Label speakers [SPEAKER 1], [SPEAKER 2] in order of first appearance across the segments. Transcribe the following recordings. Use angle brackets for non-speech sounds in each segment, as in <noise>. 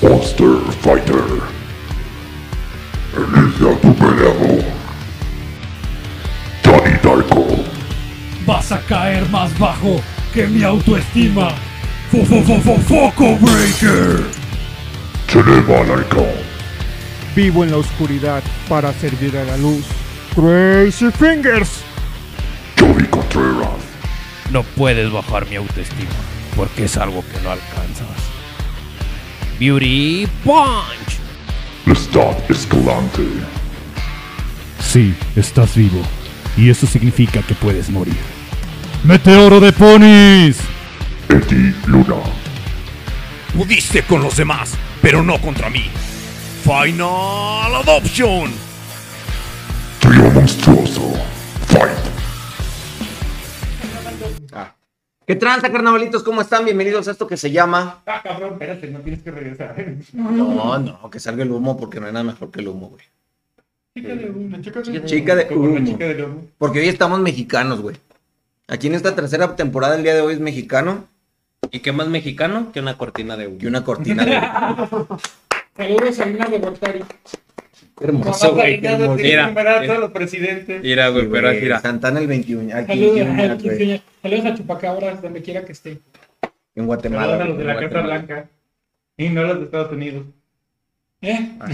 [SPEAKER 1] Monster Fighter. Elige a tu peleador. Johnny Darko.
[SPEAKER 2] Vas a caer más bajo que mi autoestima. Fo fo fo fo foco breaker.
[SPEAKER 1] Geneva Laika.
[SPEAKER 3] Vivo en la oscuridad para servir a la luz. Crazy Fingers.
[SPEAKER 1] Johnny Contreras.
[SPEAKER 4] No puedes bajar mi autoestima, porque es algo que no alcanzas. Beauty Punch.
[SPEAKER 1] Lestat Escalante.
[SPEAKER 5] Sí, estás vivo. Y eso significa que puedes morir.
[SPEAKER 3] Meteoro de ponis.
[SPEAKER 1] Eddie Luna.
[SPEAKER 2] Pudiste con los demás, pero no contra mí. Final Adoption.
[SPEAKER 1] Trío monstruoso. Fight.
[SPEAKER 6] Ah. ¿Qué tranza, carnavalitos? ¿Cómo están? Bienvenidos a esto que se llama.
[SPEAKER 7] Ah, cabrón, espérate, no tienes que regresar.
[SPEAKER 6] No, no, que salga el humo porque no hay nada mejor que el humo, güey.
[SPEAKER 7] Chica de humo, chica de humo.
[SPEAKER 6] Chica de
[SPEAKER 7] Como la
[SPEAKER 6] humo.
[SPEAKER 7] chica de humo.
[SPEAKER 6] Porque hoy estamos mexicanos, güey. Aquí en esta tercera temporada, el día de hoy es mexicano
[SPEAKER 8] ¿Y qué más mexicano que una cortina de
[SPEAKER 6] y
[SPEAKER 8] humo?
[SPEAKER 6] una cortina de.
[SPEAKER 7] <laughs>
[SPEAKER 9] Saludos a Lina de Gortari.
[SPEAKER 6] Hermoso, güey. qué hermoso.
[SPEAKER 8] Mira,
[SPEAKER 7] Nombrado
[SPEAKER 8] mira.
[SPEAKER 7] a los presidentes.
[SPEAKER 8] Mira, güey, pero
[SPEAKER 6] Güey,
[SPEAKER 8] mira.
[SPEAKER 6] Santana el 21. al
[SPEAKER 9] Saludos
[SPEAKER 6] 15,
[SPEAKER 9] a,
[SPEAKER 6] güey,
[SPEAKER 9] saludos a Chupacabras, donde quiera que esté.
[SPEAKER 6] En
[SPEAKER 7] Nombraron
[SPEAKER 6] Guatemala.
[SPEAKER 7] a los de la
[SPEAKER 6] güey, en
[SPEAKER 7] Casa
[SPEAKER 6] Guatemala.
[SPEAKER 7] Blanca. Y no a los de Estados Unidos.
[SPEAKER 9] ¿Eh?
[SPEAKER 8] Ah.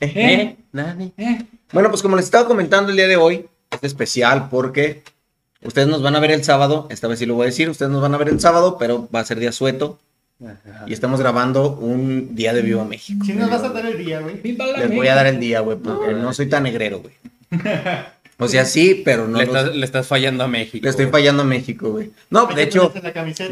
[SPEAKER 8] ¿Eh? Nani.
[SPEAKER 9] ¿Eh?
[SPEAKER 6] Bueno, pues como les estaba comentando el día de hoy, es especial porque ustedes nos van a ver el sábado, esta vez sí lo voy a decir, ustedes nos van a ver el sábado, pero va a ser día sueto y estamos grabando un día de Viva México.
[SPEAKER 7] Si nos vas a dar el día, güey.
[SPEAKER 9] Viva la
[SPEAKER 6] Les voy a dar el día, güey, porque no soy tan negrero,
[SPEAKER 7] <laughs>
[SPEAKER 6] güey. O sea, sí, pero no
[SPEAKER 8] le,
[SPEAKER 6] los-
[SPEAKER 8] estás, le estás fallando a México.
[SPEAKER 6] le estoy
[SPEAKER 8] güey.
[SPEAKER 6] fallando a México, güey. No, de hecho,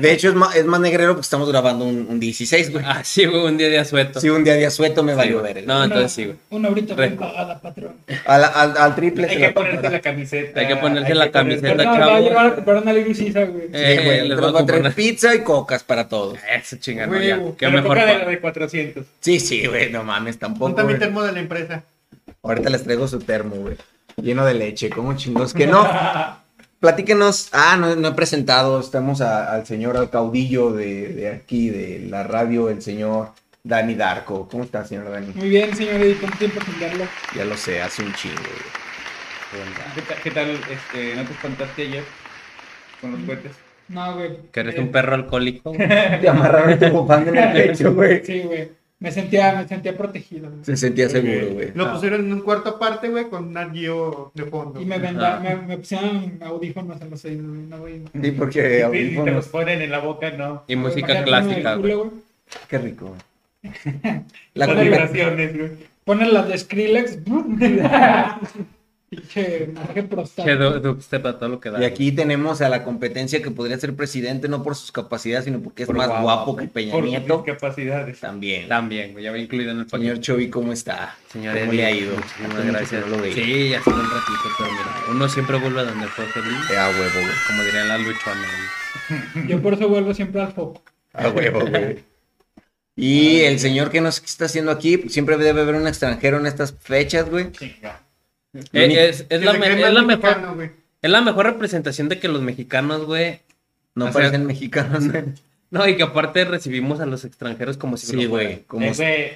[SPEAKER 6] de hecho es más, es más negrero porque estamos grabando un, un 16, güey.
[SPEAKER 8] Ah, <laughs> sí, güey, un día de asueto.
[SPEAKER 6] Sí, un día día sueto me valió
[SPEAKER 8] güey.
[SPEAKER 6] ver.
[SPEAKER 8] No,
[SPEAKER 9] Una-
[SPEAKER 8] entonces sí, güey.
[SPEAKER 9] Una horita
[SPEAKER 8] Re-
[SPEAKER 9] bien pagada, patrón.
[SPEAKER 6] Al, al, al triple.
[SPEAKER 7] Hay
[SPEAKER 6] se
[SPEAKER 7] que
[SPEAKER 6] la-
[SPEAKER 7] ponerte la camiseta.
[SPEAKER 8] Hay que ponerse la
[SPEAKER 7] ponerte-
[SPEAKER 8] camiseta.
[SPEAKER 9] Perdón,
[SPEAKER 8] chavo.
[SPEAKER 9] va a llevar a comprar una libricisa, güey.
[SPEAKER 6] Sí,
[SPEAKER 8] Eh,
[SPEAKER 6] güey,
[SPEAKER 8] les
[SPEAKER 6] les
[SPEAKER 8] voy a
[SPEAKER 6] voy a traer
[SPEAKER 8] comprar-
[SPEAKER 6] pizza y cocas para todos.
[SPEAKER 8] Eso chingado,
[SPEAKER 7] Güey,
[SPEAKER 8] ya.
[SPEAKER 7] güey,
[SPEAKER 8] Qué
[SPEAKER 7] pero
[SPEAKER 8] mejor.
[SPEAKER 7] coca de
[SPEAKER 8] pa-
[SPEAKER 7] la de 400.
[SPEAKER 6] Sí, sí, güey, no mames, tampoco.
[SPEAKER 7] Ponte mi
[SPEAKER 6] güey.
[SPEAKER 7] termo de la empresa.
[SPEAKER 6] Ahorita les traigo su termo, güey. Lleno de leche, como chingos que
[SPEAKER 7] <laughs>
[SPEAKER 6] no. Platíquenos. Ah, no, no he presentado. Estamos a- al señor, al caudillo de, de aquí, de la radio, el señor Dani Darko. ¿Cómo está, señor Dani?
[SPEAKER 9] Muy bien, señor Eddie, ¿cuánto tiempo sin verlo?
[SPEAKER 6] Ya lo sé, hace un chingo, güey.
[SPEAKER 7] ¿Qué tal, qué tal, este, no te espantaste ayer con los cohetes?
[SPEAKER 9] No, güey.
[SPEAKER 8] Que eres
[SPEAKER 9] Eh,
[SPEAKER 8] un perro alcohólico. güey.
[SPEAKER 6] Te amarraron tu bufanda en
[SPEAKER 7] <laughs>
[SPEAKER 6] el pecho, güey.
[SPEAKER 9] Sí, güey. Me sentía, me sentía protegido. güey.
[SPEAKER 6] Se sentía seguro, güey.
[SPEAKER 7] Lo pusieron en un cuarto aparte, güey, con un guío de fondo.
[SPEAKER 9] Y me, venda, me, me pusieron audífonos en los oídos, güey. No, güey.
[SPEAKER 6] Sí, porque
[SPEAKER 7] Sí, sí, te los
[SPEAKER 6] audífonos.
[SPEAKER 7] ponen en la boca, no.
[SPEAKER 8] Y
[SPEAKER 9] Para
[SPEAKER 8] música
[SPEAKER 9] que me
[SPEAKER 8] clásica,
[SPEAKER 9] culo,
[SPEAKER 8] güey.
[SPEAKER 6] Qué rico, güey.
[SPEAKER 7] <laughs>
[SPEAKER 6] La
[SPEAKER 7] Las
[SPEAKER 6] comida-
[SPEAKER 7] vibraciones, güey.
[SPEAKER 9] Ponen las de Skrillex.
[SPEAKER 7] <laughs>
[SPEAKER 9] Pinche margen
[SPEAKER 8] Che,
[SPEAKER 9] prostático.
[SPEAKER 8] du- dubstep a todo lo que da.
[SPEAKER 6] Y aquí tenemos a la competencia que podría ser presidente, no por sus capacidades, sino porque es
[SPEAKER 8] Por
[SPEAKER 6] más
[SPEAKER 8] guapo,
[SPEAKER 6] guapo
[SPEAKER 8] güey.
[SPEAKER 6] que Peña
[SPEAKER 7] Por
[SPEAKER 6] Nieto.
[SPEAKER 7] sus discapacidades.
[SPEAKER 6] También.
[SPEAKER 8] güey. También, güey, ya va incluido en el
[SPEAKER 6] Señor
[SPEAKER 8] paquete.
[SPEAKER 6] Chovy, ¿cómo está?
[SPEAKER 8] Señor
[SPEAKER 6] ¿Cómo
[SPEAKER 8] Eddie,
[SPEAKER 6] le ha ido? Hace
[SPEAKER 8] Muchísimas
[SPEAKER 6] mucho
[SPEAKER 8] gracias.
[SPEAKER 6] que no lo veía.
[SPEAKER 8] sí, ya hace un ratito, pero mira, uno siempre vuelve a donde fue feliz.
[SPEAKER 6] Eh, A huevo, güey.
[SPEAKER 8] Como dirían las luchonas. güey.
[SPEAKER 9] Yo por eso vuelvo siempre al foco.
[SPEAKER 6] <laughs> A huevo, güey. Y el señor que nos está haciendo aquí, siempre debe haber un extranjero en estas fechas, güey.
[SPEAKER 7] Chinga.
[SPEAKER 8] Eh,
[SPEAKER 6] Único-
[SPEAKER 8] es, es la,
[SPEAKER 7] Que
[SPEAKER 8] me-
[SPEAKER 7] se cree
[SPEAKER 8] es
[SPEAKER 7] más
[SPEAKER 8] la
[SPEAKER 7] mexicano,
[SPEAKER 8] mejor,
[SPEAKER 7] güey.
[SPEAKER 8] es la mejor representación de que los mexicanos, güey.
[SPEAKER 6] No
[SPEAKER 8] O sea-
[SPEAKER 6] parecen mexicanos. güey.
[SPEAKER 8] No, y que aparte recibimos a los extranjeros como si
[SPEAKER 6] Sí,
[SPEAKER 8] lo fueran.
[SPEAKER 6] güey. Como
[SPEAKER 7] Eh,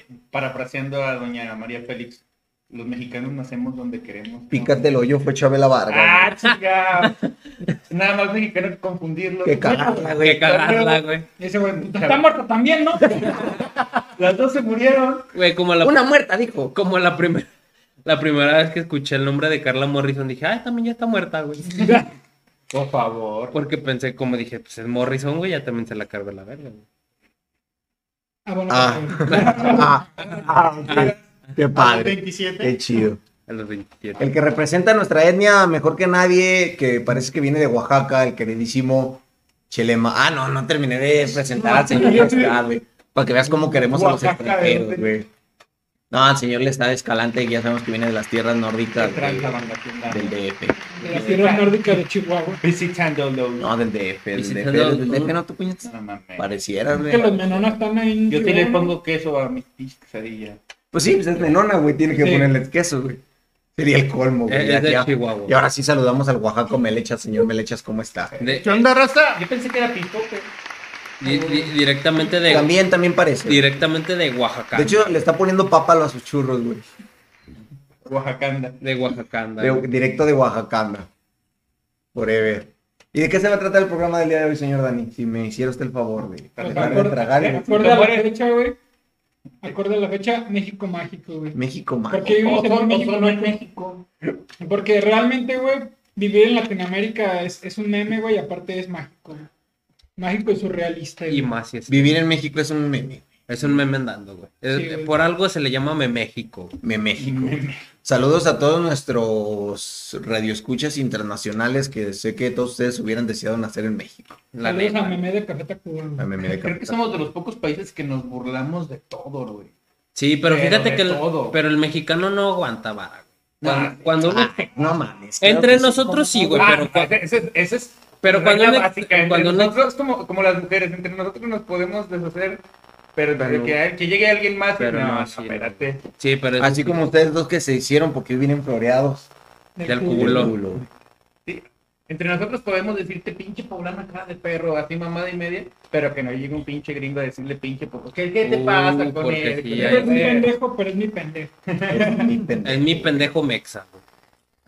[SPEAKER 7] güey, parafraseando a doña María Félix, los mexicanos nacemos donde queremos. ¿no?
[SPEAKER 6] pícate el hoyo fue Chabela Vargas.
[SPEAKER 7] Ah, chica.
[SPEAKER 8] <laughs>
[SPEAKER 7] Nada más mexicano que confundirlo.
[SPEAKER 6] Qué cagada, Ah, güey.
[SPEAKER 8] Qué cagarla, güey.
[SPEAKER 9] Y ese güey, "Pues, está muerto también, ¿no?
[SPEAKER 7] Las dos se murieron.
[SPEAKER 8] Güey, como la,
[SPEAKER 6] Una muerta, dijo.
[SPEAKER 8] como la primera. La primera vez que escuché el nombre de Carla Morrison dije, ay, también ya está muerta, güey.
[SPEAKER 7] <laughs> Por favor.
[SPEAKER 8] Porque pensé, como dije, pues es Morrison, güey, ya también se la carga la verga, güey.
[SPEAKER 9] Ah, bueno.
[SPEAKER 6] Ah.
[SPEAKER 9] güey.
[SPEAKER 6] Ah, ah, ok. Qué padre.
[SPEAKER 7] 27.
[SPEAKER 6] Qué chido.
[SPEAKER 8] A los 27.
[SPEAKER 6] El que representa a nuestra etnia mejor que nadie, que parece que viene de Oaxaca, el queridísimo Chelema. Ah, no, no terminé de presentar al señor Lestat, güey. Para que veas cómo queremos a los
[SPEAKER 7] Oaxaca,
[SPEAKER 6] extranjeros,
[SPEAKER 7] eh.
[SPEAKER 6] güey. No, el señor Lestat Escalante, que ya sabemos que viene de las tierras nórdicas
[SPEAKER 7] Tranza,
[SPEAKER 6] güey,
[SPEAKER 7] banda, tienda.
[SPEAKER 6] del DF.
[SPEAKER 9] De las tierras nórdicas de Chihuahua.
[SPEAKER 7] Visitando los.
[SPEAKER 6] No,
[SPEAKER 7] No,
[SPEAKER 6] del DF, del DF,
[SPEAKER 8] Visitando-
[SPEAKER 6] del DF, no, tú puñetas.
[SPEAKER 7] mames.
[SPEAKER 6] Pareciera,
[SPEAKER 9] Que los
[SPEAKER 6] güey.
[SPEAKER 9] menonas están ahí. en
[SPEAKER 7] Yo te le
[SPEAKER 9] Chihuahua.
[SPEAKER 7] pongo queso a mis quesadillas.
[SPEAKER 6] Pues sí, pues es menona, güey, tiene que
[SPEAKER 9] Sí.
[SPEAKER 6] ponerle queso, güey. Sería el colmo,
[SPEAKER 8] Es-
[SPEAKER 6] güey.
[SPEAKER 8] es de
[SPEAKER 6] Ya- ya-
[SPEAKER 8] Chihuahua.
[SPEAKER 6] Y ahora sí saludamos al Oaxaco Melechas, señor Melechas, ¿cómo está?
[SPEAKER 8] De-
[SPEAKER 7] onda, raza? Yo pensé que era pipote.
[SPEAKER 8] Di- di- directamente de.
[SPEAKER 6] También, también parece.
[SPEAKER 8] Directamente de Oaxaca.
[SPEAKER 6] De hecho, le está poniendo pápalo a sus churros, güey.
[SPEAKER 7] Oaxacanda.
[SPEAKER 8] de Oaxaca.
[SPEAKER 6] De- directo de Oaxacanda. Forever. ¿Y de qué se va a tratar el programa del día de hoy, señor Dani? Si me hiciera usted el favor de tratar de
[SPEAKER 9] Acorde-
[SPEAKER 6] tragar. y-
[SPEAKER 9] Acorde a la
[SPEAKER 7] Muere.
[SPEAKER 9] fecha, güey. Acorde a la fecha, México mágico, güey.
[SPEAKER 6] México, man.
[SPEAKER 9] Porque vivimos en un
[SPEAKER 7] Osorno,
[SPEAKER 9] México
[SPEAKER 7] Osorno en
[SPEAKER 9] mágico.
[SPEAKER 7] México.
[SPEAKER 9] Porque realmente, güey, vivir en Latinoamérica es, es un meme, güey, y aparte es mágico. güey. Mágico y surrealista.
[SPEAKER 8] Y
[SPEAKER 9] güey.
[SPEAKER 8] más si es.
[SPEAKER 6] Vivir en México es un meme.
[SPEAKER 8] Es un meme andando, güey. Es-
[SPEAKER 9] Sí, güey.
[SPEAKER 8] por algo se le llama Meméxico.
[SPEAKER 6] Me México. Saludos a todos nuestros radioescuchas internacionales que sé que todos ustedes hubieran deseado nacer en México.
[SPEAKER 8] La
[SPEAKER 9] Saludos a
[SPEAKER 8] neta.
[SPEAKER 9] meme de Café Tacuba, güey.
[SPEAKER 6] La meme de
[SPEAKER 7] Creo que
[SPEAKER 6] Capitán.
[SPEAKER 7] somos de los pocos países que nos burlamos de todo, güey.
[SPEAKER 8] Sí, pero,
[SPEAKER 7] Pero
[SPEAKER 8] fíjate
[SPEAKER 7] de
[SPEAKER 8] que el,
[SPEAKER 7] todo.
[SPEAKER 8] pero el mexicano no aguanta vara. güey. Cuando,
[SPEAKER 7] Ah,
[SPEAKER 8] cuando uno-
[SPEAKER 6] Ay, no mames. claro
[SPEAKER 8] entre
[SPEAKER 6] que sí.
[SPEAKER 8] nosotros sí, güey, pero
[SPEAKER 7] Ah,
[SPEAKER 8] cua-
[SPEAKER 7] ese, ese- ese es
[SPEAKER 8] Pero
[SPEAKER 7] regla
[SPEAKER 8] cuando una-
[SPEAKER 7] básica. Entre
[SPEAKER 8] cuando una-
[SPEAKER 7] nosotros como, como las mujeres, entre nosotros nos podemos deshacer, pero,
[SPEAKER 6] Pero-
[SPEAKER 7] que, hay- que llegue alguien más, y
[SPEAKER 8] Pero
[SPEAKER 7] no,
[SPEAKER 8] no,
[SPEAKER 7] no,
[SPEAKER 8] sí, no.
[SPEAKER 7] espérate.
[SPEAKER 8] sí, pero es-
[SPEAKER 6] Así como ustedes dos que se hicieron porque vienen floreados.
[SPEAKER 9] Del
[SPEAKER 8] del
[SPEAKER 9] culo.
[SPEAKER 8] culo.
[SPEAKER 6] güey.
[SPEAKER 7] Entre nosotros podemos decirte pinche poblana cara de perro, así mamada y media, pero que no llegue un pinche gringo a decirle pinche poco. ¿Qué, qué te
[SPEAKER 8] Uh,
[SPEAKER 7] pasa con
[SPEAKER 8] porque
[SPEAKER 7] él?
[SPEAKER 8] sí,
[SPEAKER 7] ¿Qué
[SPEAKER 8] ahí
[SPEAKER 7] te
[SPEAKER 9] Es mi
[SPEAKER 7] hace?
[SPEAKER 9] pendejo, pero es mi pendejo.
[SPEAKER 6] Es
[SPEAKER 8] <laughs>
[SPEAKER 6] mi
[SPEAKER 8] es
[SPEAKER 6] pendejo.
[SPEAKER 8] mi pendejo mexa. güey.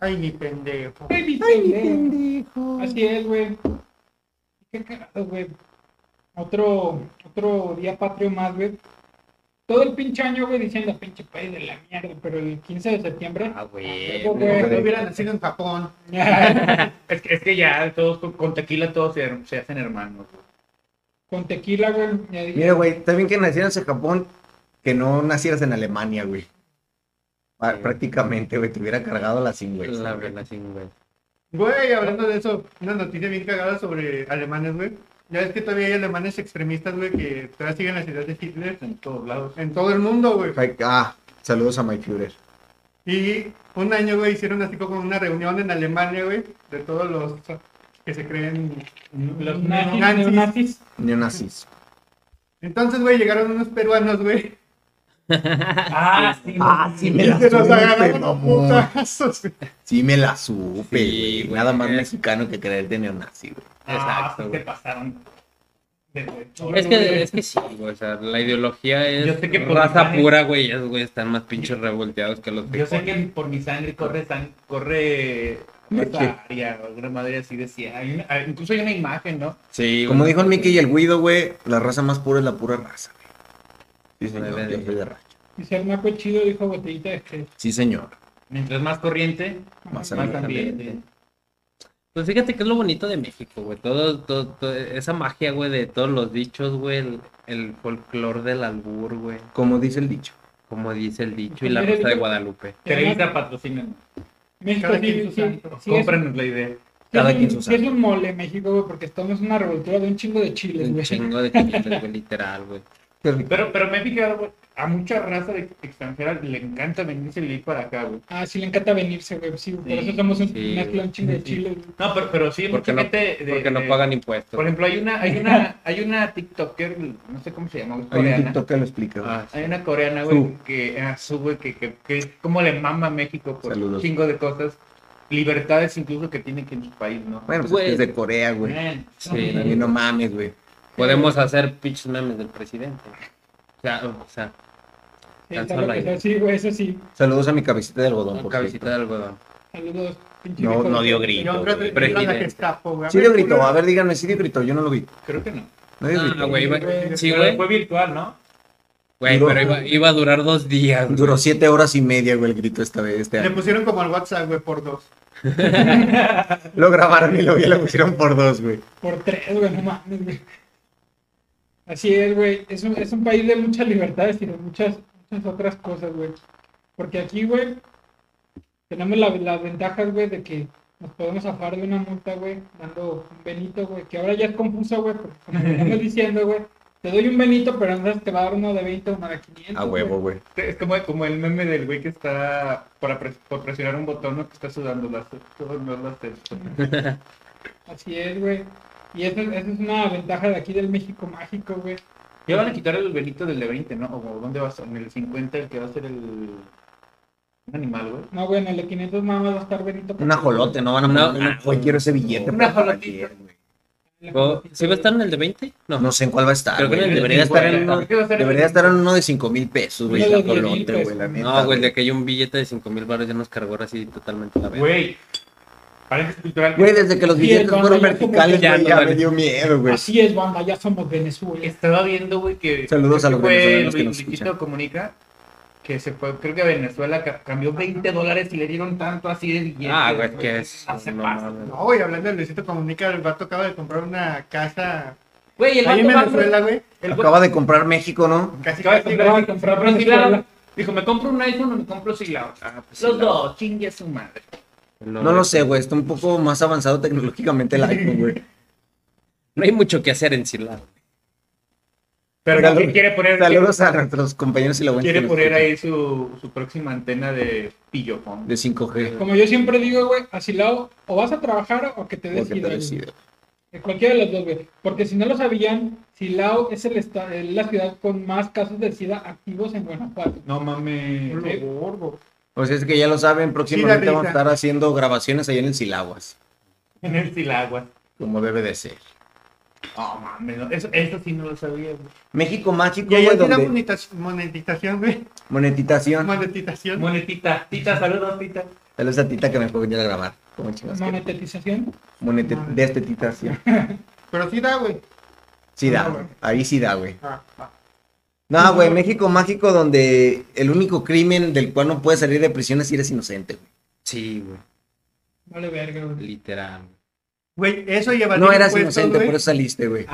[SPEAKER 7] Ay, mi pendejo.
[SPEAKER 9] Ay, mi pendejo. Así es, güey. Qué cagado, güey. Otro, otro día patrio más, güey. Todo el pinche año, güey, diciendo pinche país de la mierda, pero el 15 de septiembre.
[SPEAKER 8] Ah, güey.
[SPEAKER 9] huevo,
[SPEAKER 7] Como
[SPEAKER 9] güey.
[SPEAKER 7] que hubiera nacido en Japón. Es que, es que ya todos con, con tequila todos se, se hacen hermanos.
[SPEAKER 9] Con tequila, güey. ya dije,
[SPEAKER 6] Mira, güey, está bien que nacieras en Japón, que no nacieras en Alemania, güey. Ah, Prácticamente, güey, te hubiera cargado la sinvergüenza,
[SPEAKER 8] La
[SPEAKER 6] güey.
[SPEAKER 8] verdad, sí, güey.
[SPEAKER 10] Güey, hablando de eso, una noticia bien cagada sobre alemanes, güey. Ya es que todavía hay alemanes extremistas, güey, que todavía siguen las ideas de Hitler
[SPEAKER 7] En todos lados.
[SPEAKER 10] en todo el mundo, güey.
[SPEAKER 6] Ay, Ah, saludos a Mike Führer.
[SPEAKER 10] Y un año, güey, hicieron así como una reunión en Alemania, güey, de todos los que se creen los
[SPEAKER 9] nazis,
[SPEAKER 10] nazis.
[SPEAKER 9] neonazis.
[SPEAKER 6] Neonazis.
[SPEAKER 10] Entonces, güey, llegaron unos peruanos, güey.
[SPEAKER 7] Ah, sí,
[SPEAKER 6] Ah, sí me
[SPEAKER 10] Y
[SPEAKER 6] la
[SPEAKER 10] se los
[SPEAKER 6] supe,
[SPEAKER 10] agarraron a
[SPEAKER 6] mamón.
[SPEAKER 10] putazos, güey.
[SPEAKER 6] Sí me la supe,
[SPEAKER 8] Sí,
[SPEAKER 6] güey.
[SPEAKER 8] güey,
[SPEAKER 6] Nada más
[SPEAKER 8] es-
[SPEAKER 6] mexicano que creerte neonazi, güey.
[SPEAKER 8] Exacto,
[SPEAKER 7] Exacto, Ah, te
[SPEAKER 8] güey.
[SPEAKER 7] pasaron. de- de-
[SPEAKER 8] Es que, es que sí, güey. O sea, la ideología es
[SPEAKER 7] Yo sé que por
[SPEAKER 8] raza
[SPEAKER 7] mi-
[SPEAKER 8] pura, güey. Ellos, güey, están más pinches revolteados que los
[SPEAKER 7] Yo sé
[SPEAKER 8] picones.
[SPEAKER 7] que por mi sangre corre sang- corre raza aria, alguna madre así decía. Hay una- hay- incluso hay una imagen, ¿no?
[SPEAKER 8] Sí,
[SPEAKER 6] Como
[SPEAKER 8] güey.
[SPEAKER 6] dijo el Mickey y el Guido, güey, la raza más pura es la pura raza, güey. Sí,
[SPEAKER 8] Dale,
[SPEAKER 6] señor.
[SPEAKER 8] dale.
[SPEAKER 6] yo soy de racha.
[SPEAKER 9] Y si el maco chido dijo botellita de que.
[SPEAKER 6] Sí, señor.
[SPEAKER 7] Mientras más corriente,
[SPEAKER 6] Más
[SPEAKER 7] más
[SPEAKER 6] ambiente.
[SPEAKER 7] ambiente.
[SPEAKER 8] Pues fíjate que es lo bonito de México, güey. Todo, todo, todo- esa magia, güey, de todos los dichos, güey. El, el folclor del albur, güey.
[SPEAKER 6] Como dice el dicho.
[SPEAKER 8] Como dice el dicho, y la rosa de Guadalupe.
[SPEAKER 7] Televisa patrocina.
[SPEAKER 9] México
[SPEAKER 10] Cada
[SPEAKER 9] sí,
[SPEAKER 10] quien
[SPEAKER 9] sí,
[SPEAKER 10] su santo.
[SPEAKER 9] sí es,
[SPEAKER 7] Cómpranos la idea.
[SPEAKER 6] cada
[SPEAKER 9] sí es
[SPEAKER 6] quien
[SPEAKER 9] un-
[SPEAKER 6] su
[SPEAKER 9] sí es
[SPEAKER 6] santo.
[SPEAKER 9] un mole México, güey, porque estamos en una revoltura de un chingo de chiles,
[SPEAKER 8] Un
[SPEAKER 9] güey.
[SPEAKER 8] chingo de chiles, güey, literal, güey.
[SPEAKER 7] Pero, pero me he fijado, güey, a mucha raza de extranjera le encanta venirse a vivir para acá, güey.
[SPEAKER 9] Ah, sí, le encanta venirse, güey. Sí, por eso somos un
[SPEAKER 8] sí,
[SPEAKER 9] mezcla un chingo de
[SPEAKER 8] sí.
[SPEAKER 9] chiles, güey.
[SPEAKER 7] No, pero, pero sí,
[SPEAKER 8] Porque
[SPEAKER 7] mucha
[SPEAKER 8] no-
[SPEAKER 7] gente de-
[SPEAKER 8] Porque no
[SPEAKER 7] de-
[SPEAKER 8] pagan impuestos.
[SPEAKER 7] Por ejemplo, hay una,
[SPEAKER 10] <laughs>
[SPEAKER 7] hay una, hay una TikToker, no sé cómo se llama, güey,
[SPEAKER 6] Hay un
[SPEAKER 7] coreana.
[SPEAKER 6] TikTok que lo explica, güey.
[SPEAKER 8] Ah, sí.
[SPEAKER 7] Hay una coreana, güey,
[SPEAKER 6] Su.
[SPEAKER 7] que ah, su, güey, que, que, que es como le mama a México por un
[SPEAKER 6] Saludos.
[SPEAKER 7] chingo de cosas, libertades incluso que tiene que en su país, ¿no?
[SPEAKER 6] Bueno, pues
[SPEAKER 8] Güey.
[SPEAKER 6] es que es de Corea, güey.
[SPEAKER 7] Man,
[SPEAKER 8] Sí.
[SPEAKER 6] Y no mames, güey.
[SPEAKER 8] Podemos hacer pitch memes del presidente. O sea, o sea,
[SPEAKER 9] Sí,
[SPEAKER 8] Tan
[SPEAKER 9] está
[SPEAKER 8] solo
[SPEAKER 9] lo que
[SPEAKER 8] ahí.
[SPEAKER 9] sea, Sí, güey, eso sí.
[SPEAKER 6] Saludos a mi cabecita de algodón,
[SPEAKER 8] una
[SPEAKER 6] por
[SPEAKER 8] cabecita de algodón.
[SPEAKER 9] Saludos. pinche
[SPEAKER 6] No,
[SPEAKER 9] viejo
[SPEAKER 6] no
[SPEAKER 9] de-
[SPEAKER 6] dio grito.
[SPEAKER 10] Yo
[SPEAKER 6] güey.
[SPEAKER 10] creo que era la
[SPEAKER 8] Presidente.
[SPEAKER 10] Gestapo, güey. A
[SPEAKER 6] Sí
[SPEAKER 10] ver,
[SPEAKER 6] dio grito,
[SPEAKER 10] culero.
[SPEAKER 6] a ver, díganme, sí dio grito, yo no lo vi.
[SPEAKER 7] creo que no.
[SPEAKER 6] No dio
[SPEAKER 8] Ah,
[SPEAKER 6] grito.
[SPEAKER 8] güey, iba- sí,
[SPEAKER 7] Pero
[SPEAKER 8] güey.
[SPEAKER 7] fue virtual, ¿no?
[SPEAKER 8] Güey,
[SPEAKER 6] Duró-
[SPEAKER 8] pero iba, iba a durar dos días. güey.
[SPEAKER 6] Duró siete horas y media, güey, el grito esta vez, este
[SPEAKER 10] Le
[SPEAKER 6] año.
[SPEAKER 10] pusieron como al WhatsApp, güey, por dos.
[SPEAKER 6] Lo grabaron y lo vi, le pusieron por dos, güey.
[SPEAKER 9] Por tres, güey, no mames, güey. Así es, güey. Es un, es un país de muchas libertades y de muchas, muchas otras cosas, güey. Porque aquí, güey, tenemos la- las ventajas, güey, de que nos podemos afar de una multa, güey, dando un benito, güey. Que ahora ya es confuso, güey, porque como
[SPEAKER 6] <laughs>
[SPEAKER 9] estamos diciendo, güey, te doy un benito, pero antes te va a dar uno de 20 o uno de 500.
[SPEAKER 6] A huevo,
[SPEAKER 9] güey.
[SPEAKER 6] güey.
[SPEAKER 7] Es como, como el meme del güey que está para pres- por presionar un botón, ¿no? Que está sudando las, sudando las testas.
[SPEAKER 9] <laughs> Así es, güey. Y esa, esa es una ventaja de aquí del México mágico, güey.
[SPEAKER 7] Ya van a quitar el Benito del de 20, ¿no? ¿O dónde vas? En el 50, el que va a ser el... Un animal, güey.
[SPEAKER 9] No, güey, en el de 500 nada más va a estar benito.
[SPEAKER 6] Un ajolote, no van a
[SPEAKER 8] No,
[SPEAKER 6] poner.
[SPEAKER 8] ah,
[SPEAKER 6] Güey, quiero ese billete.
[SPEAKER 7] un
[SPEAKER 6] por favor,
[SPEAKER 7] ajolotito.
[SPEAKER 6] güey.
[SPEAKER 8] ¿O- ¿Sí va a estar en el de 20? No.
[SPEAKER 6] No sé en cuál va a estar.
[SPEAKER 8] Creo que
[SPEAKER 6] güey.
[SPEAKER 8] en el
[SPEAKER 6] debería, estar en
[SPEAKER 8] 50.
[SPEAKER 6] uno, debería estar en uno de 5 mil pesos, güey.
[SPEAKER 8] Uno de
[SPEAKER 6] la
[SPEAKER 8] 10,000
[SPEAKER 6] colote, güey, la
[SPEAKER 8] pesos.
[SPEAKER 6] neta,
[SPEAKER 8] No, güey, de que hay un billete de 5 mil baros ya nos cargó ahora sí totalmente la verga.
[SPEAKER 7] Güey. Parece cultural.
[SPEAKER 6] Güey, desde que los
[SPEAKER 9] Sí,
[SPEAKER 6] billetes
[SPEAKER 9] el Bamba
[SPEAKER 6] fueron
[SPEAKER 9] ya como
[SPEAKER 6] verticales,
[SPEAKER 9] que ya
[SPEAKER 6] güey,
[SPEAKER 9] no
[SPEAKER 6] ya me
[SPEAKER 8] vale.
[SPEAKER 6] dio miedo, güey.
[SPEAKER 9] Así es, banda, ya somos Venezuela.
[SPEAKER 7] Estaba viendo, güey, que.
[SPEAKER 6] Saludos
[SPEAKER 7] creo
[SPEAKER 6] a
[SPEAKER 7] que
[SPEAKER 6] los
[SPEAKER 7] fue
[SPEAKER 6] venezolanos que
[SPEAKER 7] Luis
[SPEAKER 6] nos
[SPEAKER 7] Luisito
[SPEAKER 6] escuchan.
[SPEAKER 7] comunica que se fue, creo que a Venezuela ca- cambió 20 dólares y le dieron tanto así de billetes.
[SPEAKER 8] Ah, güey, que es.
[SPEAKER 7] Hace
[SPEAKER 8] no
[SPEAKER 7] pasta.
[SPEAKER 8] mames.
[SPEAKER 10] No, güey, hablando de Luisito Comunica, el vato acaba de comprar una casa
[SPEAKER 7] Güey, el
[SPEAKER 10] ahí en
[SPEAKER 7] vato va-
[SPEAKER 10] Venezuela, güey.
[SPEAKER 7] el güey-
[SPEAKER 6] Acaba de comprar México, ¿no?
[SPEAKER 10] Casi
[SPEAKER 7] Ah, Acaba de
[SPEAKER 10] casi,
[SPEAKER 7] comprar-
[SPEAKER 10] güey.
[SPEAKER 9] comprar
[SPEAKER 7] compró
[SPEAKER 9] Venezuela.
[SPEAKER 7] Silao. Dijo, ¿me compro un iPhone o me compro Silao?
[SPEAKER 8] Ah, pues sí,
[SPEAKER 7] Los
[SPEAKER 8] la-
[SPEAKER 7] dos, chingue a su madre.
[SPEAKER 6] No lo sé, güey. Está un poco más avanzado tecnológicamente el iPhone, güey.
[SPEAKER 8] No hay mucho que hacer en Silao.
[SPEAKER 7] Pero
[SPEAKER 6] Saludos.
[SPEAKER 7] también quiere poner,
[SPEAKER 6] Saludos a nuestros compañeros y la buena
[SPEAKER 7] quiere
[SPEAKER 6] que nos
[SPEAKER 7] poner
[SPEAKER 6] escucha.
[SPEAKER 7] ahí su, su próxima antena de pillofón.
[SPEAKER 6] De 5G.
[SPEAKER 9] Como yo siempre digo, güey, así lado, o vas a trabajar o que te des
[SPEAKER 6] Porque te
[SPEAKER 9] ida, güey.
[SPEAKER 6] decido.
[SPEAKER 9] Eh, Cualquiera de los dos, güey. Porque si no lo sabían, Silao es el esta- eh, la ciudad con más casos de SIDA activos en Guanajuato.
[SPEAKER 7] No mames.
[SPEAKER 9] Sí.
[SPEAKER 10] Lo gordo.
[SPEAKER 6] O sea, es que ya lo saben, próximamente
[SPEAKER 10] risa.
[SPEAKER 6] vamos a estar haciendo grabaciones ahí en el Silaguas,
[SPEAKER 7] En el Silagua.
[SPEAKER 6] como debe de ser.
[SPEAKER 7] No mames, no, Eso, eso sí no lo sabía. güey.
[SPEAKER 6] México Mágico,
[SPEAKER 10] Y ahí
[SPEAKER 6] güey,
[SPEAKER 10] sí la
[SPEAKER 6] donde
[SPEAKER 10] monetiz- monetización, güey.
[SPEAKER 6] monetización.
[SPEAKER 10] Monetización.
[SPEAKER 7] Monetita, tita, saludos, tita.
[SPEAKER 6] Saludos a Tita que me fue venir a grabar. ¿Cómo chingas?
[SPEAKER 9] Monetización.
[SPEAKER 6] Monete- Destetización.
[SPEAKER 10] Pero sí da, güey.
[SPEAKER 6] Sí da, güey. Ahí sí da, güey.
[SPEAKER 10] Ah, ah.
[SPEAKER 6] No, güey, México Mágico donde el único crimen del cual no puedes salir de prisión es si eres inocente, güey.
[SPEAKER 8] Sí, güey.
[SPEAKER 9] Vale verga, güey.
[SPEAKER 8] <laughs> Literal.
[SPEAKER 10] Güey, eso lleva
[SPEAKER 6] No eras inocente, por eso saliste, güey.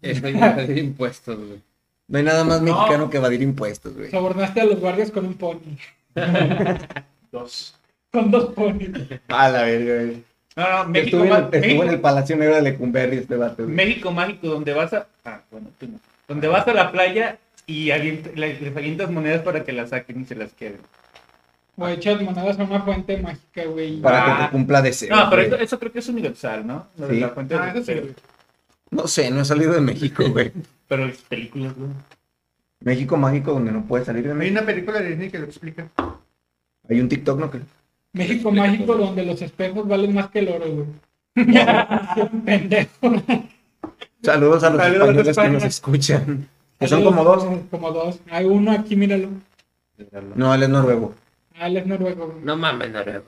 [SPEAKER 8] Eso iba a pedir impuestos, güey.
[SPEAKER 6] No hay nada más mexicano que evadir impuestos, güey.
[SPEAKER 9] Sobornaste a los guardias con un pony. <laughs>
[SPEAKER 7] Dos.
[SPEAKER 9] Con dos ponis.
[SPEAKER 6] A la verga, güey.
[SPEAKER 7] No, no, México,
[SPEAKER 6] Estuvo en,
[SPEAKER 7] Má-
[SPEAKER 6] estuvo en
[SPEAKER 7] México,
[SPEAKER 6] el Palacio Negro de Lecumberri este vato, güey.
[SPEAKER 7] México mágico, donde vas a. Ah, bueno, tú no. Donde vas a la playa y alient- le- les avientas monedas para que las saquen y se las queden.
[SPEAKER 9] O echas monedas a una fuente mágica, güey.
[SPEAKER 6] Para que
[SPEAKER 7] Ah.
[SPEAKER 6] te cumpla deseo.
[SPEAKER 7] No, pero
[SPEAKER 6] güey.
[SPEAKER 7] eso, eso creo que es universal, ¿no? Lo de
[SPEAKER 6] Sí.
[SPEAKER 7] la cuenta
[SPEAKER 10] Ah,
[SPEAKER 7] de
[SPEAKER 10] eso sí, güey.
[SPEAKER 6] No sé, no he salido de <laughs> México, güey.
[SPEAKER 7] Pero las películas, güey.
[SPEAKER 6] México mágico donde no puedes salir de
[SPEAKER 10] Hay
[SPEAKER 6] México.
[SPEAKER 10] una película de Disney que lo explica.
[SPEAKER 6] Hay un TikTok, ¿no? Que...
[SPEAKER 9] México mágico donde los espejos valen más que el oro, güey. <laughs> Pendejo.
[SPEAKER 6] Saludos a los
[SPEAKER 10] Saludos a
[SPEAKER 6] españoles que
[SPEAKER 10] España.
[SPEAKER 6] nos escuchan. Que son como dos.
[SPEAKER 9] Como dos. Hay uno aquí, míralo.
[SPEAKER 6] No, él es noruego.
[SPEAKER 9] Ah, él es noruego, güey.
[SPEAKER 8] No mames, Noruego.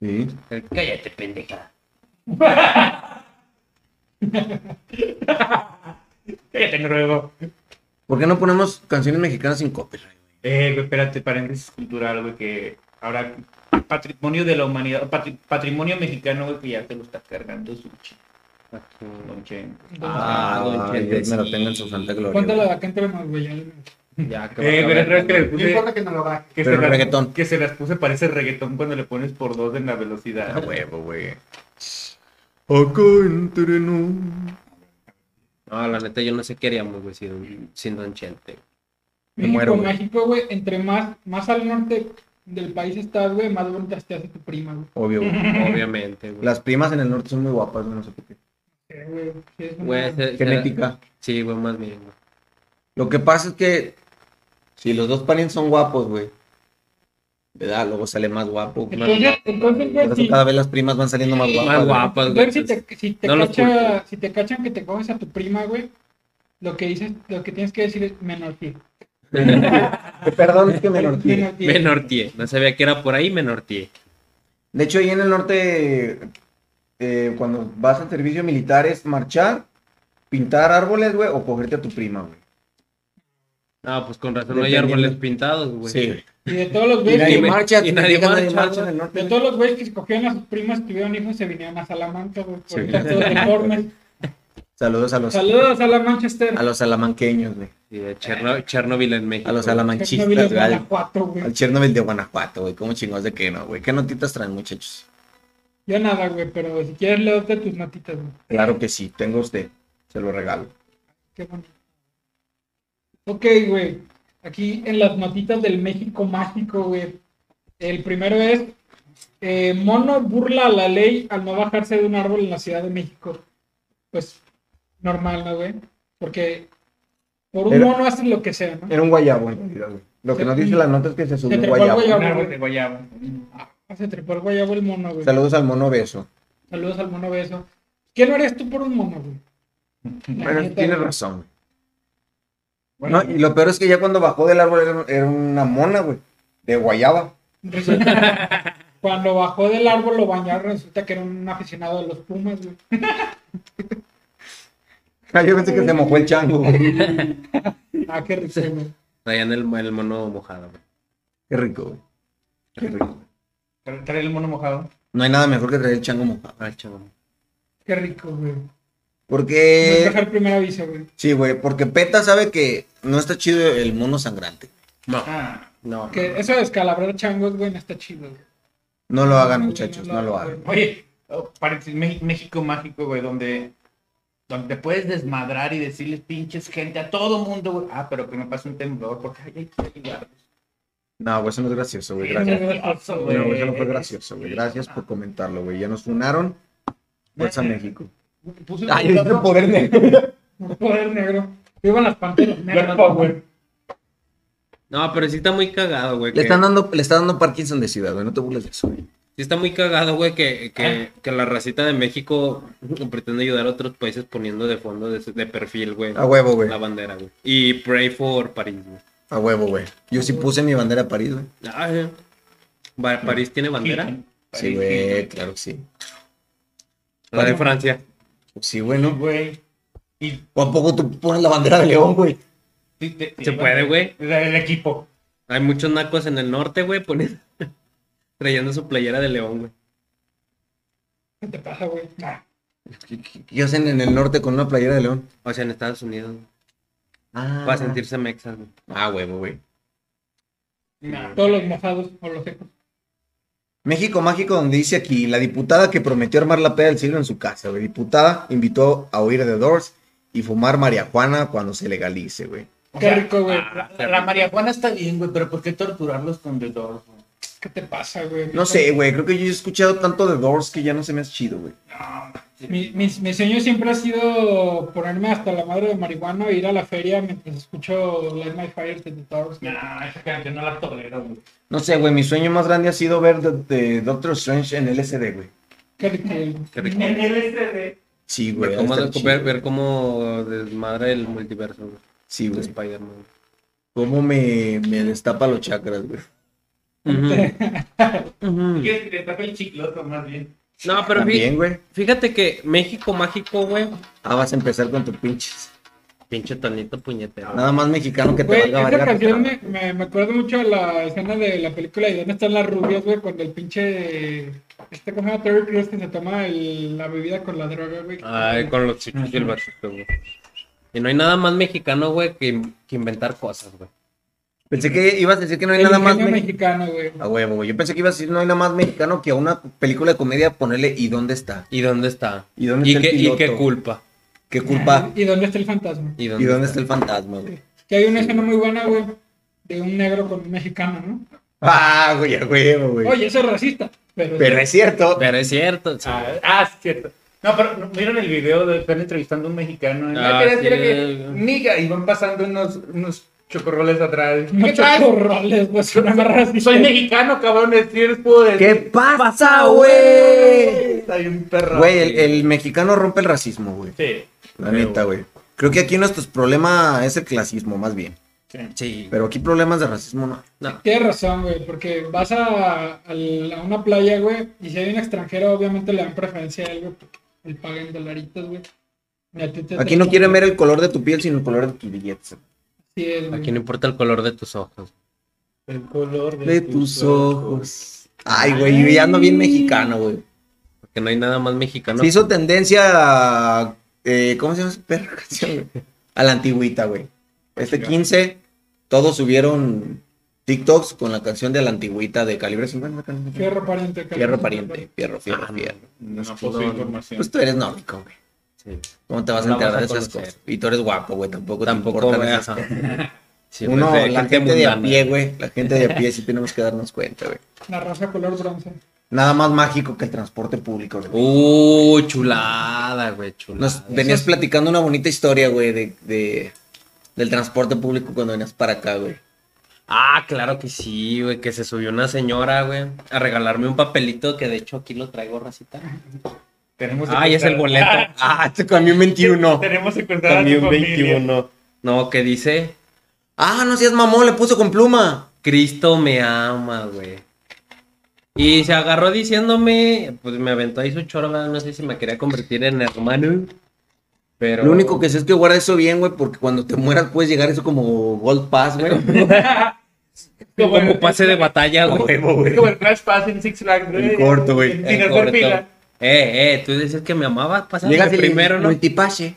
[SPEAKER 6] Sí.
[SPEAKER 8] Cállate, pendeja.
[SPEAKER 7] Cállate, noruego.
[SPEAKER 6] ¿Por qué no ponemos canciones mexicanas sin copyright?
[SPEAKER 7] Eh, güey, espérate, paréntesis cultural, güey, que ahora patrimonio de la humanidad, patri- patrimonio mexicano, güey, que ya te lo está cargando su chi- don Chen.
[SPEAKER 6] Ah,
[SPEAKER 8] don
[SPEAKER 6] ay, Dios me lo
[SPEAKER 8] Chentecito.
[SPEAKER 6] tenga en su santa gloria.
[SPEAKER 9] Cuéntalo
[SPEAKER 6] güey.
[SPEAKER 9] de acá entre más, güey. ya le-
[SPEAKER 8] Ya, que
[SPEAKER 7] Eh, güey,
[SPEAKER 8] va a
[SPEAKER 7] creo que le
[SPEAKER 10] No
[SPEAKER 7] puse,
[SPEAKER 10] importa que no lo baje.
[SPEAKER 7] que, se
[SPEAKER 6] Pero
[SPEAKER 7] las,
[SPEAKER 6] reggaetón.
[SPEAKER 7] que se las puse, parece reggaetón cuando le pones por dos en la velocidad.
[SPEAKER 6] A huevo, Ah, güey. Acá entre nos.
[SPEAKER 8] No, la neta, yo no sé qué haríamos, güey, sin, sin Don Chente.
[SPEAKER 6] Me
[SPEAKER 9] México
[SPEAKER 6] muero, güey.
[SPEAKER 9] mágico, güey. Entre más, más al norte del país estás, güey, más bonitas te hace tu prima, güey.
[SPEAKER 6] Obvio, güey. <laughs>
[SPEAKER 8] Obviamente, güey.
[SPEAKER 6] Las primas en el norte son muy guapas, güey, no sé por qué.
[SPEAKER 9] Sí, güey, sí, es una-
[SPEAKER 8] Güey, se-
[SPEAKER 6] Genética.
[SPEAKER 8] Sí, güey, más bien, güey.
[SPEAKER 6] Lo que pasa es que si los dos parientes son guapos, güey. ¿Verdad? Luego sale más guapo. güey.
[SPEAKER 9] Entonces, entonces,
[SPEAKER 6] Por
[SPEAKER 9] güey,
[SPEAKER 6] eso
[SPEAKER 9] si,
[SPEAKER 6] cada vez las primas van saliendo más guapas.
[SPEAKER 8] Más
[SPEAKER 6] güey.
[SPEAKER 8] guapas, güey.
[SPEAKER 9] entonces, si te, si te
[SPEAKER 8] no los
[SPEAKER 9] cacha,
[SPEAKER 8] culpo.
[SPEAKER 9] si te cachan que te coges a tu prima, güey, lo que dices, lo que tienes que decir es menor tío.
[SPEAKER 6] <laughs> Eh, Perdón, es que me norteé.
[SPEAKER 9] Menor tío.
[SPEAKER 8] Me norteé. No sabía que era por ahí, me norteé.
[SPEAKER 6] De hecho, ahí en el norte, eh, cuando vas al servicio militar es marchar, pintar árboles, güey, o cogerte a tu prima, güey.
[SPEAKER 8] No, pues con razón no hay
[SPEAKER 6] Dependiendo.
[SPEAKER 8] árboles pintados, güey.
[SPEAKER 9] Y de todos los
[SPEAKER 6] Y
[SPEAKER 9] güeyes
[SPEAKER 6] nadie
[SPEAKER 9] que,
[SPEAKER 6] marcha,
[SPEAKER 8] y nadie
[SPEAKER 6] fijas,
[SPEAKER 8] marcha,
[SPEAKER 6] en el norte.
[SPEAKER 9] de todos los güeyes que escogieron a sus primas, tuvieron hijos, se vinieron a Salamanca, güey, por
[SPEAKER 6] Sí.
[SPEAKER 9] estar todos deformes.
[SPEAKER 6] Saludos a los,
[SPEAKER 9] Saludos a la Manchester.
[SPEAKER 6] a los salamanqueños, güey.
[SPEAKER 8] Sí, de Cherno- Chernobyl en México.
[SPEAKER 6] A los
[SPEAKER 8] güey.
[SPEAKER 6] salamanchistas,
[SPEAKER 9] Chernobyl es
[SPEAKER 6] güey, al-
[SPEAKER 9] Guanajuato, güey.
[SPEAKER 6] Al Chernobyl de Guanajuato, güey. ¿Cómo chingados de qué no, güey? ¿Qué notitas traen, muchachos?
[SPEAKER 9] Yo nada, güey, pero si quieres leo de tus notitas, güey.
[SPEAKER 6] Claro que sí, tengo usted. Se lo regalo.
[SPEAKER 9] Qué bonito. Ok, güey. Aquí en las notitas del México mágico, güey. El primero es, eh, mono burla a la ley al no bajarse de un árbol en la Ciudad de México. Pues normal, ¿no, güey? Porque por un
[SPEAKER 6] Era-
[SPEAKER 9] mono hacen lo que sea, ¿no?
[SPEAKER 6] Era un guayabo, en realidad, güey. Lo que nos dice la nota es que se
[SPEAKER 9] Se
[SPEAKER 6] subió un
[SPEAKER 9] trepó al guayabo.
[SPEAKER 6] guayabo.
[SPEAKER 7] Un árbol de guayaba.
[SPEAKER 9] Ah, se trepó el guayabo el mono, güey.
[SPEAKER 6] Saludos al mono beso.
[SPEAKER 9] Saludos al mono beso. ¿Qué no eres tú por un mono, güey? La
[SPEAKER 6] Bueno,
[SPEAKER 9] neta,
[SPEAKER 6] tienes
[SPEAKER 9] güey.
[SPEAKER 6] razón. Bueno, y lo peor es que ya cuando bajó del árbol era- era una mona, güey. De guayaba. <laughs>
[SPEAKER 9] Resulta- <laughs> cuando bajó del árbol lo bañaron, resulta que era un aficionado de los Pumas, güey.
[SPEAKER 6] Ah, yo pensé que se mojó el chango. <laughs> Qué
[SPEAKER 9] Ah, qué rico, güey.
[SPEAKER 8] Traían el, el mono mojado, güey.
[SPEAKER 6] rico, güey. Qué rico.
[SPEAKER 7] Tra- Trae el mono mojado.
[SPEAKER 6] No hay nada mejor que traer el chango mojado.
[SPEAKER 8] Ah, chavo.
[SPEAKER 9] Qué rico, güey. No es
[SPEAKER 6] Porque.
[SPEAKER 9] dejar primer aviso, güey.
[SPEAKER 6] Sí, güey, porque Peta sabe que no está chido el mono sangrante.
[SPEAKER 7] Ah,
[SPEAKER 8] No.
[SPEAKER 9] Que eso de descalabrar changos, güey, no está chido. güey.
[SPEAKER 6] No lo hagan, muchachos, no lo hagan.
[SPEAKER 7] oye, oh, paréntesis, Mé- México mágico, güey, donde, donde te puedes desmadrar y decirles pinches gente a todo mundo, güey. Ah, pero que me pase un temblor porque ay, hay que ayudarlos.
[SPEAKER 6] No, güey, eso no es gracioso, güey.
[SPEAKER 7] Sí,
[SPEAKER 6] Gracias.
[SPEAKER 7] es gracioso, güey.
[SPEAKER 6] No, eso no fue gracioso, güey. Gracias por comentarlo, güey. Ya nos funaron. Fuerza México.
[SPEAKER 7] Puse
[SPEAKER 6] <laughs> Ay, yo dije <laughs> poder negro.
[SPEAKER 9] No poder negro. Vivan las panteras negras.
[SPEAKER 7] Black Power.
[SPEAKER 8] No, pero sí está muy cagado, güey.
[SPEAKER 6] Le
[SPEAKER 8] que-
[SPEAKER 6] están dando, le está dando Parkinson de ciudad, güey. No te burles de eso, güey.
[SPEAKER 8] Sí está muy cagado, güey, que, que, que la racita de México pretende ayudar a otros países poniendo de fondo, de, de perfil, güey,
[SPEAKER 6] A huevo, Ah, güey.
[SPEAKER 8] la bandera, güey. Y Pray for París, güey.
[SPEAKER 6] A huevo, güey. Yo sí puse mi bandera a París, güey.
[SPEAKER 8] Ah, eh. Ba- ¿París tiene bandera?
[SPEAKER 6] Sí, güey, claro que sí.
[SPEAKER 8] La de Francia.
[SPEAKER 6] Sí, güey, ¿no?
[SPEAKER 7] Güey. Y
[SPEAKER 6] ¿O a poco tú pones la bandera de León, güey?
[SPEAKER 7] Sí, te- te
[SPEAKER 8] Se
[SPEAKER 7] llevan
[SPEAKER 8] puede,
[SPEAKER 7] el-
[SPEAKER 8] güey.
[SPEAKER 7] El, el equipo.
[SPEAKER 8] Hay muchos nacos en el norte, güey, poniendo... <laughs> trayendo su playera de león, güey.
[SPEAKER 9] ¿Qué te pasa, güey? Ah,
[SPEAKER 6] ¿Qué, qué- qué hacen en el norte con una playera de León?
[SPEAKER 8] O sea, en Estados Unidos, güey.
[SPEAKER 6] Ah,
[SPEAKER 8] Para sentirse mexas, güey.
[SPEAKER 6] Ah, huevo, güey.
[SPEAKER 7] Nah.
[SPEAKER 9] Todos los mojados o los secos.
[SPEAKER 6] México Mágico, donde dice aquí, la diputada que prometió armar la peda del siglo en su casa, güey. Diputada invitó a oír The Doors y fumar marihuana cuando se legalice, güey.
[SPEAKER 7] O
[SPEAKER 9] Qué
[SPEAKER 7] sea, ah,
[SPEAKER 9] rico, güey.
[SPEAKER 7] La, la- la marihuana está bien, güey, pero ¿por qué torturarlos con The Doors, güey?
[SPEAKER 9] ¿Qué te pasa, güey?
[SPEAKER 6] No sé, güey, creo que yo he escuchado tanto de Doors que ya no se me hace chido, güey.
[SPEAKER 9] Mi, mis- mi sueño siempre ha sido ponerme hasta la madre de marihuana e ir a la feria mientras escucho Light My Fire de The Doors. güey.
[SPEAKER 7] Nah, esa canción no la tolero, güey.
[SPEAKER 6] No sé, güey, mi sueño más grande ha sido ver de, de Doctor Strange en LSD, güey.
[SPEAKER 9] Qué rico, güey.
[SPEAKER 8] Qué rico.
[SPEAKER 7] En el este SD.
[SPEAKER 6] Sí, güey.
[SPEAKER 8] Ver cómo,
[SPEAKER 6] está chido.
[SPEAKER 8] ver, ver cómo desmadra el multiverso, güey.
[SPEAKER 6] Sí,
[SPEAKER 8] De
[SPEAKER 6] güey.
[SPEAKER 8] Spider-Man.
[SPEAKER 6] Cómo me, me destapa los chakras, güey.
[SPEAKER 8] Ujú. Ujú. <laughs>
[SPEAKER 7] Que te tapa el chicloso, más bien.
[SPEAKER 8] No, pero fí-
[SPEAKER 6] También, güey.
[SPEAKER 8] Fíjate que México Mágico, güey.
[SPEAKER 6] Ah, vas a empezar con tu pinches.
[SPEAKER 8] Pinche tonito puñetero.
[SPEAKER 6] Nada más mexicano que te
[SPEAKER 9] Güey,
[SPEAKER 6] valga
[SPEAKER 9] esta
[SPEAKER 6] verga.
[SPEAKER 9] canción me, me, me acuerdo mucho de la escena de la película y dónde están las rubias, güey, cuando el pinche. Este cómo se llama Terry Crews que se toma el- la bebida con la droga, güey.
[SPEAKER 8] Ay, con los chichos y el vasito, güey. Y no hay nada más mexicano, güey, que, que inventar cosas, güey.
[SPEAKER 6] Pensé que ibas a decir que no hay
[SPEAKER 9] El
[SPEAKER 6] nada más
[SPEAKER 9] ingenio
[SPEAKER 6] mexicano.
[SPEAKER 9] mexicano, güey.
[SPEAKER 6] A huevo, güey. Yo pensé que ibas a decir no hay nada más mexicano que a una película de comedia ponerle ¿y dónde está?
[SPEAKER 8] ¿Y dónde está?
[SPEAKER 6] ¿Y dónde está
[SPEAKER 8] qué,
[SPEAKER 6] el
[SPEAKER 8] ¿Y
[SPEAKER 6] piloto?
[SPEAKER 8] qué culpa?
[SPEAKER 6] ¿Qué culpa?
[SPEAKER 9] ¿Y dónde está el fantasma?
[SPEAKER 8] ¿Y dónde,
[SPEAKER 6] ¿Y dónde está el fantasma, güey?
[SPEAKER 9] Que hay una escena muy buena, güey, de un negro con un mexicano, ¿no?
[SPEAKER 6] Ah, güey, a huevo, güey.
[SPEAKER 9] Oye, eso es racista. Pero,
[SPEAKER 6] Pero es cierto.
[SPEAKER 8] Pero es cierto. sí.
[SPEAKER 7] Ah, ah, sí, cierto. No, pero ¿no- vieron el video de están entrevistando a un mexicano. en la
[SPEAKER 8] Ah,
[SPEAKER 7] feria?
[SPEAKER 8] sí,
[SPEAKER 7] Mira que,
[SPEAKER 8] el-
[SPEAKER 7] niga, y van pasando unos, unos chocorroles atrás. ¿Qué
[SPEAKER 6] Ah.
[SPEAKER 9] Muchos <laughs>
[SPEAKER 7] tal?
[SPEAKER 9] roles, güey, si no me racista.
[SPEAKER 7] Soy mexicano, cabrón, es decir, puedo decir.
[SPEAKER 6] ¿Qué pasa, güey?
[SPEAKER 7] Está bien perro.
[SPEAKER 6] Güey, el, el mexicano rompe el racismo, güey.
[SPEAKER 7] Sí.
[SPEAKER 6] La neta, güey. Creo que aquí nuestro problema es el clasismo, más bien.
[SPEAKER 8] Sí.
[SPEAKER 6] Pero aquí problemas de racismo no.
[SPEAKER 9] Tienes razón, güey, porque vas a, al- a una playa, güey, y si hay un extranjero, obviamente le dan preferencia a él, güey, porque él paga en dolaritos, güey. Y a ti te-
[SPEAKER 6] Aquí no quieren ver el color de tu piel, sino el color de tus billetes.
[SPEAKER 9] Así es, güey.
[SPEAKER 8] Aquí no importa el color de tus ojos.
[SPEAKER 7] El color de,
[SPEAKER 6] De tus ojos. Ay, güey, yo ya ando bien mexicano, güey.
[SPEAKER 8] Porque no hay nada más mexicano.
[SPEAKER 6] Se hizo tendencia a... eh, ¿Cómo se llama esa perra canción, güey? A la antigüita, güey. Este 15, todos subieron TikToks con la canción de la antigüita de Calibre 50. Fierro,
[SPEAKER 9] Fierro pariente. cabrón.
[SPEAKER 6] pariente. Fierro, fierro,
[SPEAKER 8] Ah, no.
[SPEAKER 6] fierro.
[SPEAKER 7] No, posee información.
[SPEAKER 6] Pues tú eres nórdico, güey.
[SPEAKER 8] Sí.
[SPEAKER 6] ¿Cómo te vas a
[SPEAKER 8] No la
[SPEAKER 6] enterar
[SPEAKER 8] vas a
[SPEAKER 6] de esas
[SPEAKER 8] conocer.
[SPEAKER 6] cosas? Y tú eres guapo, güey. Tampoco,
[SPEAKER 8] Tampoco
[SPEAKER 6] importan
[SPEAKER 8] veas.
[SPEAKER 6] esas cosas.
[SPEAKER 8] Sí,
[SPEAKER 6] Uno,
[SPEAKER 8] pues,
[SPEAKER 6] la gente, de a
[SPEAKER 8] mundana.
[SPEAKER 6] pie, güey. La gente de a pie sí tenemos que darnos cuenta, güey.
[SPEAKER 9] La raza color bronce.
[SPEAKER 6] Nada más mágico que el transporte público, güey.
[SPEAKER 8] Uh, chulada, güey, chulada.
[SPEAKER 6] Nos venías platicando una bonita historia, güey, de, de- del transporte público cuando venías para acá, güey.
[SPEAKER 8] Ah, claro que sí, güey, que se subió una señora, güey, a regalarme un papelito que de hecho aquí lo traigo, racita.
[SPEAKER 7] Tenemos
[SPEAKER 8] Ah, ya es el boleto.
[SPEAKER 7] secuestrada-
[SPEAKER 8] <laughs> Ah, este camión 21.
[SPEAKER 7] Tenemos secuestrada a tu
[SPEAKER 8] Camión
[SPEAKER 7] familia.
[SPEAKER 8] 21. No, ¿qué dice?
[SPEAKER 6] Ah, no seas mamón, le puso con pluma.
[SPEAKER 8] Cristo me ama, güey. Y se agarró diciéndome, pues me aventó ahí su chorba, no sé si me quería convertir en hermano. Pero...
[SPEAKER 6] Lo único que sé es que guarda eso bien, güey, porque cuando te mueras puedes llegar eso como Gold Pass,
[SPEAKER 8] <laughs>
[SPEAKER 6] güey.
[SPEAKER 8] Como
[SPEAKER 7] Como el-
[SPEAKER 8] pase de batalla, güey.
[SPEAKER 7] Es como el Crash Pass en Six Flags, güey.
[SPEAKER 6] En corto, güey.
[SPEAKER 7] Sin
[SPEAKER 8] Eh,
[SPEAKER 7] hacer
[SPEAKER 8] correcto.
[SPEAKER 7] fila.
[SPEAKER 8] Eh, eh, tú dices que me amabas, pasando
[SPEAKER 6] Llegas y le
[SPEAKER 8] primero,
[SPEAKER 6] dices,
[SPEAKER 8] ¿no? <laughs>
[SPEAKER 6] Multipase.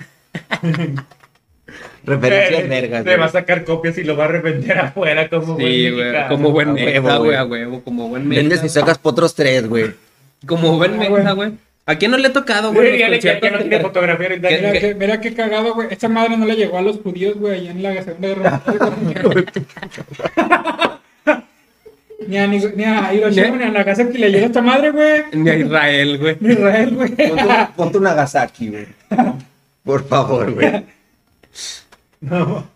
[SPEAKER 6] Referencias
[SPEAKER 7] Eh,
[SPEAKER 6] vergas,
[SPEAKER 7] Le
[SPEAKER 6] güey.
[SPEAKER 7] va a sacar copias y lo va a revender <laughs> afuera como
[SPEAKER 8] Sí, güey,
[SPEAKER 7] mexicano.
[SPEAKER 8] como buen
[SPEAKER 6] A huevo,
[SPEAKER 8] mexa, güey,
[SPEAKER 6] güey.
[SPEAKER 8] a huevo, como buen
[SPEAKER 6] Vendes Ah,
[SPEAKER 8] mexa.
[SPEAKER 6] y sacas potros tres, güey.
[SPEAKER 8] Como buen mexa, güey. ¿A quién no le ha tocado,
[SPEAKER 7] Güey,
[SPEAKER 8] güey?
[SPEAKER 7] ya,
[SPEAKER 8] los
[SPEAKER 7] le- ya- ya no
[SPEAKER 8] conciertos
[SPEAKER 7] tiene
[SPEAKER 8] que-
[SPEAKER 7] fotografía ahorita.
[SPEAKER 8] ¿Qué-
[SPEAKER 9] Mira
[SPEAKER 8] qué-
[SPEAKER 9] que- mira qué cagado, güey. Esta madre no le llegó a los judíos, güey, allá en la Segunda Guerra Mundial. <laughs> ni, a, ni, ni a Hiroshima, ni a Nagasaki le llegó esta madre, güey.
[SPEAKER 8] Ni a Israel,
[SPEAKER 7] <laughs>
[SPEAKER 8] güey.
[SPEAKER 9] Ni a Israel, güey.
[SPEAKER 6] Ponte, un-
[SPEAKER 8] <laughs>
[SPEAKER 6] ponte un Nagasaki, güey. Por favor,
[SPEAKER 8] <laughs>
[SPEAKER 6] güey.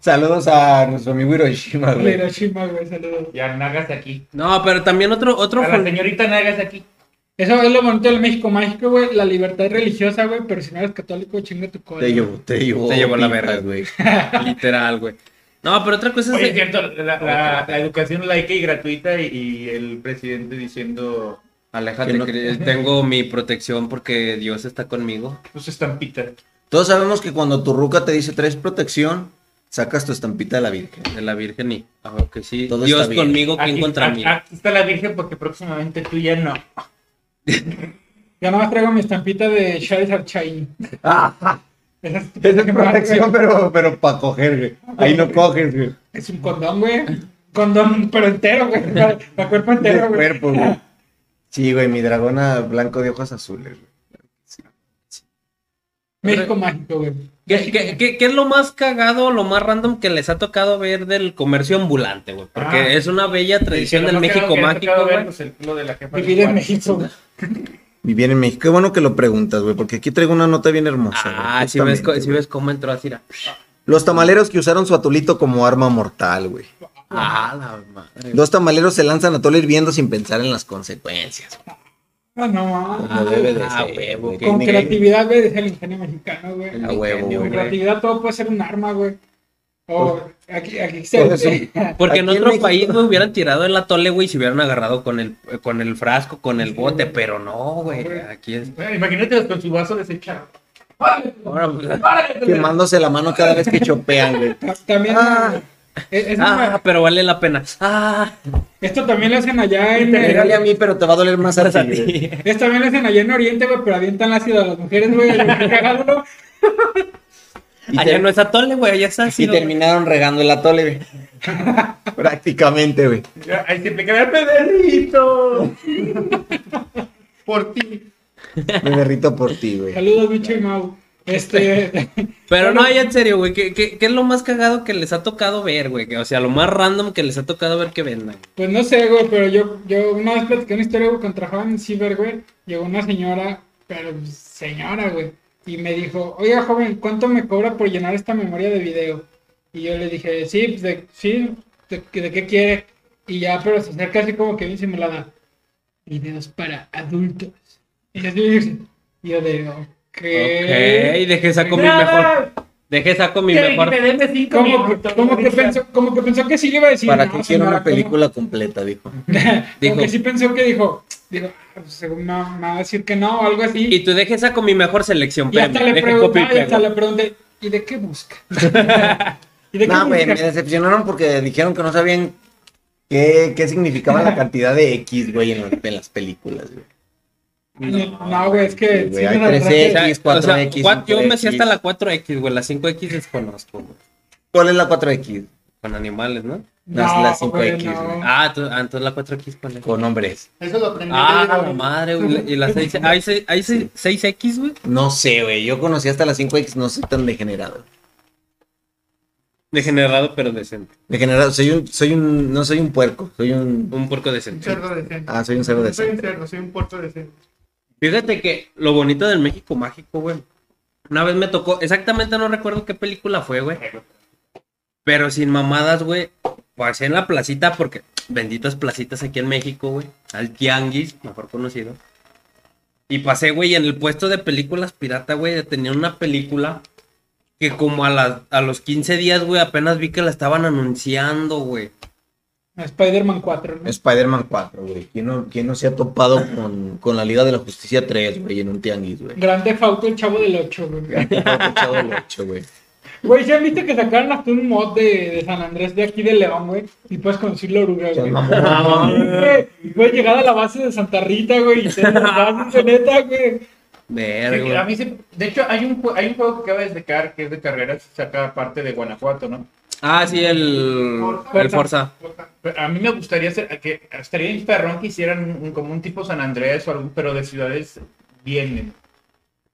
[SPEAKER 6] Saludos a nuestro amigo Hiroshima,
[SPEAKER 9] Ni a
[SPEAKER 6] güey.
[SPEAKER 9] Hiroshima, güey, saludos.
[SPEAKER 7] Ya nagas aquí.
[SPEAKER 8] No, pero también otro, otro
[SPEAKER 7] A la
[SPEAKER 8] fol-
[SPEAKER 7] señorita nagas aquí.
[SPEAKER 9] Eso es lo bonito del México mágico, güey. La libertad religiosa, güey. Pero si no eres católico, chinga tu cola.
[SPEAKER 6] Te llevó, te llevó.
[SPEAKER 8] Te llevó la
[SPEAKER 6] pipas,
[SPEAKER 8] verga.
[SPEAKER 6] güey.
[SPEAKER 8] <laughs> literal, güey. No, pero otra cosa es.
[SPEAKER 7] Oye, es
[SPEAKER 8] de-
[SPEAKER 7] cierto, la, la- la educación laica y gratuita y, y el presidente diciendo
[SPEAKER 8] Aléjate,
[SPEAKER 6] que no-
[SPEAKER 8] Cris- <laughs> tengo mi protección porque Dios está conmigo.
[SPEAKER 7] tus estampitas.
[SPEAKER 6] Todos sabemos que cuando tu ruca te dice traes protección, sacas tu estampita de la Virgen.
[SPEAKER 8] De la Virgen y. Aunque sí.
[SPEAKER 6] Todo
[SPEAKER 8] Dios
[SPEAKER 6] está bien.
[SPEAKER 8] conmigo, ¿quién contra mí?
[SPEAKER 7] aquí- aquí está la Virgen porque próximamente tú ya no.
[SPEAKER 9] Ya nomás traigo mi estampita de
[SPEAKER 6] <laughs>
[SPEAKER 9] Charles Archain. Esa es, tu
[SPEAKER 6] Esa es
[SPEAKER 9] que más,
[SPEAKER 6] protección,
[SPEAKER 9] güey.
[SPEAKER 6] pero, pero para coger, güey. Ahí no coges, güey.
[SPEAKER 9] Es un condón, güey. Condón, pero entero, güey. Para, para cuerpo
[SPEAKER 6] De
[SPEAKER 9] entero, güey.
[SPEAKER 6] cuerpo, güey. Sí, güey, mi dragona blanco de ojos azules, güey.
[SPEAKER 9] México mágico, güey.
[SPEAKER 8] ¿Qué, qué, qué- qué es lo más cagado, lo más random que les ha tocado ver del comercio ambulante, güey? Porque
[SPEAKER 7] Ah.
[SPEAKER 8] es una bella tradición
[SPEAKER 7] Y que
[SPEAKER 8] del
[SPEAKER 7] lo más
[SPEAKER 8] México
[SPEAKER 7] que ha
[SPEAKER 8] mágico,
[SPEAKER 7] tocado ver,
[SPEAKER 8] güey.
[SPEAKER 7] pues, el culo de la jefa
[SPEAKER 9] Vivir
[SPEAKER 7] de
[SPEAKER 9] en
[SPEAKER 7] Juárez.
[SPEAKER 9] México, güey.
[SPEAKER 6] Vivir en México. Qué bueno que lo preguntas, güey, porque aquí traigo una nota bien hermosa.
[SPEAKER 8] Ah,
[SPEAKER 6] güey,
[SPEAKER 8] si ves, co-
[SPEAKER 6] justamente,
[SPEAKER 8] si
[SPEAKER 6] güey.
[SPEAKER 8] ves cómo entró así. era.
[SPEAKER 6] Los tamaleros que usaron su atolito como arma mortal, güey.
[SPEAKER 8] Ah, la madre.
[SPEAKER 6] Dos tamaleros se lanzan a tole hirviendo sin pensar en las consecuencias.
[SPEAKER 9] Ah, no.
[SPEAKER 6] Como debe de
[SPEAKER 8] Ah,
[SPEAKER 6] ser,
[SPEAKER 8] huevo,
[SPEAKER 6] güey.
[SPEAKER 8] qué
[SPEAKER 9] Con
[SPEAKER 6] Ni-
[SPEAKER 9] creatividad, güey, es el ingenio mexicano, güey.
[SPEAKER 6] A huevo,
[SPEAKER 8] Ingenio,
[SPEAKER 9] Con
[SPEAKER 6] güey.
[SPEAKER 9] creatividad todo puede ser un arma, güey. O
[SPEAKER 6] Pues,
[SPEAKER 9] aquí, aquí se
[SPEAKER 6] Todo es
[SPEAKER 9] <laughs>
[SPEAKER 6] un- <laughs>
[SPEAKER 8] Porque
[SPEAKER 6] Aquí en
[SPEAKER 8] en otro
[SPEAKER 6] México-
[SPEAKER 8] país me hubieran tirado el atole, güey, y se hubieran agarrado con el, con el frasco, con el bote, pero no, güey.
[SPEAKER 6] <laughs>
[SPEAKER 8] Aquí es.
[SPEAKER 7] Bueno, imagínate con su vaso desechado.
[SPEAKER 8] Ahora, pues,
[SPEAKER 6] Quemándose la mano cada vez que chopean, güey.
[SPEAKER 9] Ta- También. e-,
[SPEAKER 6] Ah.
[SPEAKER 9] es- es una-
[SPEAKER 8] ah, pero vale la pena. Ah,
[SPEAKER 9] Esto también lo hacen allá en.
[SPEAKER 6] Pégale a mí, pero te va a doler más a ti, güey.
[SPEAKER 9] Esto también lo hacen allá en Oriente, güey, pero avientan ácido a las mujeres, güey. lo que cagan, ¿no?
[SPEAKER 6] Y
[SPEAKER 8] allá
[SPEAKER 6] te-
[SPEAKER 8] no es atole, güey, allá está así.
[SPEAKER 6] Y terminaron regando el atole, güey. Prácticamente, güey.
[SPEAKER 7] Ya, Ahí se aplica el pederito.
[SPEAKER 10] <laughs> Por ti.
[SPEAKER 6] Me derrito por ti, güey.
[SPEAKER 9] Saludos, bicho y Mau. Este.
[SPEAKER 8] Pero no, ya en serio, güey, ¿qué, qué, qué es lo más cagado que les ha tocado ver, güey? Que, O sea, lo más random que les ha tocado ver que vendan.
[SPEAKER 9] Pues no sé, güey, pero yo, yo una vez platicé una historia, güey, cuando trabajaba en Ciber, güey. Llegó una señora, pero pues, señora, güey. Y me dijo, oiga, joven, ¿cuánto me cobra por llenar esta memoria de video? Y yo le dije, sí, pues, de, sí, de, ¿de qué quiere? Y ya, pero se acerca así como que bien simulada. Videos para adultos. Y yo, y yo de, ok.
[SPEAKER 8] Ok, dejé saco mi mejor. Dejé saco mi mejor.
[SPEAKER 9] ¿Cómo, que- cómo que pensó, como que pensó que sí le iba a decir?
[SPEAKER 6] Para
[SPEAKER 9] "No,
[SPEAKER 6] que hiciera una
[SPEAKER 9] señora, ¿cómo?"
[SPEAKER 6] película completa, dijo.
[SPEAKER 8] Dijo.
[SPEAKER 9] Aunque sí pensó que dijo, digo, "Ah, pues, según me, va- me va a decir que no o algo así.
[SPEAKER 8] Y tú dejé saco mi mejor selección,
[SPEAKER 9] Y hasta
[SPEAKER 8] premium,
[SPEAKER 9] le
[SPEAKER 8] deje copy
[SPEAKER 9] pregunté,
[SPEAKER 8] y
[SPEAKER 9] y hasta
[SPEAKER 8] pego.
[SPEAKER 9] le pregunté, ¿y de qué
[SPEAKER 8] <laughs>
[SPEAKER 9] busca? ¿Y de qué
[SPEAKER 6] No, güey, me
[SPEAKER 9] busca?
[SPEAKER 6] decepcionaron porque dijeron que no sabían qué, qué significaba la cantidad de X, güey, en, la- en las películas, güey.
[SPEAKER 9] No, no, güey, es que
[SPEAKER 6] güey,
[SPEAKER 9] sí
[SPEAKER 6] hay
[SPEAKER 9] me la traje.
[SPEAKER 8] O sea,
[SPEAKER 6] 3X,
[SPEAKER 8] o sea,
[SPEAKER 6] 4X,
[SPEAKER 8] cuat- yo me
[SPEAKER 6] 5X.
[SPEAKER 8] sé hasta la 4X, güey. La 5X desconozco, güey.
[SPEAKER 6] ¿Cuál es la 4X?
[SPEAKER 8] Con animales, ¿no?
[SPEAKER 6] No, es
[SPEAKER 9] No,
[SPEAKER 6] la
[SPEAKER 9] güey,
[SPEAKER 6] 5X,
[SPEAKER 9] no.
[SPEAKER 6] güey.
[SPEAKER 8] Ah, tú- ah, entonces la 4X, ¿cuál es?
[SPEAKER 6] Con hombres.
[SPEAKER 10] Eso lo aprendí.
[SPEAKER 8] Ah,
[SPEAKER 10] de-
[SPEAKER 8] la madre, güey. Y la 6. ¿Hay, seis- hay seis- 6X, güey?
[SPEAKER 6] No sé, güey. Yo conocí hasta la 5X, no soy tan degenerado.
[SPEAKER 8] Degenerado, pero decente.
[SPEAKER 6] Degenerado, soy un, soy un, no soy un puerco, soy un,
[SPEAKER 8] Un puerco
[SPEAKER 10] Un
[SPEAKER 8] decente.
[SPEAKER 10] cerdo decente.
[SPEAKER 6] ah, soy un cero
[SPEAKER 10] No soy
[SPEAKER 6] de
[SPEAKER 10] un cerdo, soy un puerto decente.
[SPEAKER 8] Fíjate que lo bonito del México mágico, güey. Una vez me tocó, exactamente no recuerdo qué película fue, güey. Pero sin mamadas, güey. Pasé en la placita porque benditas placitas aquí en México, güey. Al Tianguis, mejor conocido. Y pasé, güey, y en el puesto de películas pirata, güey, tenía una película que como a, las- a los 15 días, güey, apenas vi que la estaban anunciando, güey.
[SPEAKER 9] Spider-Man 4, ¿no?
[SPEAKER 6] Spider-Man 4, güey. ¿Quién no, quién no se ha topado con, con la Liga de la Justicia 3, güey, en un tianguis, güey?
[SPEAKER 9] Grande Fauto, el chavo del 8, güey.
[SPEAKER 6] Chavo del Ocho, güey.
[SPEAKER 9] Güey, ¿se han visto que sacaron hasta un mod de, de San Andrés de aquí de León, güey? Y puedes conseguir la oruga, güey.
[SPEAKER 7] Ah,
[SPEAKER 9] Güey, Güey, llegar a la base de Santa Rita, güey, y tener las bases de neta, güey.
[SPEAKER 7] Sí, que a
[SPEAKER 8] Verga, güey.
[SPEAKER 7] mí se- de hecho, hay un, jue- hay un juego que acaba de sacar, que es de carreras, saca parte de Guanajuato, ¿no?
[SPEAKER 8] Ah, sí, el, el Forza.
[SPEAKER 7] Pero A mí me gustaría hacer, que estaría en perrón que hicieran un- un- como un tipo San Andrés o algo, pero de ciudades bien.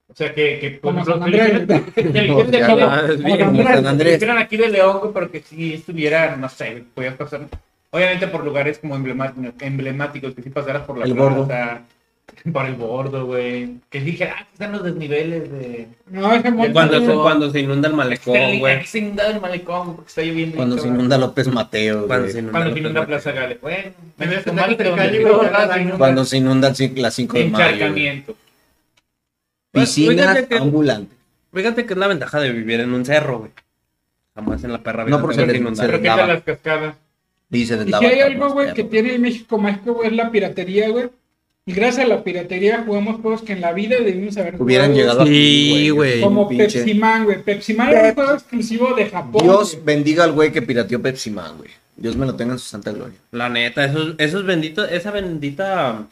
[SPEAKER 7] O sea, que, que por
[SPEAKER 9] Como
[SPEAKER 7] ejemplo,
[SPEAKER 9] San
[SPEAKER 7] que lo
[SPEAKER 9] Andrés.
[SPEAKER 7] hicieran- que lo hicieran de
[SPEAKER 6] Ya
[SPEAKER 7] aquí de-
[SPEAKER 8] la- bien,
[SPEAKER 7] como San
[SPEAKER 8] como
[SPEAKER 7] Andrés,
[SPEAKER 8] San Andrés.
[SPEAKER 7] que lo hicieran aquí de León, güey, pero que si estuviera, no sé, podías pasar. Obviamente por lugares como emblemáticos, emblemáticos que si pasaras por la
[SPEAKER 6] El bordo.
[SPEAKER 7] plaza, <laughs> por el bordo, güey. Que dije, ah, aquí están los desniveles de.
[SPEAKER 9] No, ese mod.
[SPEAKER 8] Cuando se,
[SPEAKER 9] güey.
[SPEAKER 8] cuando se inunda el
[SPEAKER 7] Sterling,
[SPEAKER 8] malecón, güey.
[SPEAKER 7] aquí se inunda el malecón, güey, porque está lloviendo.
[SPEAKER 6] Cuando
[SPEAKER 7] y
[SPEAKER 6] se
[SPEAKER 7] todo.
[SPEAKER 6] inunda López Mateo,
[SPEAKER 8] Cuando se
[SPEAKER 6] güey.
[SPEAKER 8] inunda
[SPEAKER 7] Cuando
[SPEAKER 8] el
[SPEAKER 7] vino la Plaza Gales. Bueno, me ves
[SPEAKER 10] Está
[SPEAKER 7] tomando
[SPEAKER 10] cerca del
[SPEAKER 7] donde
[SPEAKER 10] Cali,
[SPEAKER 7] yo,
[SPEAKER 10] güey,
[SPEAKER 7] ¿verdad?
[SPEAKER 10] ya
[SPEAKER 7] Hay un
[SPEAKER 6] Cuando se inunda el cin- las 5 de mayo. güey.
[SPEAKER 7] Encharcamiento.
[SPEAKER 6] Piscinas
[SPEAKER 8] Fíjate que-
[SPEAKER 6] ambulantes.
[SPEAKER 8] Fíjate que es la ventaja de vivir en un cerro, güey. Jamás en la perra vida
[SPEAKER 6] No, porque
[SPEAKER 8] te vas a
[SPEAKER 6] se-
[SPEAKER 8] inundar.
[SPEAKER 7] Pero
[SPEAKER 6] se-
[SPEAKER 7] ¿qué tal las cascadas?
[SPEAKER 6] Dice de
[SPEAKER 9] Y si hay algo, güey, que tiene el México mágico, güey, es la piratería, güey. Y gracias a la piratería jugamos juegos que en la vida debimos haber
[SPEAKER 6] Hubieran
[SPEAKER 9] jugado.
[SPEAKER 6] llegado
[SPEAKER 8] Sí,
[SPEAKER 6] aquí,
[SPEAKER 8] güey.
[SPEAKER 9] Como
[SPEAKER 6] pinche-
[SPEAKER 9] Pepsi Man, güey. Pepsi Man era un juego exclusivo de Japón.
[SPEAKER 6] Dios
[SPEAKER 9] güey.
[SPEAKER 6] bendiga al güey que pirateó Pepsi Man, güey. Dios me lo tenga en su santa gloria.
[SPEAKER 8] La neta, esos, esos benditos, esa bendita